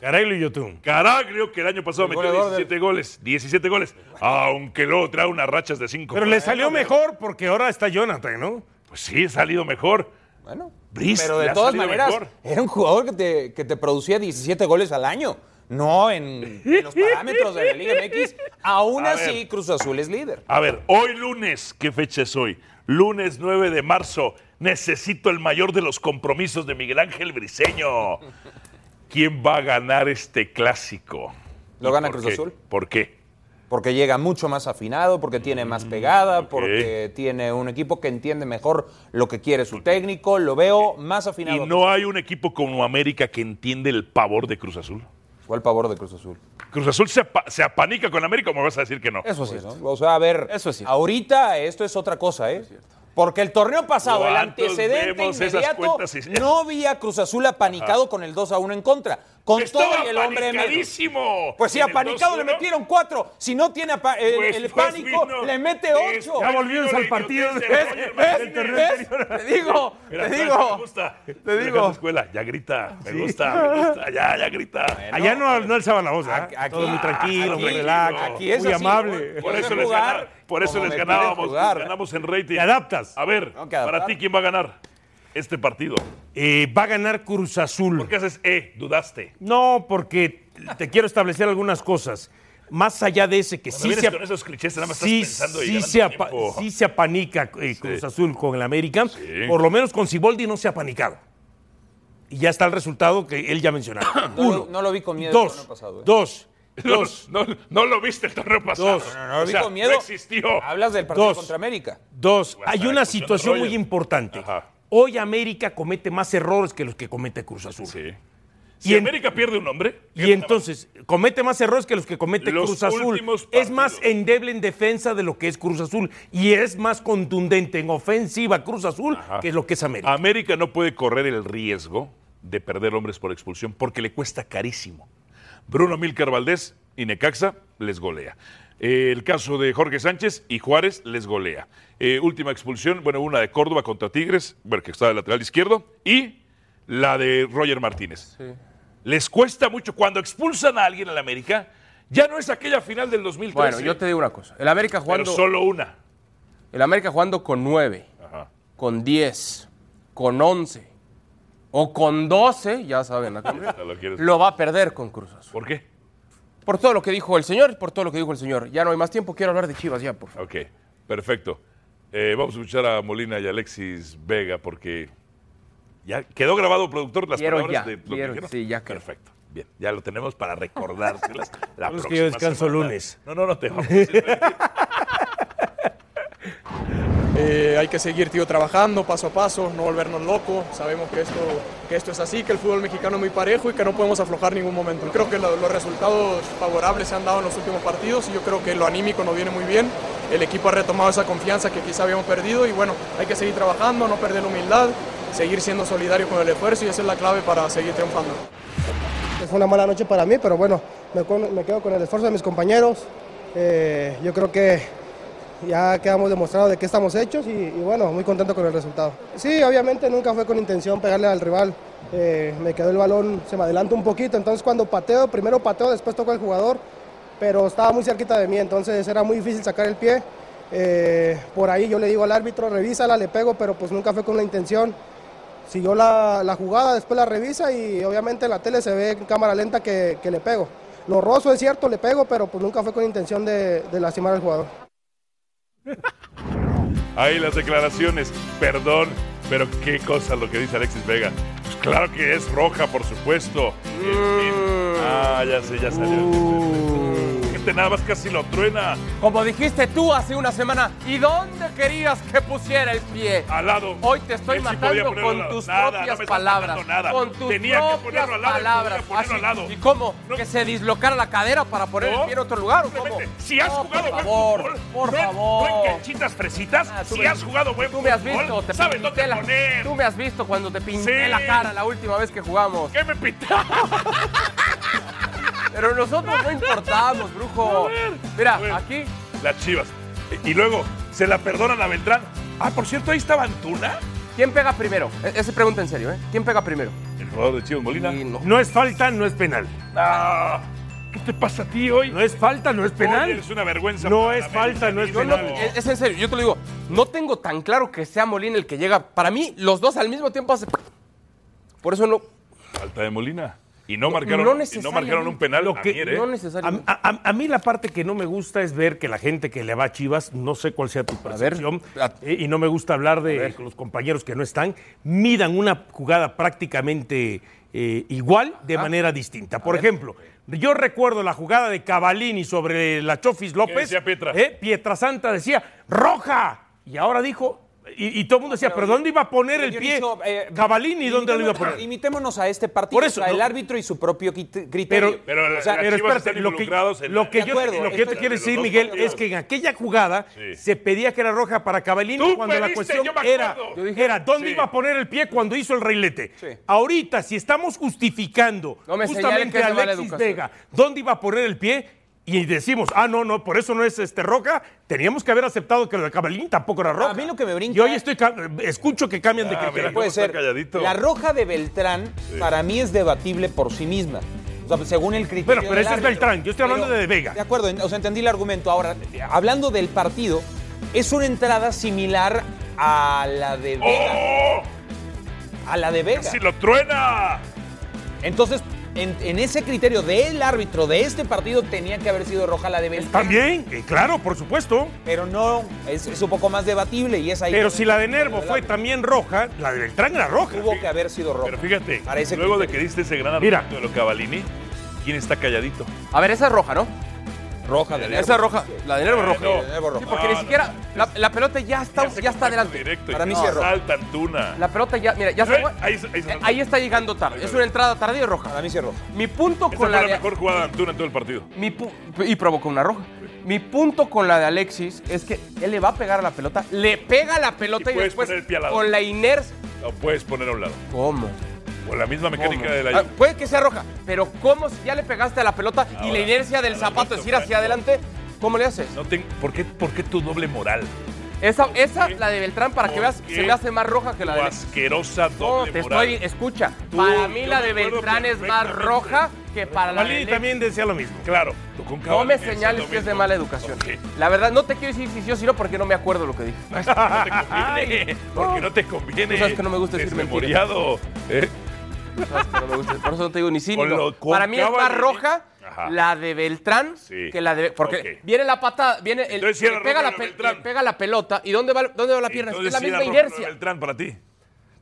Caraglio y Yotun. Caraglio, que el año pasado El metió goleador 17 goles. 17 goles. Aunque luego trae unas rachas de 5. Pero le salió mejor porque ahora está Jonathan, ¿no? Pues sí, ha salido mejor. Bueno, Briz pero le de ha todas salido maneras, mejor. era un jugador que te, que te producía 17 goles al año. No en, en los parámetros de la Liga MX. Aún A así, ver. Cruz Azul es líder. A ver, hoy lunes, ¿qué fecha es hoy? Lunes 9 de marzo. Necesito el mayor de los compromisos de Miguel Ángel Briseño. ¿Quién va a ganar este clásico? Lo ¿Y gana por Cruz qué? Azul. ¿Por qué? Porque llega mucho más afinado, porque tiene más pegada, porque tiene un equipo que entiende mejor lo que quiere su técnico. Lo veo más afinado. ¿Y no hay un equipo como América que entiende el pavor de Cruz Azul? ¿Cuál pavor de Cruz Azul? Cruz Azul se, apa- se apanica con América, ¿o me vas a decir que no? Pues Eso sí. O sea, a ver, ahorita esto es otra cosa, ¿eh? Porque el torneo pasado, el ¿Cuántos antecedente vemos esas inmediato, cuentas y- no vi a Cruz Azul apanicado Ajá. con el 2 a 1 en contra. Con todo y el hombre menos. apanicadísimo. Pues sí, En el apanicado le 2-1. metieron 4. Si no tiene apa- el, Pues- el pues pánico, vino- le mete 8. Ya volvimos al partido de- ¿Ves? ¿Ves? ¿Eh? ¿Ves? Te digo, Mira, te Me digo. gusta. Te Me digo. encanta escuela, ya grita, me Sí. gusta, me gusta, ya, ya grita. Allá no, no alzaban la voz, ¿ah? Todo muy tranquilo, Aquí, muy relax, aquí es muy así, amable. Por eso les, ganaba- por eso les ganábamos, les ganamos en rating. Te adaptas. A ver, para ti, ¿quién va a ganar este partido? Eh, va a ganar Cruz Azul. ¿Por qué haces E? ¿Dudaste? No, porque te quiero establecer algunas cosas. Más allá de ese que Cuando sí vienes se, ap- con esos clichés, nada más sí, estás pensando y sí ganando se apa- tiempo. sí se apanica eh, Cruz Azul con el América. Por lo menos con Siboldi no se ha apanicado. Y ya está el resultado que él ya [coughs] mencionaba. No, Uno. lo- no lo vi con miedo el dos, torneo pasado. ¿eh? [coughs] Dos. No, Dos. No, no lo viste el torneo pasado. Dos. No, no lo O vi sea, con miedo. no existió. Hablas del partido Dos. contra América. Dos, hay una escuchando situación muy Roger. importante. Hoy América comete más errores que los que comete Cruz Azul. Si América pierde un hombre. Y entonces, comete más errores que los que comete Los Cruz Azul. últimos Es más endeble en defensa de lo que es Cruz Azul. Y es más contundente en ofensiva Cruz Azul que es lo que es América. América no puede correr el riesgo de perder hombres por expulsión porque le cuesta carísimo. Bruno Milcar Valdés y Necaxa les golea. Eh, el caso de Jorge Sánchez y Juárez les golea. Eh, última expulsión, bueno, una de Córdoba contra Tigres, bueno, que está de lateral izquierdo, y la de Roger Martínez. Les cuesta mucho. Cuando expulsan a alguien al América, ya no es aquella final del 2013. Bueno, yo te digo una cosa. El América jugando. Pero solo una. El América jugando con 9, con 10, con 11 o con 12, ya saben, la cambio, lo va a perder con Cruz Azul. ¿Por qué? Por todo lo que dijo el señor, por todo lo que dijo el señor. Ya no hay más tiempo, quiero hablar de Chivas ya, por favor. Ok, perfecto. Eh, vamos a escuchar a Molina y a Alexis Vega porque ya quedó grabado, productor, las Quiero palabras ya, de quiero, sí, ya quedó. Perfecto. Bien, ya lo tenemos para [laughs] recordárselas la Es próxima que yo descanso semana. lunes. No, no, no te vamos. [laughs] Eh, hay que seguir, tío, trabajando paso a paso, no volvernos locos. Sabemos que esto, que esto es así, que el fútbol mexicano es muy parejo y que no podemos aflojar ningún momento. Creo que lo- los resultados favorables se han dado en los últimos partidos y yo creo que lo anímico nos viene muy bien. El equipo ha retomado esa confianza que quizá habíamos perdido y bueno, hay que seguir trabajando, no perder la humildad, seguir siendo solidario con el esfuerzo y esa es la clave para seguir triunfando. Fue una mala noche para mí, pero bueno, me, con- me quedo con el esfuerzo de mis compañeros. Eh, yo creo que ya quedamos demostrados de qué estamos hechos y, y bueno, muy contento con el resultado. Sí, obviamente nunca fue con intención pegarle al rival. Eh, me quedó el balón, se me adelanta un poquito, entonces cuando pateo, primero pateo, después toco al jugador, pero estaba muy cerquita de mí, entonces era muy difícil sacar el pie. Eh, por ahí yo le digo al árbitro, revísala, le pego, pero pues nunca fue con la intención siguió la, la jugada, después la revisa y obviamente en la tele se ve en cámara lenta que, que le pego. Lo rozo es cierto, le pego, pero pues nunca fue con intención de, de lastimar al jugador. Ahí las declaraciones. Perdón, pero qué cosa lo que dice Alexis Vega. Pues claro que es Mm. Mm. roja, por supuesto. En fin. Ah, ya sé, ya salió. ¿Qué Fíjate, nada más casi lo truena. Como dijiste tú hace una semana, ¿y dónde querías que pusiera el pie? Al lado. Hoy te estoy Él sí podía matando ponerlo al con lado. tus Nada, no propias me estás palabras. matando nada. Con tus Tenía que propias ponerlo al lado, palabras. tenía que ponerlo Así, al lado. ¿Y cómo? ¿Que se dislocara la cadera para poner No, el pie en otro lugar o cómo? simplemente, si has No, jugado por buen favor, fútbol, por no en- favor. no en canchitas fresitas, Ah, tú si me- has jugado buen Tú me has fútbol, visto, te sabes pinté dónde la- poner. Tú me has visto cuando te pinté Sí. la cara la última vez que jugamos. ¿Qué me pintaste? [laughs] Pero nosotros no importamos, brujo. Mira, aquí. Las chivas. Y luego, se la perdonan a Beltrán. Ah, por cierto, ahí estaba Antuna. ¿Quién pega primero? E- Ese pregunta en serio, ¿eh? ¿Quién pega primero? El jugador de Chivas Molina. No. es falta, no es penal. Ah, ¿Qué te pasa a ti hoy? No es falta, no es penal. Oye, es una vergüenza No para es la falta, América, no es dice, penal. no. Es, es en serio, yo te lo digo. No tengo tan claro que sea Molina el que llega. Para mí, los dos al mismo tiempo hace. Por eso no. Falta de Molina. Y no marcaron, no y no necesariamente. marcaron un penal. Lo a que- Mier, ¿eh? A, a- a mí la parte que no me gusta es ver que la gente que le va a Chivas, no sé cuál sea tu percepción, eh, y no me gusta hablar de los compañeros que no están, midan una jugada prácticamente eh, igual de manera distinta. Por ejemplo, yo recuerdo la jugada de Cavalini sobre la Chofis López. decía Pietra? eh, Pietrasanta decía, roja, y ahora dijo... Y, y todo el mundo decía, ¿pero dónde iba a poner el pie? Cavalini, ¿dónde lo iba a poner? eh, Imitémonos a este partido, Por eso, o sea, el no. árbitro y su propio quit- criterio. Pero, O sea, pero espérate, lo que, lo que De yo, acuerdo, lo que yo te estoy- quiero decir, Miguel, es que en aquella jugada se pedía que era roja para Cavalini Tú cuando la pediste, cuestión yo me era, acuerdo. era dónde iba a poner el pie cuando hizo el reilete. Ahorita, si estamos justificando No me señale que justamente es a de mala Alexis educación. Vega dónde iba a poner el pie y decimos, ah, no, no, por eso no es este roja, teníamos que haber aceptado que lo de Cavalini tampoco era roja. A mí lo que me brinca... Y hoy estoy, ca- escucho que cambian de Ah, criterio. puede ser. La roja de Beltrán para mí es debatible por sí misma. O sea, según el criterio. Bueno, pero del ese es árbitro. Beltrán, yo estoy hablando de Vega. De acuerdo, en- o sea, entendí el argumento. Ahora, hablando del partido, es una entrada similar a la de Vega. ¡Oh! A la de Vega. ¡Si ¡Oh! lo truena! Entonces, en, en ese criterio del árbitro de este partido tenía que haber sido roja la de Beltrán. También, eh, claro, por supuesto. Pero no, es, es un poco más debatible y es ahí. Pero si la de Nervo fue también roja, la de Beltrán era roja. Tuvo que haber sido roja. Pero fíjate, luego de que diste ese gran Mira. argumento de lo Cavalini, ¿quién está calladito? A ver, esa es roja, ¿no? Roja, de Esa es roja. La de Nervo es roja. Ah, No. Sí, porque ni siquiera. La, la pelota ya está, ya está adelante. Para mí No, sí es roja. Salta Antuna. La pelota ya, mira, ya se Eh, ahí, eh, ahí está llegando tarde. Es una entrada tardía y roja. Para mí sí es roja. Mi punto Esa con fue la la de mejor jugada de Antuna en todo el partido. mi pu- y provocó una roja. Mi punto con la de Alexis es que él le va a pegar a la pelota, le pega la pelota Y y, puedes después poner el pie al lado. con la inercia. Lo puedes poner a un lado. ¿Cómo? Con la misma mecánica ¿Cómo? de Ah, la puede que sea roja, pero ¿cómo si ya le pegaste a la pelota y la inercia del zapato es ir hacia adelante? ¿Cómo le haces? No te- ¿por, qué, por qué tu doble moral? Esa, esa la de Beltrán, para que veas, qué? se me hace más roja que la de Tu Alexis. asquerosa doble No, te moral. estoy, escucha, Tú, para mí yo la me de acuerdo Beltrán es más perfectamente. roja que para la de Cavalini Alexis. también decía lo mismo. Claro, tú con No Cavani me decías señales lo que es de mismo. mala educación. Ok. La verdad, no te quiero decir si sí o si no porque no me acuerdo lo que dije. No te conviene, porque no te conviene. Tú sabes que no me gusta decir mentiras. Desmemoriado. ¿eh? Sabes que no me gusta, Por eso no te digo ni cínico. Con lo- con Para mí es más Cavani. roja Ajá. la de Beltrán Sí. que la de. Porque Ok. viene la patada, viene el. Entonces sí era le pega, roja la la de pe- Beltrán. le pega la pelota. ¿Y dónde va, dónde va la pierna? Entonces, es la sí era misma roja, inercia. ¿no, Beltrán para ti.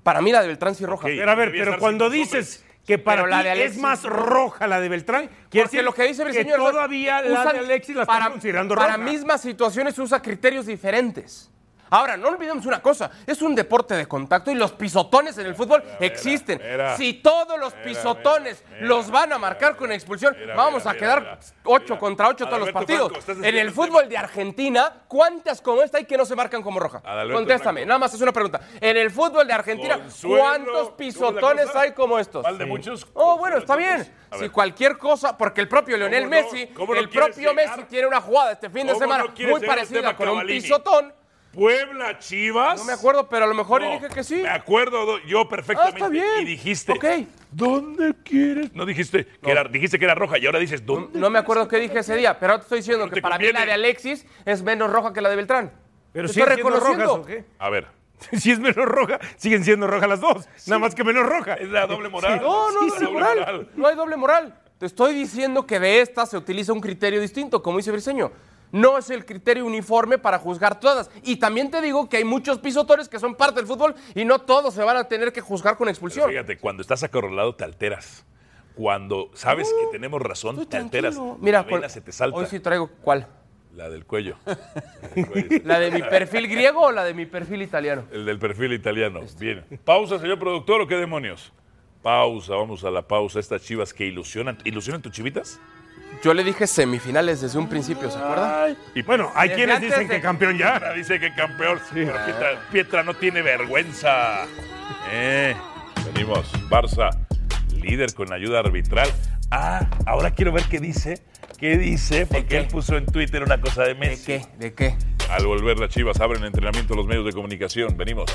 Para mí la de Beltrán sí es roja. Pero a ver, pero cuando dices que para Pero la ti de Alexis es más no. roja la de Beltrán, quiere Porque decir lo que dice que Briseño todavía la de Alexis la estás considerando roja. Para mismas situaciones usa criterios diferentes. Ahora, no olvidemos una cosa, es un deporte de contacto y los pisotones en el fútbol existen. mira. si todos los pisotones los van a marcar con expulsión, vamos a quedar 8 contra 8 todos los Adalberto partidos. Franco, estás en desviando el el fútbol de Argentina, ¿cuántas como esta hay que no se marcan como roja? Adalberto Contéstame, Franco. nada más es una pregunta. En el fútbol de Argentina, Consuelo, ¿cuántos ¿cómo es la pisotones cosa? hay como estos? ¿Mal de muchos? Pues, Oh, bueno, está bien. A Si ver. cualquier cosa, porque el propio Leonel no? Messi, ¿Cómo no el quieres propio llegar? Messi tiene una jugada este fin de ¿Cómo semana no quieres muy llegar al parecida tema con un Cavallini? pisotón. Puebla, Chivas. No me acuerdo, pero a lo mejor No, dije que sí. Me acuerdo do- yo perfectamente. Ah, está bien. Y dijiste. Ok. [laughs] ¿Dónde quieres? No dijiste que era, dijiste que era roja y ahora dices ¿dónde? No me acuerdo qué dije ese día, pero ahora te estoy diciendo te que para mí conviene. la de Alexis es menos roja que la de Beltrán. Pero Te siguen estoy siendo reconociendo. rojas, ¿o qué? A ver. Si es menos roja, siguen siendo rojas las dos. Nada más que menos roja. Es la doble moral. Sí. No, no, Sí, no sí, hay moral. No hay doble moral. Te estoy diciendo que de esta se utiliza un criterio distinto, como dice Briseño. No es el criterio uniforme para juzgar todas. Y también te digo que hay muchos pisotores que son parte del fútbol y no todos se van a tener que juzgar con expulsión. Fíjate, cuando estás acorralado te alteras. cuando sabes que tenemos razón, te alteras. Uh, Mira, la vena con- se te salta. hoy sí traigo cuál. La del cuello. [laughs] ¿La de mi perfil griego o la de mi perfil italiano? Este. El del perfil italiano. Bien. ¿Pausa, señor productor, o qué demonios? Pausa, vamos a la pausa. Estas chivas que ilusionan. ¿Ilusionan tus chivitas? Yo le dije semifinales desde un principio, ¿se acuerda? Y bueno, hay Desde quienes antes dicen de- que campeón ya. Dice que campeón. Pero Pietra, Pietra no tiene vergüenza. Eh, venimos. Barça, líder con ayuda arbitral. Ah, ahora quiero ver qué dice. ¿Qué dice? Porque él puso en Twitter una cosa de Messi. ¿De qué? ¿De qué? Al volver las chivas abren entrenamiento los medios de comunicación. Venimos.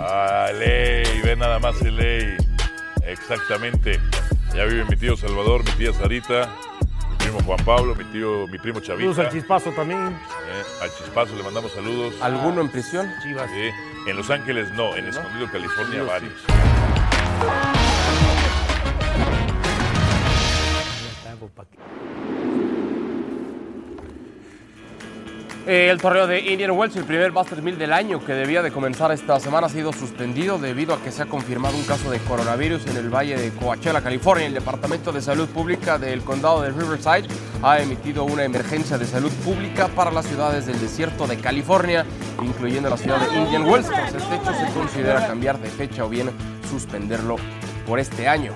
Ah, ley, ve nada más el ley. Exactamente. Ya vive mi tío Salvador, mi tía Sarita, mi primo Juan Pablo, mi tío, mi primo Chavita. Saludos al chispazo también. Eh, al Chispazo le mandamos saludos. ¿Alguno en prisión? Chivas. Sí. En Los Ángeles no, en Escondido, California, varios. Eh, el torneo de Indian Wells, el primer Masters 1000 del año que debía de comenzar esta semana, ha sido suspendido debido a que se ha confirmado un caso de coronavirus en el valle de Coachella, California. El Departamento de Salud Pública del condado de Riverside ha emitido una emergencia de salud pública para las ciudades del desierto de California, incluyendo la ciudad de Indian Wells. Tras este hecho, se considera cambiar de fecha o bien suspenderlo por este año.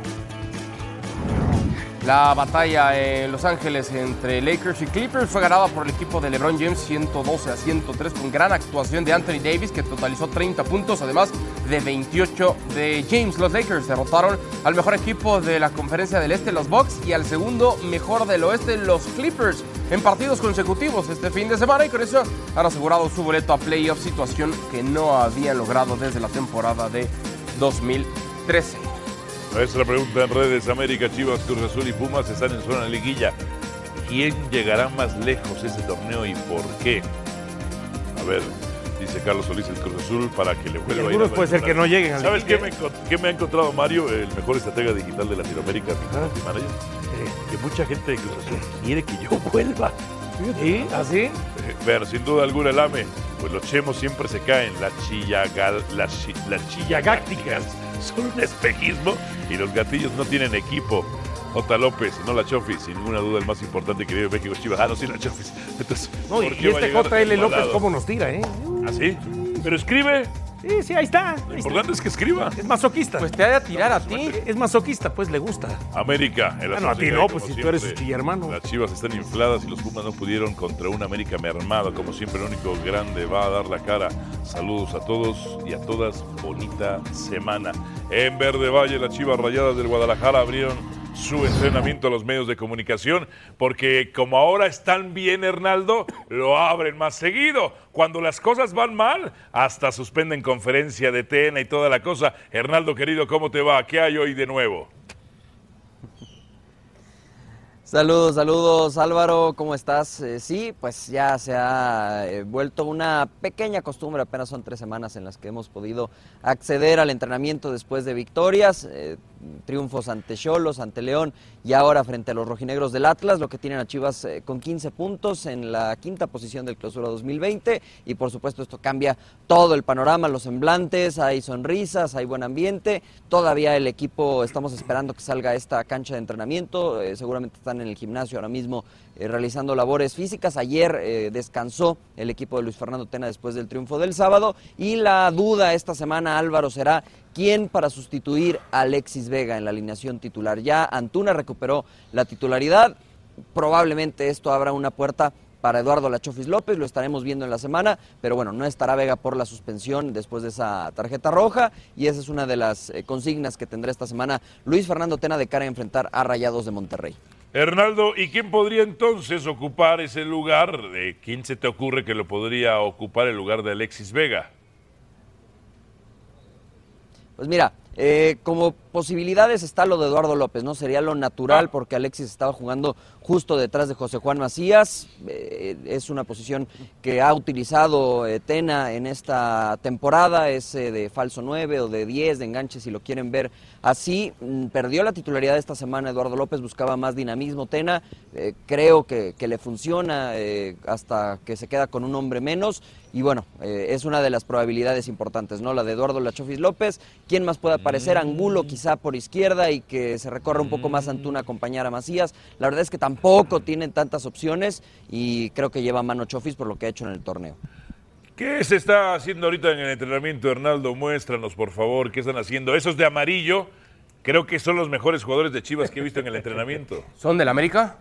La batalla en Los Ángeles entre Lakers y Clippers fue ganada por el equipo de LeBron James 112 a 103 con gran actuación de Anthony Davis que totalizó 30 puntos además de 28 de James. Los Lakers derrotaron al mejor equipo de la conferencia del Este, los Bucks, y al segundo mejor del Oeste, los Clippers, en partidos consecutivos este fin de semana y con eso han asegurado su boleto a playoff, situación que no habían logrado desde la temporada de 2013. Nuestra pregunta en redes América, Chivas, Cruz Azul y Pumas están en zona liguilla. ¿Quién llegará más lejos ese torneo y por qué? A ver, dice Carlos Solís el Cruz Azul para que le vuelva a ir. algunos puede ser que no lleguen a la ¿Sabes qué me, liguilla, encont- qué me ha encontrado Mario, el mejor estratega digital de Latinoamérica, mi community manager? Que mucha gente de Cruz Azul quiere que yo vuelva. ¿Sí? ¿Así? Eh, Pero sin duda alguna el AME, pues los chemos siempre se caen. Las chillagal, las, chi- las chillagácticas son un espejismo y los gatillos no tienen equipo. J. López, no la Chofis, sin ninguna duda el más importante que vive México Chivas. Ah, no, sí la Chofis. Entonces, No, y, ¿por y qué va a este llegar JL López, embalado? ¿cómo nos tira, eh? ¿Ah, sí? Pero escribe. Sí, sí, ahí está. Lo importante es que escriba. Es masoquista. Pues te ha de tirar a ti. Es masoquista, pues le gusta. América, el Ah, no, a ti Azteca, no, como pues si tú siempre. eres Guillermano. Las chivas están infladas y los Pumas no pudieron contra una América mermada. Como siempre, el único grande va a dar la cara. Saludos a todos y a todas. Bonita semana. En Verde Valle, las chivas rayadas del Guadalajara abrieron su entrenamiento a los medios de comunicación porque como ahora están bien Hernaldo, lo abren más seguido. Cuando las cosas van mal, hasta suspenden conferencia de TN y toda la cosa. Hernaldo querido, ¿cómo te va? ¿Qué hay hoy de nuevo? Saludos, saludos Álvaro, ¿cómo estás? Eh, sí, pues ya se ha eh, vuelto una pequeña costumbre, apenas son tres semanas en las que hemos podido acceder al entrenamiento después de victorias, eh, triunfos ante Cholos, ante León y ahora frente a los rojinegros del Atlas, lo que tienen a Chivas eh, con 15 puntos en la quinta posición del clausura 2020 y por supuesto esto cambia todo el panorama, los semblantes, hay sonrisas, hay buen ambiente, todavía el equipo estamos esperando que salga a esta cancha de entrenamiento, eh, seguramente están en el gimnasio ahora mismo eh, realizando labores físicas, ayer eh, descansó el equipo de Luis Fernando Tena después del triunfo del sábado y la duda esta semana Álvaro será quién para sustituir a Alexis Vega en la alineación titular, ya Antuna recuperó la titularidad, probablemente esto abra una puerta para Eduardo Lachofis López, lo estaremos viendo en la semana, pero bueno, no estará Vega por la suspensión después de esa tarjeta roja y esa es una de las eh, consignas que tendrá esta semana Luis Fernando Tena de cara a enfrentar a Rayados de Monterrey. Hernaldo, ¿y quién podría entonces ocupar ese lugar? ¿De quién se te ocurre que lo podría ocupar el lugar de Alexis Vega? Pues mira, Eh, como posibilidades está lo de Eduardo López, ¿no? Sería lo natural porque Alexis estaba jugando justo detrás de José Juan Macías. Eh, es una posición que ha utilizado eh, Tena en esta temporada, es eh, de falso 9 o de 10, de enganche si lo quieren ver así. Mm, Perdió la titularidad esta semana Eduardo López, buscaba más dinamismo Tena. eh, creo que, que le funciona eh, hasta que se queda con un hombre menos. Y bueno, eh, es una de las probabilidades importantes, ¿no? La de Eduardo Lachofis López. ¿Quién más puede aparecer? Angulo quizá por izquierda y que se recorre un poco más Antuna a acompañar a Macías. La verdad es que tampoco tienen tantas opciones y creo que lleva a mano Chofis por lo que ha hecho en el torneo. ¿Qué se está haciendo ahorita en el entrenamiento, Hernaldo? Muéstranos, por favor, qué están haciendo. Esos de amarillo, creo que son los mejores jugadores de Chivas que he visto en el entrenamiento. ¿Son del América?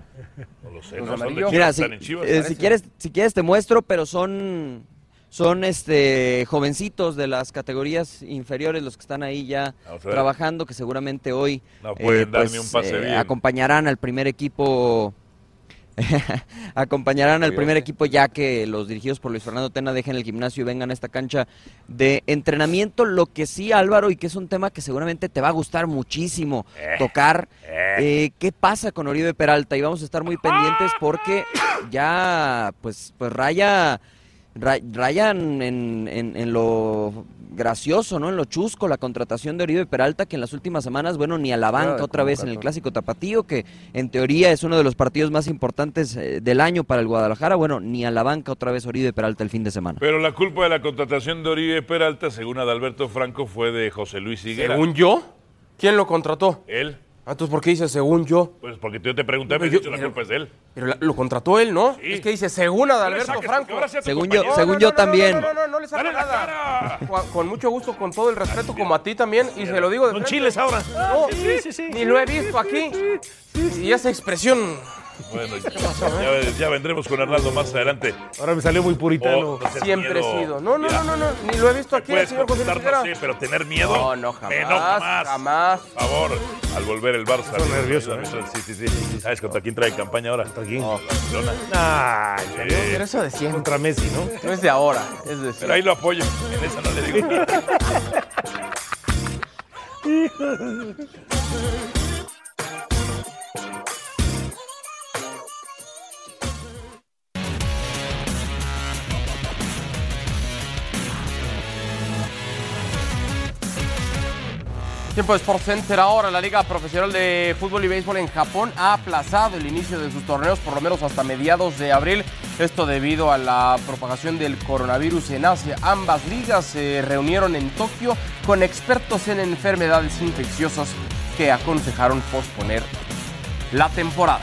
No lo sé, Los no son de Chivas, amarillos. Mira, si, están en Chivas. eh, si parece. quieres, si quieres te muestro, pero son, son este jovencitos de las categorías inferiores los que están ahí ya Vamos a ver. trabajando, que seguramente hoy pues, No pueden dar ni un pase bien. Eh, acompañarán al primer equipo. [laughs] acompañarán al primer equipo ya que los dirigidos por Luis Fernando Tena dejen el gimnasio y vengan a esta cancha de entrenamiento. Lo que sí, Álvaro, y que es un tema que seguramente te va a gustar muchísimo tocar, eh, ¿qué pasa con Oribe Peralta? Y vamos a estar muy pendientes porque ya, pues, pues raya, ra- rayan en, en- en lo gracioso, ¿no? En lo chusco, la contratación de Oribe Peralta, que en las últimas semanas, bueno, ni a la Fuera banca de otra vez en el convocatoria. Clásico Tapatío, que en teoría es uno de los partidos más importantes eh, del año para el Guadalajara, bueno, ni a la banca otra vez Oribe Peralta el fin de semana. Pero la culpa de la contratación de Oribe Peralta, según Adalberto Franco, fue de José Luis Higuera. ¿Según yo? ¿Quién lo contrató? Él. Ah, entonces, ¿por qué dice según yo? Pues porque yo te pregunté, me Pero has yo- dicho, la pero- culpa es de él. Pero la- lo contrató él, ¿no? Es que dice según No Adalberto le saques, porque Franco. ahora sí a tu Según yo- compañero. según yo también. No, no, no, no, le saco nada. Con, con mucho gusto, con todo el respeto, como a ti también, y se lo digo de Con frente. chiles ahora. No, Ni lo he visto aquí. Y esa expresión. Bueno, ya, ya vendremos con Hernaldo más adelante. Ahora me salió muy puritano. Oh, no seas Siempre he miedo. sido. No, no, Mira, no, no, no, ni lo he visto aquí al Puedes señor José Luis contestar, Herrera. no sé, pero tener miedo. No, no, jamás, Me enoja más. jamás. Por favor, al volver el Barça. nervioso. Sí, sí, sí. ¿Sabes contra quién trae campaña ahora? ¿Contra quién? Barcelona. Ay, Sí. Pero eso de siempre. Contra Messi, ¿no? No es de ahora, es de Pero ahí lo apoyo. En esa no le digo nada. [laughs] Tiempo de Sport Center ahora. La Liga Profesional de Fútbol y Béisbol en Japón ha aplazado el inicio de sus torneos por lo menos hasta mediados de abril. Esto debido a la propagación del coronavirus en Asia. Ambas ligas se reunieron en Tokio con expertos en enfermedades infecciosas que aconsejaron posponer la temporada.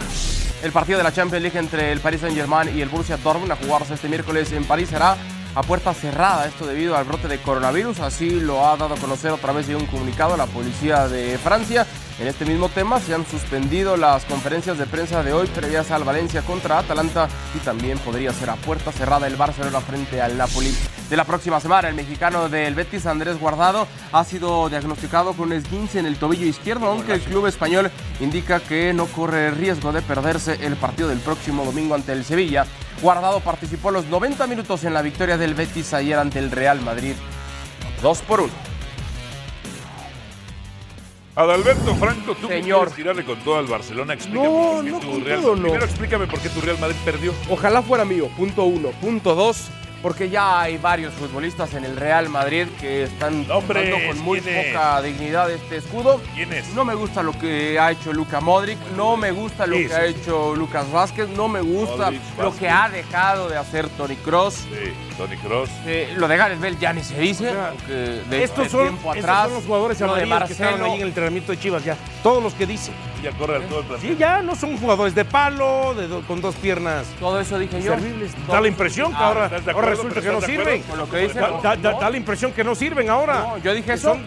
El partido de la Champions League entre el Paris Saint-Germain y el Borussia Dortmund a jugarse este miércoles en París será a puerta cerrada, esto debido al brote de coronavirus, así lo ha dado a conocer a través de un comunicado la policía de Francia. En este mismo tema se han suspendido las conferencias de prensa de hoy previas al Valencia contra Atalanta y también podría ser a puerta cerrada el Barcelona frente al Napoli. De la próxima semana, el mexicano del Betis, Andrés Guardado, ha sido diagnosticado con un esguince en el tobillo izquierdo, aunque el club español indica que no corre riesgo de perderse el partido del próximo domingo ante el Sevilla. Guardado participó los 90 minutos en la victoria del Betis ayer ante el Real Madrid. 2 por 1. Adalberto Franco, tú que Señor. quieres tirarle con todo al Barcelona. Explícame No, por qué no, tu con Real todo no. Primero explícame por qué tu Real Madrid perdió. Ojalá fuera mío, punto uno. Punto dos, porque ya hay varios futbolistas en el Real Madrid que están Nombres, portando con muy ¿quiénes? poca dignidad este escudo. No me gusta lo que ha hecho Luka Modric, no me gusta lo Sí, que sí, ha sí. hecho Lucas Vázquez, no me gusta Modric, lo Vázquez. que ha dejado de hacer Tony Cross. Tony Cross. lo de Gareth Bell ya ni se dice. aunque de estos, de son, tiempo estos atrás, son los jugadores lo de amarillos que estaban Marcelo. ahí en el entrenamiento de Chivas ya. Todos los que dicen. Ya corre al todo el plantel. Sí, ya no son jugadores de palo, de do- con dos piernas. Todo eso dije yo. Da la impresión que Ah, ahora, ¿estás de ahora acuerdo, resulta pero que no estás de sirven. acuerdo con lo que dicen? Da, da- da- No. da la impresión que no sirven ahora. No, yo dije Que eso. son-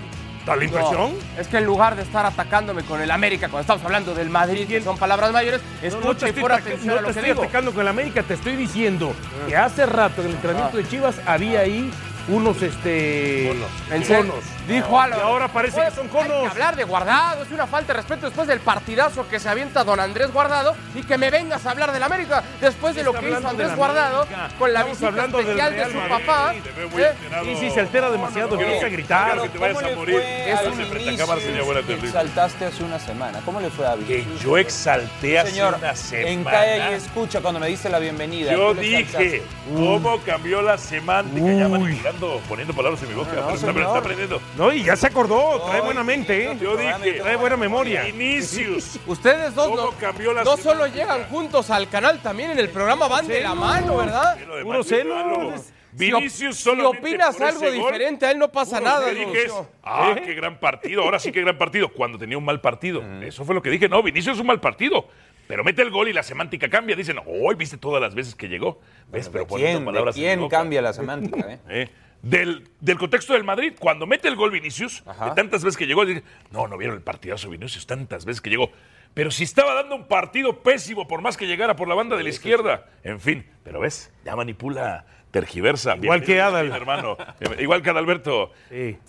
da la impresión. No, es que en lugar de estar atacándome con el América cuando estamos hablando del Madrid, que son palabras mayores, No, escucha no te y estoy, pon ataca- atención no a te lo que estoy digo. atacando con el América, te estoy diciendo que Ah. hace rato en el entrenamiento de Chivas había ahí unos este En serio, bonos. Dijo Álvaro. Y ahora parece Oye, que son hay conos. hablar de Guardado, es una falta de respeto después del partidazo que se avienta don Andrés Guardado y que me vengas a hablar del América después de lo que hizo hablando Andrés del Guardado América. con la Estamos visita hablando del especial de Real su Madrid. papá. ¿eh? Te veo muy alterado. Sí, sí, se altera demasiado, empieza a gritar. Pero que te vayas ¿cómo a le morir. fue Estás al enfrente a inicio? cámaras y ya vuela que terrible. exaltaste hace una semana. ¿Cómo le fue a Vinicius? Que yo exalté hace Señor, una semana. En calle y escucha cuando me diste la bienvenida. Yo tú le dije, exaltaste. ¿cómo cambió la semántica? Ya van tirando, poniendo palabras en mi boca. No, [laughs] no, pero está- señor. está aprendiendo. No, y ya se acordó, trae buena mente, ¿eh? Yo dije, trae buena [laughs] memoria. Inicios. Ustedes dos ¿Cómo no, cambió la no solo llegan juntos al canal, también en el programa van de la Celos, mano, ¿verdad? lleno de Puro celos. mano. Si op- Vinicius si solamente opinas por algo ese gol, diferente, a él no pasa Uno, nada. ¿Eh? Lo que ¿no? dije es, Yo- ah, ¿Eh? qué gran partido. Ahora sí, qué gran partido. Cuando tenía un mal partido. Ah. Eso fue lo que dije. No, Vinicius es un mal partido. Pero mete el gol y la semántica cambia. Dicen, hoy viste todas las veces que llegó. ¿Ves? Pero poniendo ¿Quién, de palabras en mi quién boca. cambia la semántica? eh? [laughs] ¿eh? Del, del contexto del Madrid, cuando mete el gol Vinicius, de tantas veces que llegó, dije, no, no vieron el partidazo Vinicius, tantas veces que llegó. Pero si estaba dando un partido pésimo, por más que llegara por la banda de la izquierda. En fin, pero ves, ya manipula, tergiversa. Igual que Bienvenido, Adal. mi hermano. eh, Igual que Adalberto.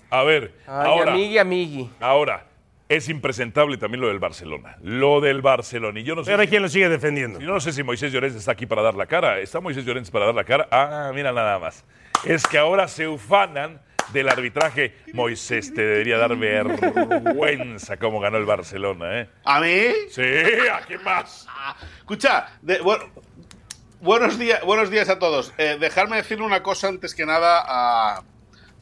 A ver, Ay, ahora. amigui, amigui. Ahora, es impresentable también lo del Barcelona. Lo del Barcelona. Y yo no sé. Pero hay quien lo sigue defendiendo. Yo no sé si Moisés Llorens está aquí para dar la cara. ¿Está Moisés Llorens para dar la cara? Ah, mira nada más. Es que ahora se ufanan del arbitraje. Moisés, te debería dar vergüenza cómo ganó el Barcelona, ¿eh? ¿A mí? Sí, ah, ¿a quién más? Escucha, de- bu- buenos, días, buenos días a todos. Eh, dejarme decirle una cosa antes que nada a,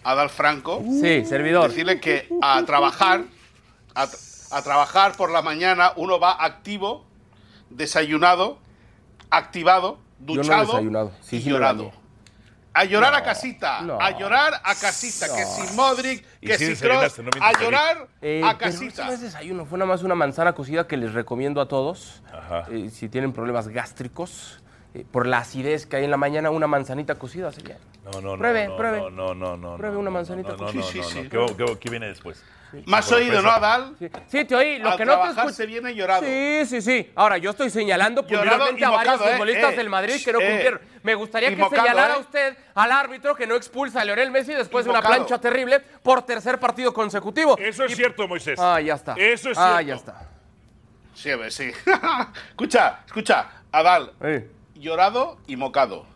a Dal Franco. Sí, servidor. Decirle que a trabajar, a, tra- a trabajar por la mañana uno va activo, desayunado, activado, Yo no he duchado desayunado. Sí, y sí me llorado. bañé. A llorar a No, casita, no, a llorar a casita, que no. si Modric, Y que sí si Kroos, desayunaste, no mientas a a mí. llorar Eh, a pero casita. eso no es desayuno, fue nada más una manzana cocida que les recomiendo a todos. Eh, si tienen problemas gástricos, eh, por la acidez que hay en la mañana, una manzanita cocida sería. No, no, no. Pruebe, no, pruebe. No, no, no, no. Pruebe no, una no, manzanita no, con- no, no, Sí, sí, no, sí. no. ¿Qué, qué- qué viene después? Más oído, ¿no, Adal? Sí, sí, te oí. Lo Al que no te trabajar escuché. se viene llorado. Sí, sí, sí. Ahora, yo estoy señalando Llorado puntualmente y a varios mocado, ¿eh? futbolistas Eh, del Madrid que no eh, cumplieron. Me gustaría y que mocado, señalara ¿eh? usted al árbitro que no expulsa a Leonel Messi Y después de una mocado. plancha terrible por tercer partido consecutivo. Eso es cierto, Moisés. Ah, ya está. Eso es Ah, cierto. ya está. Sí, a ver, sí. [laughs] escucha, escucha, Adal. Llorado y [laughs] mocado.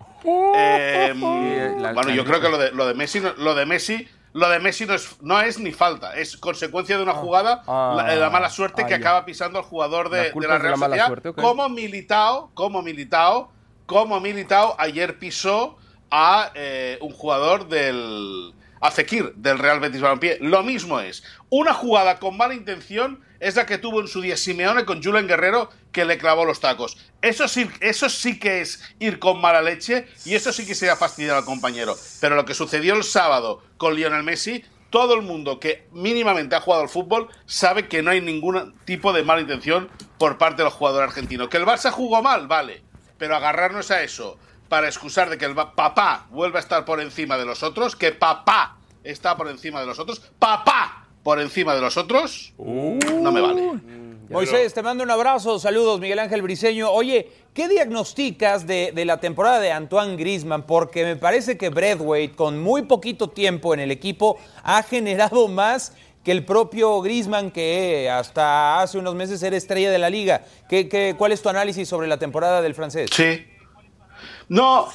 Em, bueno, yo creo que lo de, lo de Messi, no- lo de Messi, lo de Messi no es, no es ni falta, es consecuencia de una jugada, ah, la, eh, la mala suerte ah, que ya. acaba pisando el jugador La de, culpa de la es de la Real mala Sociedad. suerte, ok. Como militado, como militado, como militado, ayer pisó a eh, un jugador del a Fekir del Real Betis Balompié. Lo mismo es. Una jugada con mala intención es la que tuvo en su día Simeone con Julen Guerrero que le clavó los tacos. Eso sí, eso sí que es ir con mala leche y eso sí que sería fastidiar al compañero. Pero lo que sucedió el sábado con Lionel Messi, todo el mundo que mínimamente ha jugado al fútbol sabe que no hay ningún tipo de mala intención por parte del jugador argentino. Que el Barça jugó mal, vale, pero agarrarnos a eso para excusar de que el ba- papá vuelva a estar por encima de los otros, que papá está por encima de los otros, papá por encima de los otros, no me vale. Mm, Moisés, te mando un abrazo. Saludos, Miguel Ángel Briseño. Oye, ¿qué diagnosticas de, de la temporada de Antoine Grisman? Porque me parece que Breathwaite, con muy poquito tiempo en el equipo, ha generado más que el propio Grisman, que hasta hace unos meses era estrella de la liga. ¿Qué, qué- cuál es tu análisis sobre la temporada del francés? Sí. No,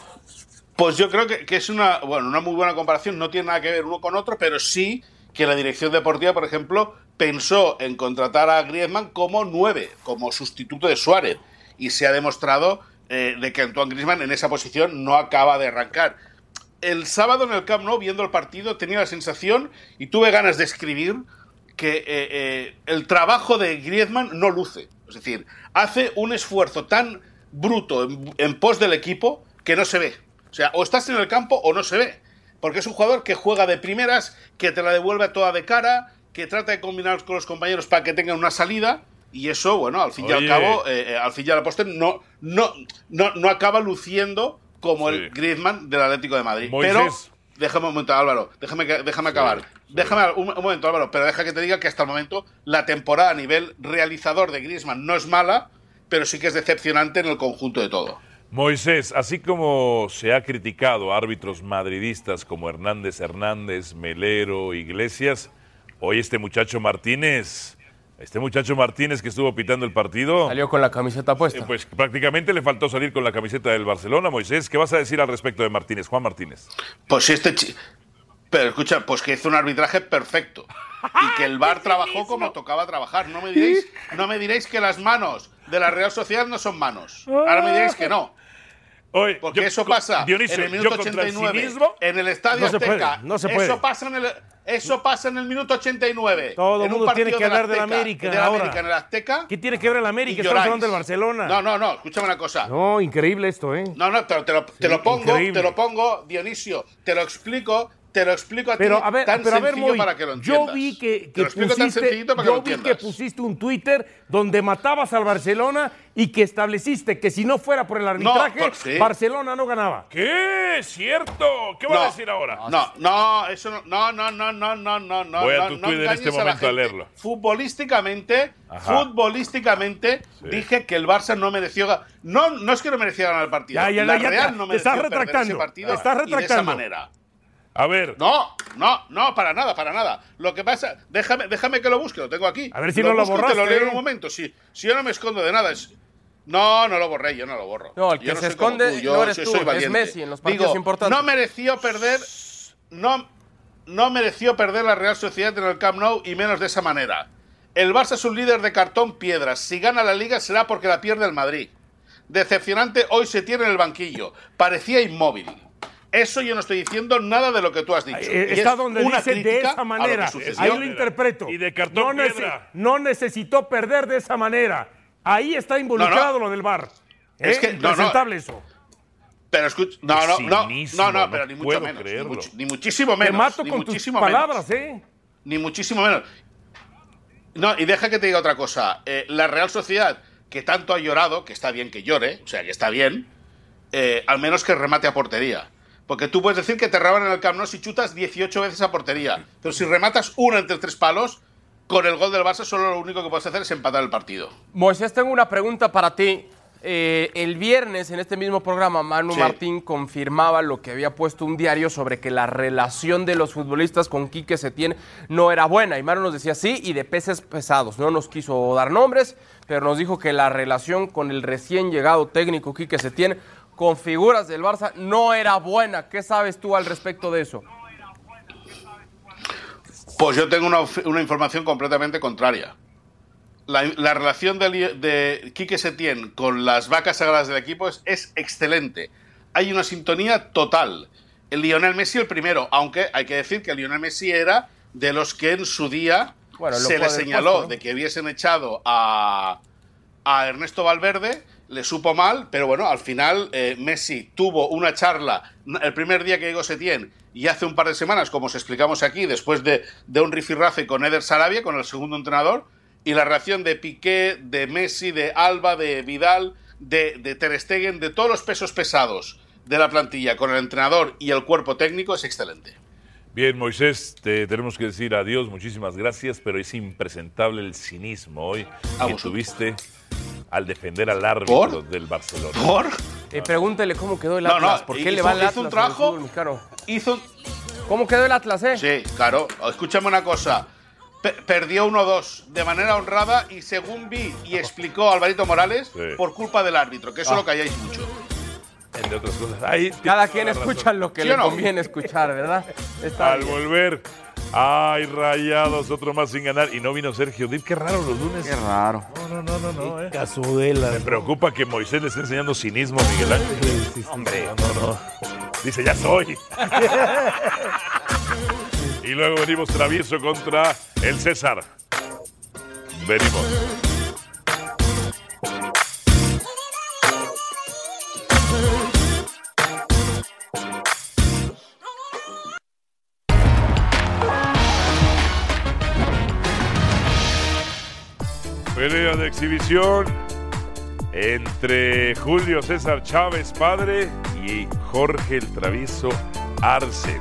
pues yo creo que, que es una, bueno, una muy buena comparación. No tiene nada que ver uno con otro, pero sí que la dirección deportiva, por ejemplo, pensó en contratar a Griezmann como nueve, como sustituto de Suárez. Y se ha demostrado eh, de que Antoine Griezmann en esa posición no acaba de arrancar. El sábado en el Camp Nou, viendo el partido, tenía la sensación y tuve ganas de escribir que eh, eh, el trabajo de Griezmann no luce. Es decir, hace un esfuerzo tan bruto en, en pos del equipo que no se ve. O sea, o estás en el campo o no se ve. Porque es un jugador que juega de primeras, que te la devuelve toda de cara, que trata de combinar con los compañeros para que tengan una salida. Y eso, bueno, al fin y al Oye. cabo, eh, eh, al fin y al postre, no, no, no, no acaba luciendo como el Griezmann del Atlético de Madrid. Pero Moisés. Déjame un momento, Álvaro. Déjame, que- déjame acabar. Déjame un, un momento, Álvaro. Pero deja que te diga que hasta el momento la temporada a nivel realizador de Griezmann no es mala, pero sí que es decepcionante en el conjunto de todo. Moisés, así como se ha criticado a árbitros madridistas como Hernández Hernández, Melero, Iglesias, Hoy este muchacho Martínez, este muchacho Martínez que estuvo pitando el partido. Salió con la camiseta puesta. Pues prácticamente le faltó salir con la camiseta del Barcelona, Moisés. ¿Qué vas a decir al respecto de Martínez, Juan Martínez? Pues si este chi- Pero escucha, pues que hizo un arbitraje perfecto. Y que el VAR trabajó como tocaba trabajar. No me diréis, no me diréis que las manos de la Real Sociedad no son manos. Ahora me diréis que no. Porque yo- eso pasa Dionisio, en el yo minuto contra el 89, cinismo- en el Estadio No se puede, Azteca. no se puede. Eso pasa en el, eso pasa en el minuto 89. Todo en el un mundo tiene partido que hablar de del la Azteca, América. de la ahora. América, en el Azteca. ¿Qué tiene que ver el América? y Estamos lloráis. hablando del Barcelona. No, no, no, escúchame una cosa. No, increíble esto, ¿eh? No, no, te, te lo, te lo pongo, increíble. te lo pongo, Dionisio, te lo explico, te lo explico a ti Pero a ver, tan pero a ver, sencillo Moy, para que lo entiendas. yo vi que, te que lo explico tan pusiste, sencillito para que lo yo vi que entiendas. pusiste un Twitter donde matabas al Barcelona y que estableciste que si no fuera por el arbitraje, por- sí. Barcelona no ganaba. ¿Qué? ¿Cierto? ¿Qué vas No. a decir ahora? No, no, eso no, no, no, no, no, no, no, no. Voy a no, tu no Twitter en engañes este la momento a gente. leerlo. Futbolísticamente, Ajá. futbolísticamente, dije que el Barça no mereció, ga- no, no es que no merecía ganar el partido. Ya, ya, la ya, ya, Real te no mereció estás perder retractando, ese partido te estás y de esa retractando. manera. A ver. No, no, no, para nada, para nada. Lo que pasa, déjame, déjame que lo busque, lo tengo aquí. A ver si no lo busco y Te lo borraste. ¿eh? leo en un momento. Si, si yo no me escondo de nada, es- no, no lo borré, yo no lo borro. No, el que Yo se soy como esconde tú, yo no eres soy- tú, soy es valiente. Messi en los partidos Digo, importantes. No mereció perder, no, no mereció perder la Real Sociedad en el Camp Nou y menos de esa manera. El Barça es un líder de cartón piedras. Si gana la liga será porque la pierde el Madrid. Decepcionante, hoy se tiene en el banquillo. Parecía inmóvil. Eso yo no estoy diciendo nada de lo que tú has dicho. Eh, Y está es donde una dice de crítica a esa lo manera. que sucedió. Ahí lo interpreto. Y de cartón no, nece- piedra. no necesitó perder de esa manera. Ahí está involucrado lo del bar. Es que- no, no. Impresentable eso. Pero escucha, no, no, no, Cinismo, no, no no, pero ni mucho puedo menos, ni, creerlo. much- ni muchísimo Te menos. mato ni con tus muchísimo menos. palabras, ¿eh? Ni muchísimo menos. No, y deja que te diga otra cosa. Eh, la Real Sociedad, que tanto ha llorado, que está bien que llore, o sea, que está bien, eh, al menos que remate a portería. Porque tú puedes decir que te roban en el Camp Nou si chutas 18 veces a portería. Pero si rematas uno entre tres palos, con el gol del Barça solo lo único que puedes hacer es empatar el partido. Moisés, tengo una pregunta para ti. Eh, el viernes, en este mismo programa, Manu Sí. Martín confirmaba lo que había puesto un diario sobre que la relación de los futbolistas con Quique Setién no era buena. Y Manu nos decía sí y de peces pesados. No nos quiso dar nombres, pero nos dijo que la relación con el recién llegado técnico Quique Setién con figuras del Barça no era buena. ¿Qué sabes tú al respecto de eso? Pues yo tengo una, of- una información completamente contraria. La, la relación de, Li- de Quique Setién con las vacas sagradas del equipo es, es excelente. Hay una sintonía total. El Lionel Messi el primero, aunque hay que decir que Lionel Messi era de los que en su día Bueno, lo se puede le haber señaló puesto, ¿no? de que hubiesen echado a, a Ernesto Valverde, le supo mal, pero bueno, al final eh, Messi tuvo una charla n- el primer día que llegó Setién y hace un par de semanas, como os explicamos aquí, después de, de un rifirrafe con Eder Sarabia, con el segundo entrenador, y la reacción de Piqué, de Messi, de Alba, de Vidal, de, de Ter Stegen, de todos los pesos pesados de la plantilla con el entrenador y el cuerpo técnico es excelente. Bien, Moisés, te tenemos que decir adiós, muchísimas gracias, pero es impresentable el cinismo hoy que tuviste al defender al árbitro del Barcelona. ¿Por? Eh, pregúntele cómo quedó el No, no, Atlas. ¿Por qué hizo- le va el Atlas? hizo un al trabajo, fútbol mexicano? Hizo. ¿Cómo quedó el Atlas, eh? Sí, claro. Escúchame una cosa. Pe- perdió 1-2 de manera honrada y según vi y explicó Alvarito Morales, Sí. por culpa del árbitro, que eso Ah. lo calláis mucho. Entre otras cosas. Ahí Cada tienes quien toda la razón. escucha lo que ¿Sí le o no? conviene escuchar, ¿verdad? Está Al bien. volver. Ay, rayados, otro más sin ganar. Y no vino Sergio Dip. Qué raro los lunes. Qué raro. No, no, no, no, no. Eh. Cazuela. Me preocupa que Moisés le esté enseñando cinismo a Miguel Ángel. Hombre, no, no. Dice, ya [laughs] soy. y luego venimos travieso contra el César. Venimos. Pelea de exhibición entre Julio César Chávez, padre, y Jorge el Travieso Arce.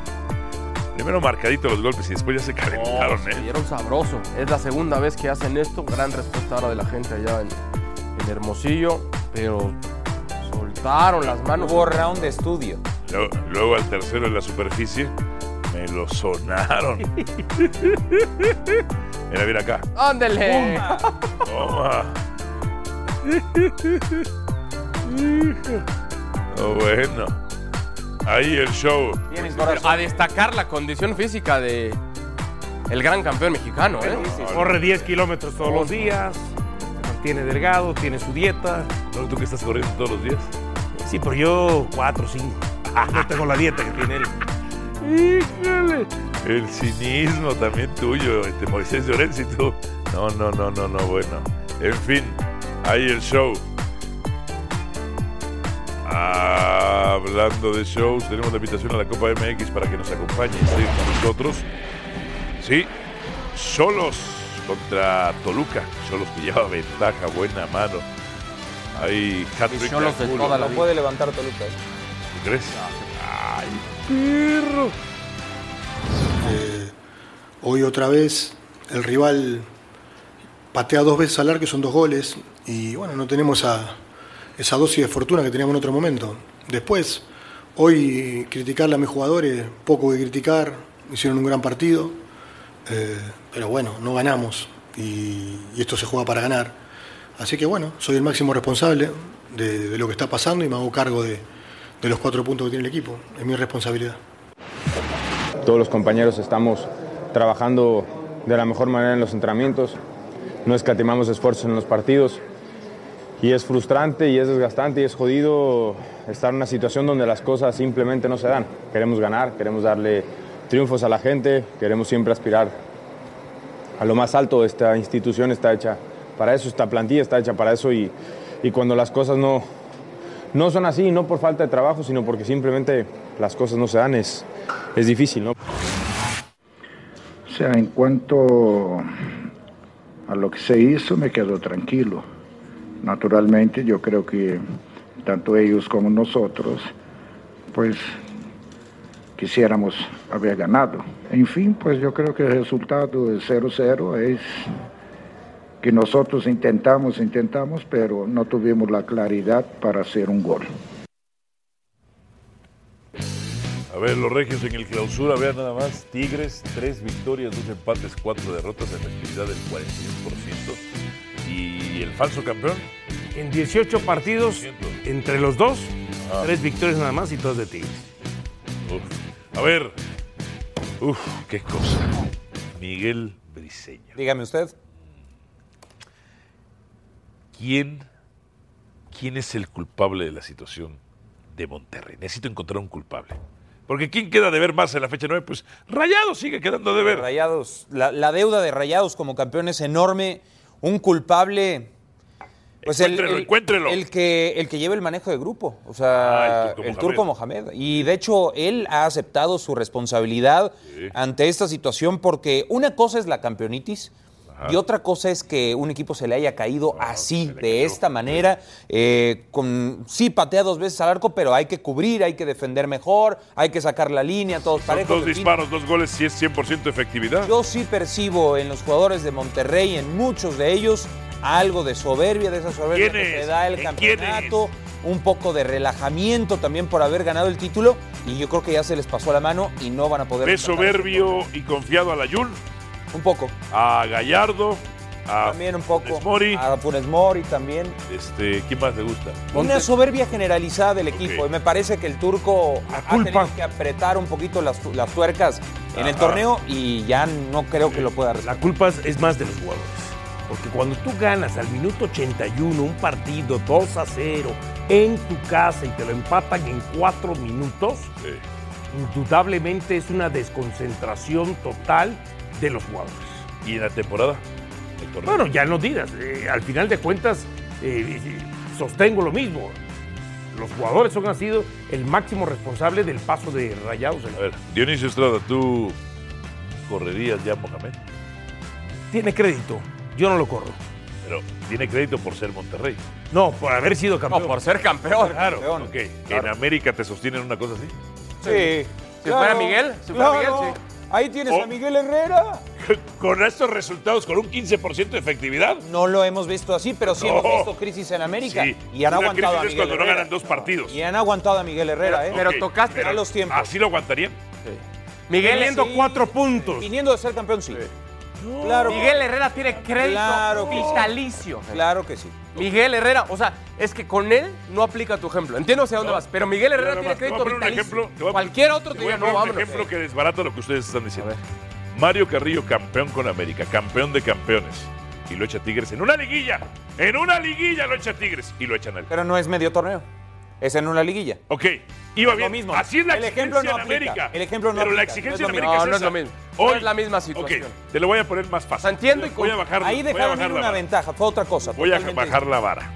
Primero marcadito los golpes y después ya se calentaron, Se ¿eh? Vieron sabroso. Es la segunda vez que hacen esto. Gran respuesta ahora de la gente allá en, en Hermosillo. Pero soltaron las manos. Hubo round de estudio. Lo- Luego, al tercero en la superficie, Me lo sonaron. Mira, mira acá. [laughs] ¡Ándele! Toma. No, Oh, bueno. Ahí el show. A destacar la condición física de el gran campeón mexicano, ¿eh? Corre 10 kilómetros todos los días, se mantiene delgado, tiene su dieta. ¿Tú que estás corriendo todos los días? Sí, pero yo 4 [laughs] o 5. No tengo la dieta que tiene él. Híjole. El cinismo también tuyo, este Moisés Llorens y tú. No, no, no, no, no, bueno. En fin, ahí el show. Ah, hablando de shows, tenemos la invitación a la Copa MX para que nos acompañe y esté con nosotros. Sí, solos contra Toluca. Solos que lleva ventaja, buena mano. Ahí, hat-trick Cholos de Angulo. toda la puede levantar Toluca. ¿Tú crees? Ay, Pirro. Eh, hoy otra vez el rival patea dos veces al arco, son dos goles, y bueno, no tenemos a- esa dosis de fortuna que teníamos en otro momento. Después, hoy criticarle a mis jugadores, poco que criticar, hicieron un gran partido, eh, pero bueno, no ganamos, y, y esto se juega para ganar. Así que bueno, soy el máximo responsable de, de lo que está pasando y me hago cargo de, de los cuatro puntos que tiene el equipo, es mi responsabilidad. Todos los compañeros estamos trabajando de la mejor manera en los entrenamientos, no escatimamos esfuerzos en los partidos y es frustrante y es desgastante y es jodido estar en una situación donde las cosas simplemente no se dan. Queremos ganar, queremos darle triunfos a la gente, queremos siempre aspirar a lo más alto. Esta institución está hecha para eso, esta plantilla está hecha para eso y, y cuando las cosas no, no son así, no por falta de trabajo, sino porque simplemente las cosas no se dan, es, es difícil, ¿no? O sea, en cuanto a lo que se hizo, me quedo tranquilo. Naturalmente, yo creo que tanto ellos como nosotros, pues quisiéramos haber ganado. En fin, pues yo creo que el resultado de 0-0 es que nosotros intentamos, intentamos, pero no tuvimos la claridad para hacer un gol. A ver, los regios en el clausura, vean nada más. Tigres, tres victorias, dos empates, cuatro derrotas, efectividad del 41%. Y el falso campeón, En 18 partidos, entre los dos, tres victorias nada más y todas de Tigres. Uf. A ver. Uf, qué cosa. Miguel Briseño. Dígame usted. ¿Quién, quién es el culpable de la situación de Monterrey? Necesito encontrar un culpable. Porque ¿quién queda de ver más en la fecha 9? Pues Rayados sigue quedando de ver. Rayados, la, la deuda de Rayados como campeón es enorme. Un culpable. Pues el, Encuéntrelo, el- el que, el que lleva el manejo de grupo. O sea, Ah, el Turco el Mohamed. turco Mohamed. Y de hecho, él ha aceptado su responsabilidad Sí. ante esta situación porque una cosa es la campeonitis. Y otra cosa es que un equipo se le haya caído Ah, así, de esta manera. eh, con, sí, patea dos veces al arco, pero hay que cubrir, hay que defender mejor, hay que sacar la línea, todos Son parejos. dos en fin. disparos, dos goles, si es 100% efectividad. Yo sí percibo en los jugadores de Monterrey, en muchos de ellos, algo de soberbia, de esa ¿Quién soberbia que es? se da el ¿En quién campeonato, un poco de relajamiento también por haber ganado el título, y yo creo que ya se les pasó la mano y no van a poder. ¿Ves rescatar eso. soberbio y confiado a la Yul? Un poco. A Gallardo. A También un poco. Funes Mori. A Funes Mori también. Este, ¿Quién más le gusta? Una soberbia generalizada del equipo. Y me parece que el turco ha tenido que apretar un poquito las, tu- las tuercas en el Ajá. torneo y ya no creo que lo pueda resolver. Eh, La culpa es- es más de los jugadores. Porque cuando tú ganas al minuto 81 un partido 2 a 0 en tu casa y te lo empatan en 4 minutos, indudablemente es una desconcentración total de los jugadores. ¿Y en la temporada? El torneo. Bueno, ya no digas. eh, al final de cuentas, eh, sostengo lo mismo. Los jugadores son, han sido el máximo responsable del paso de Rayados. en- A ver, Dionisio Estrada, tú correrías ya a Mohamed, Tiene crédito. Yo no lo corro. pero tiene crédito por ser Monterrey. No, por haber sido campeón. por ser campeón. Claro, ok. ¿En América te sostienen una cosa así? Sí. Si fuera Miguel, si fuera Miguel, Ahí tienes Oh. a Miguel Herrera. Con estos resultados, con un 15% de efectividad. No lo hemos visto así, pero sí hemos No. visto crisis en América. Sí. Y han Una aguantado crisis a es Miguel cuando no Herrera. ganan dos partidos. Y han aguantado a Miguel Herrera, ¿eh? Ok, pero- a los tiempos. ¿Así lo aguantarían? Miguel, Teniendo sí. cuatro puntos. Viniendo de ser campeón, sí. Claro. Miguel Herrera tiene crédito Claro que sí. vitalicio. Claro que sí. Miguel Herrera, o sea, es que con él no aplica tu ejemplo. Entiendo hacia dónde vas, pero Miguel Herrera Nada tiene más, te voy crédito a poner un vitalicio. ejemplo, te voy a- Cualquier otro te te voy a diría, no, poner un vámonos. ejemplo que desbarata lo que ustedes están diciendo. Mario Carrillo, campeón con América, campeón de campeones. Y lo echa Tigres en una liguilla. En una liguilla lo echa Tigres y lo echan al. Pero no es medio torneo. Es en una liguilla. Ok. Iba bien. mismo. Así es la el ejemplo no exigencia en aplica. América. El ejemplo no Pero la aplica. exigencia No es en América lo mismo. es No, no es esa. lo mismo. Hoy, No es la misma situación. Ok, te lo voy a poner más fácil. Entiendo y voy a bajar, Ahí voy a dejaron bajar ir la una vara. ventaja. Fue otra cosa. Voy a totalmente bajar la vara.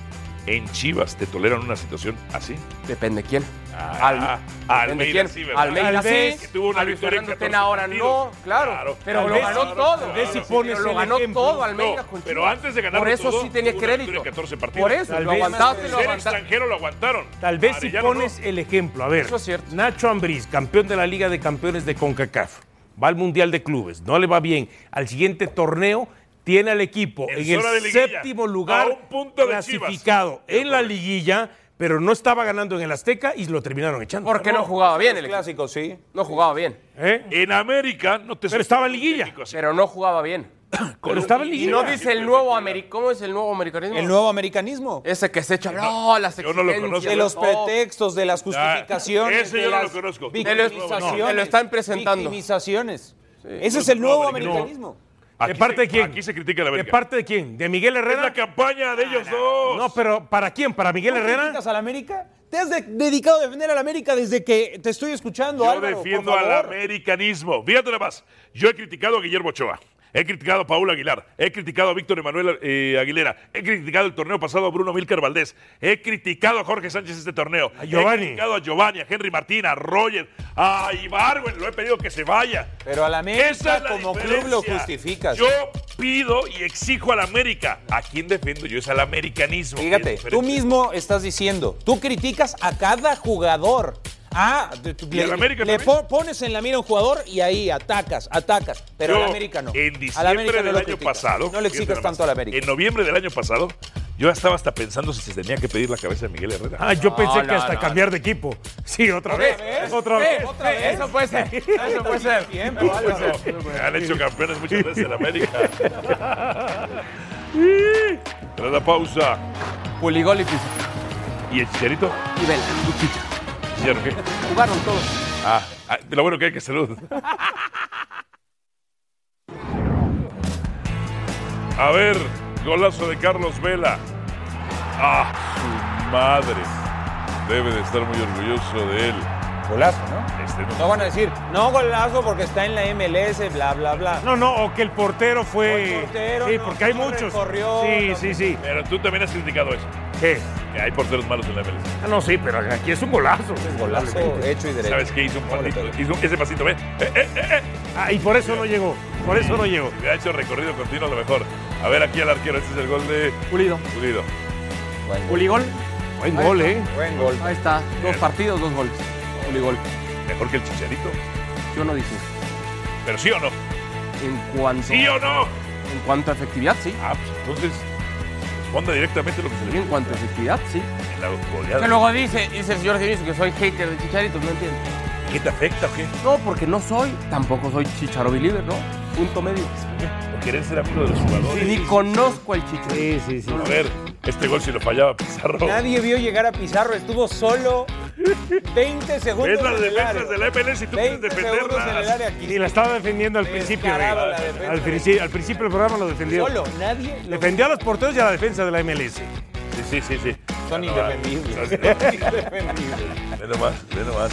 En Chivas, ¿te toleran una situación así? Depende quién. Ah, Depende Almeida, quién. sí, ¿verdad? Almeida sí, que tuvo una a Luis victoria en Fernando 14 Tena ahora partidos. no, claro, pero lo Alves, ganó claro, todo. claro, Messi sí, pone pero lo el ganó ejemplo. todo Almeida No, con pero Chivas. antes de ganarlo Por eso todo, sí tenía tuvo una crédito. victoria en 14 partidos. Por eso, Tal lo vez- aguantaste, lo Ser aguantaste. extranjero lo aguantaron. Tal vez si Arellano no. pones el ejemplo, a ver, Nacho Ambriz, campeón de la Liga de Campeones de CONCACAF, va al Mundial de Clubes, no le va bien, al siguiente torneo tiene al equipo en, zona de el liguilla, séptimo a lugar un punto de clasificado en la liguilla, pero no estaba ganando en el Azteca y lo terminaron echando. Porque no jugaba bien el equipo. Clásico, sí. No jugaba bien. En América no te ¿Eh? Pero estaba en liguilla. Pero no jugaba bien. [coughs] Pero estaba en Y liguilla. no dice el nuevo americano. ¿Cómo es el nuevo americanismo? El nuevo americanismo. Ese que se echa. No, las exigencias, De los no. pretextos, de las justificaciones. ese de yo no lo las conozco. victimizaciones, No, no. Me lo están presentando. Victimizaciones. Ese No, es el no, nuevo América, no. americanismo. ¿De parte de quién? Aquí se critica la ¿De América. parte de quién? ¿De Miguel Herrera? Es la campaña de Ah, ellos dos. No, pero ¿para quién? ¿Para Miguel ¿Tú Herrera? criticas a la América? Te has de- dedicado a defender a la América desde que te estoy escuchando, Yo Álvaro, defiendo por al favor. americanismo. Fíjate nada más. Yo he criticado a Guillermo Ochoa. He criticado a Paula Aguilar. He criticado a Víctor Emanuel eh, Aguilera. He criticado el torneo pasado a Bruno Milcar Valdés. He criticado a Jorge Sánchez este torneo. Giovanni. He criticado a Giovanni, a Henry Martín, a Roger, a Ibarwen. Lo he pedido que se vaya. Pero a la Esa es América la como club lo diferencia. justificas. Yo pido y exijo al América. ¿A quién defiendo yo? Es al americanismo. Fíjate, Es tú diferente. mismo estás diciendo, tú criticas a cada jugador. Ah, de- Y al América le también. po- pones en la mira a un jugador y ahí atacas, atacas. Pero Yo, al América no. En Al diciembre América no del lo año criticas. pasado. No le fíjate exigas nada más, tanto al América. En noviembre del año pasado, yo estaba hasta pensando si se tenía que pedir la cabeza de Miguel Herrera. Ah, yo pensé que hasta cambiar de equipo. Sí, otra vez. Otra vez. Eso puede ser. Eso puede [laughs] ser. Me han hecho campeones muchas veces en América. [laughs] [laughs] Tras la pausa. Puligol y ¿Y el chicharito? Y Vela. ¿Chicharro qué? Jugaron todos. Ah, ah, de lo bueno que hay que salud. A ver, golazo de Carlos Vela. Ah, su madre. Debe de estar muy orgulloso de él. Golazo, ¿no? Este no. No van a decir, no golazo porque está en la MLS, bla, bla, bla. No, no, o que el portero fue. O el portero, sí, no, porque hay no muchos. recorrió, sí, no- sí, sí. Pero tú también has criticado eso. ¿Qué? Que hay porteros malos en la MLS. Ah, no, sí, pero aquí es un golazo. Es Golazo hecho y derecho. ¿Sabes qué hizo un pasito? Hizo ese pasito, ¿ves? Eh, eh, eh, eh. Ah, y por eso no llegó. Por eso no llegó. Hubiera hecho recorrido continuo a lo mejor. A ver aquí al arquero, este es el gol de Pulido. Pulido. Puligol. Buen gol, ¿eh? Buen gol. Ahí está. Dos partidos, dos goles. Puligol. Mejor que el Chicharito. Yo no dije. Pero sí o no. En cuanto. ¿Sí o no? En cuanto a efectividad, sí. Ah, pues entonces responda directamente lo que se le Y en cuanto a efectividad, sí. en la Que goleada. luego dice, dice el señor Jiménez que soy hater de Chicharito, no entiendo. ¿Qué te afecta o qué? No, porque no soy, tampoco soy Chicharo believer, ¿no? Punto medio. ¿O querés ser amigo de los jugadores? Ni conozco al Chicharito. Sí, sí, sí. A ver, este gol si lo fallaba Pizarro. Nadie vio llegar a Pizarro, estuvo solo 20 segundos. Es las en el defensas área. de la MLS y tú quieres 20 segundos en el defenderlas. área aquí. Y la estaba defendiendo al principio. güey. Descarado la defensa. Al, princi- al principio del programa lo defendió. Solo, nadie. lo- Defendió a los porteros y a la defensa de la MLS. Sí, sí, sí, sí. Son No, no, [laughs] indefendibles. no, no. [laughs] Indefendibles. Ve nomás, ve nomás.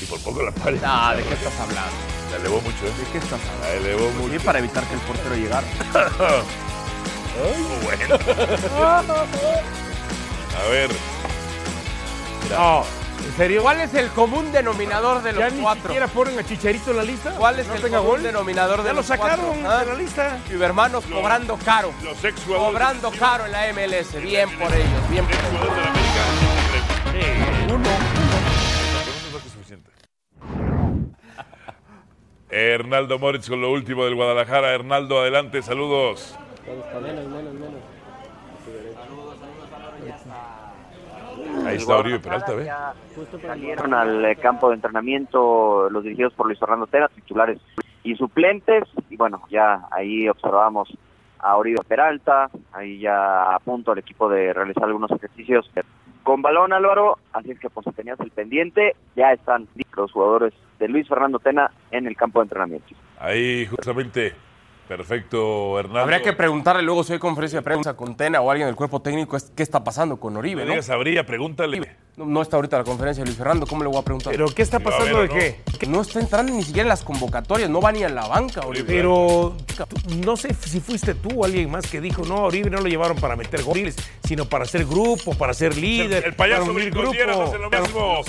Y por poco la pared. Ah, ¿de qué estás hablando? La elevó mucho, ¿eh? ¿De qué estás hablando? Pues La elevó Sí, mucho. para evitar que el portero llegara. Muy Oh, [laughs] bueno. Ah, A ver, No, en serio. ¿Cuál es el común denominador de Ya los ni cuatro? siquiera ponen a Chicharito en la lista. ¿Cuál es No el tenga común gol. denominador de Ya lo los sacaron cuatro? ¿ah? de la lista. Cibermanos Los- cobrando caro. los ex jugadores. Cobrando caro en la MLS. Bien por ellos, bien por ellos. jugadores de la América. Uno, uno. Con eso [laughs] es suficiente. Hernaldo Moritz con lo último del Guadalajara. Hernaldo, adelante, saludos. Saludos, saludos Ahí está Oribe ¿eh? Peralta, ¿ves? Salieron al eh, campo de entrenamiento los dirigidos por Luis Fernando Tena, titulares y suplentes. Y bueno, ya ahí observamos a Oribe Peralta, ahí ya a punto el equipo de realizar algunos ejercicios con balón Álvaro, así es que pues si tenías el pendiente, ya están los jugadores de Luis Fernando Tena en el campo de entrenamiento. Ahí justamente, perfecto, Hernando. Habría que preguntarle luego si hay conferencia de prensa con Tena o alguien del cuerpo técnico es- qué está pasando con Oribe, No ¿no? digas habría, pregúntale. No, no está ahorita la conferencia de Luis Fernando, ¿cómo le voy a preguntar? ¿Pero qué está Pero a pasando ver, ¿o de qué? No está entrando ni siquiera en las convocatorias, no va ni a la banca, Oribe. Pero tú- no sé si fuiste tú o alguien más que dijo, no, a Oribe no lo llevaron para meter goles, sino para ser grupo, para ser líder. El, el payaso para unir Brincosieras hace lo mismo.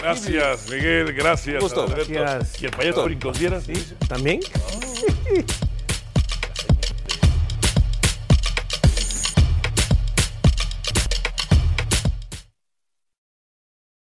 Gracias, Miguel, gracias. Gusto. Alberto. Gracias. ¿Y el payaso Gusto. Brincosieras? ¿También?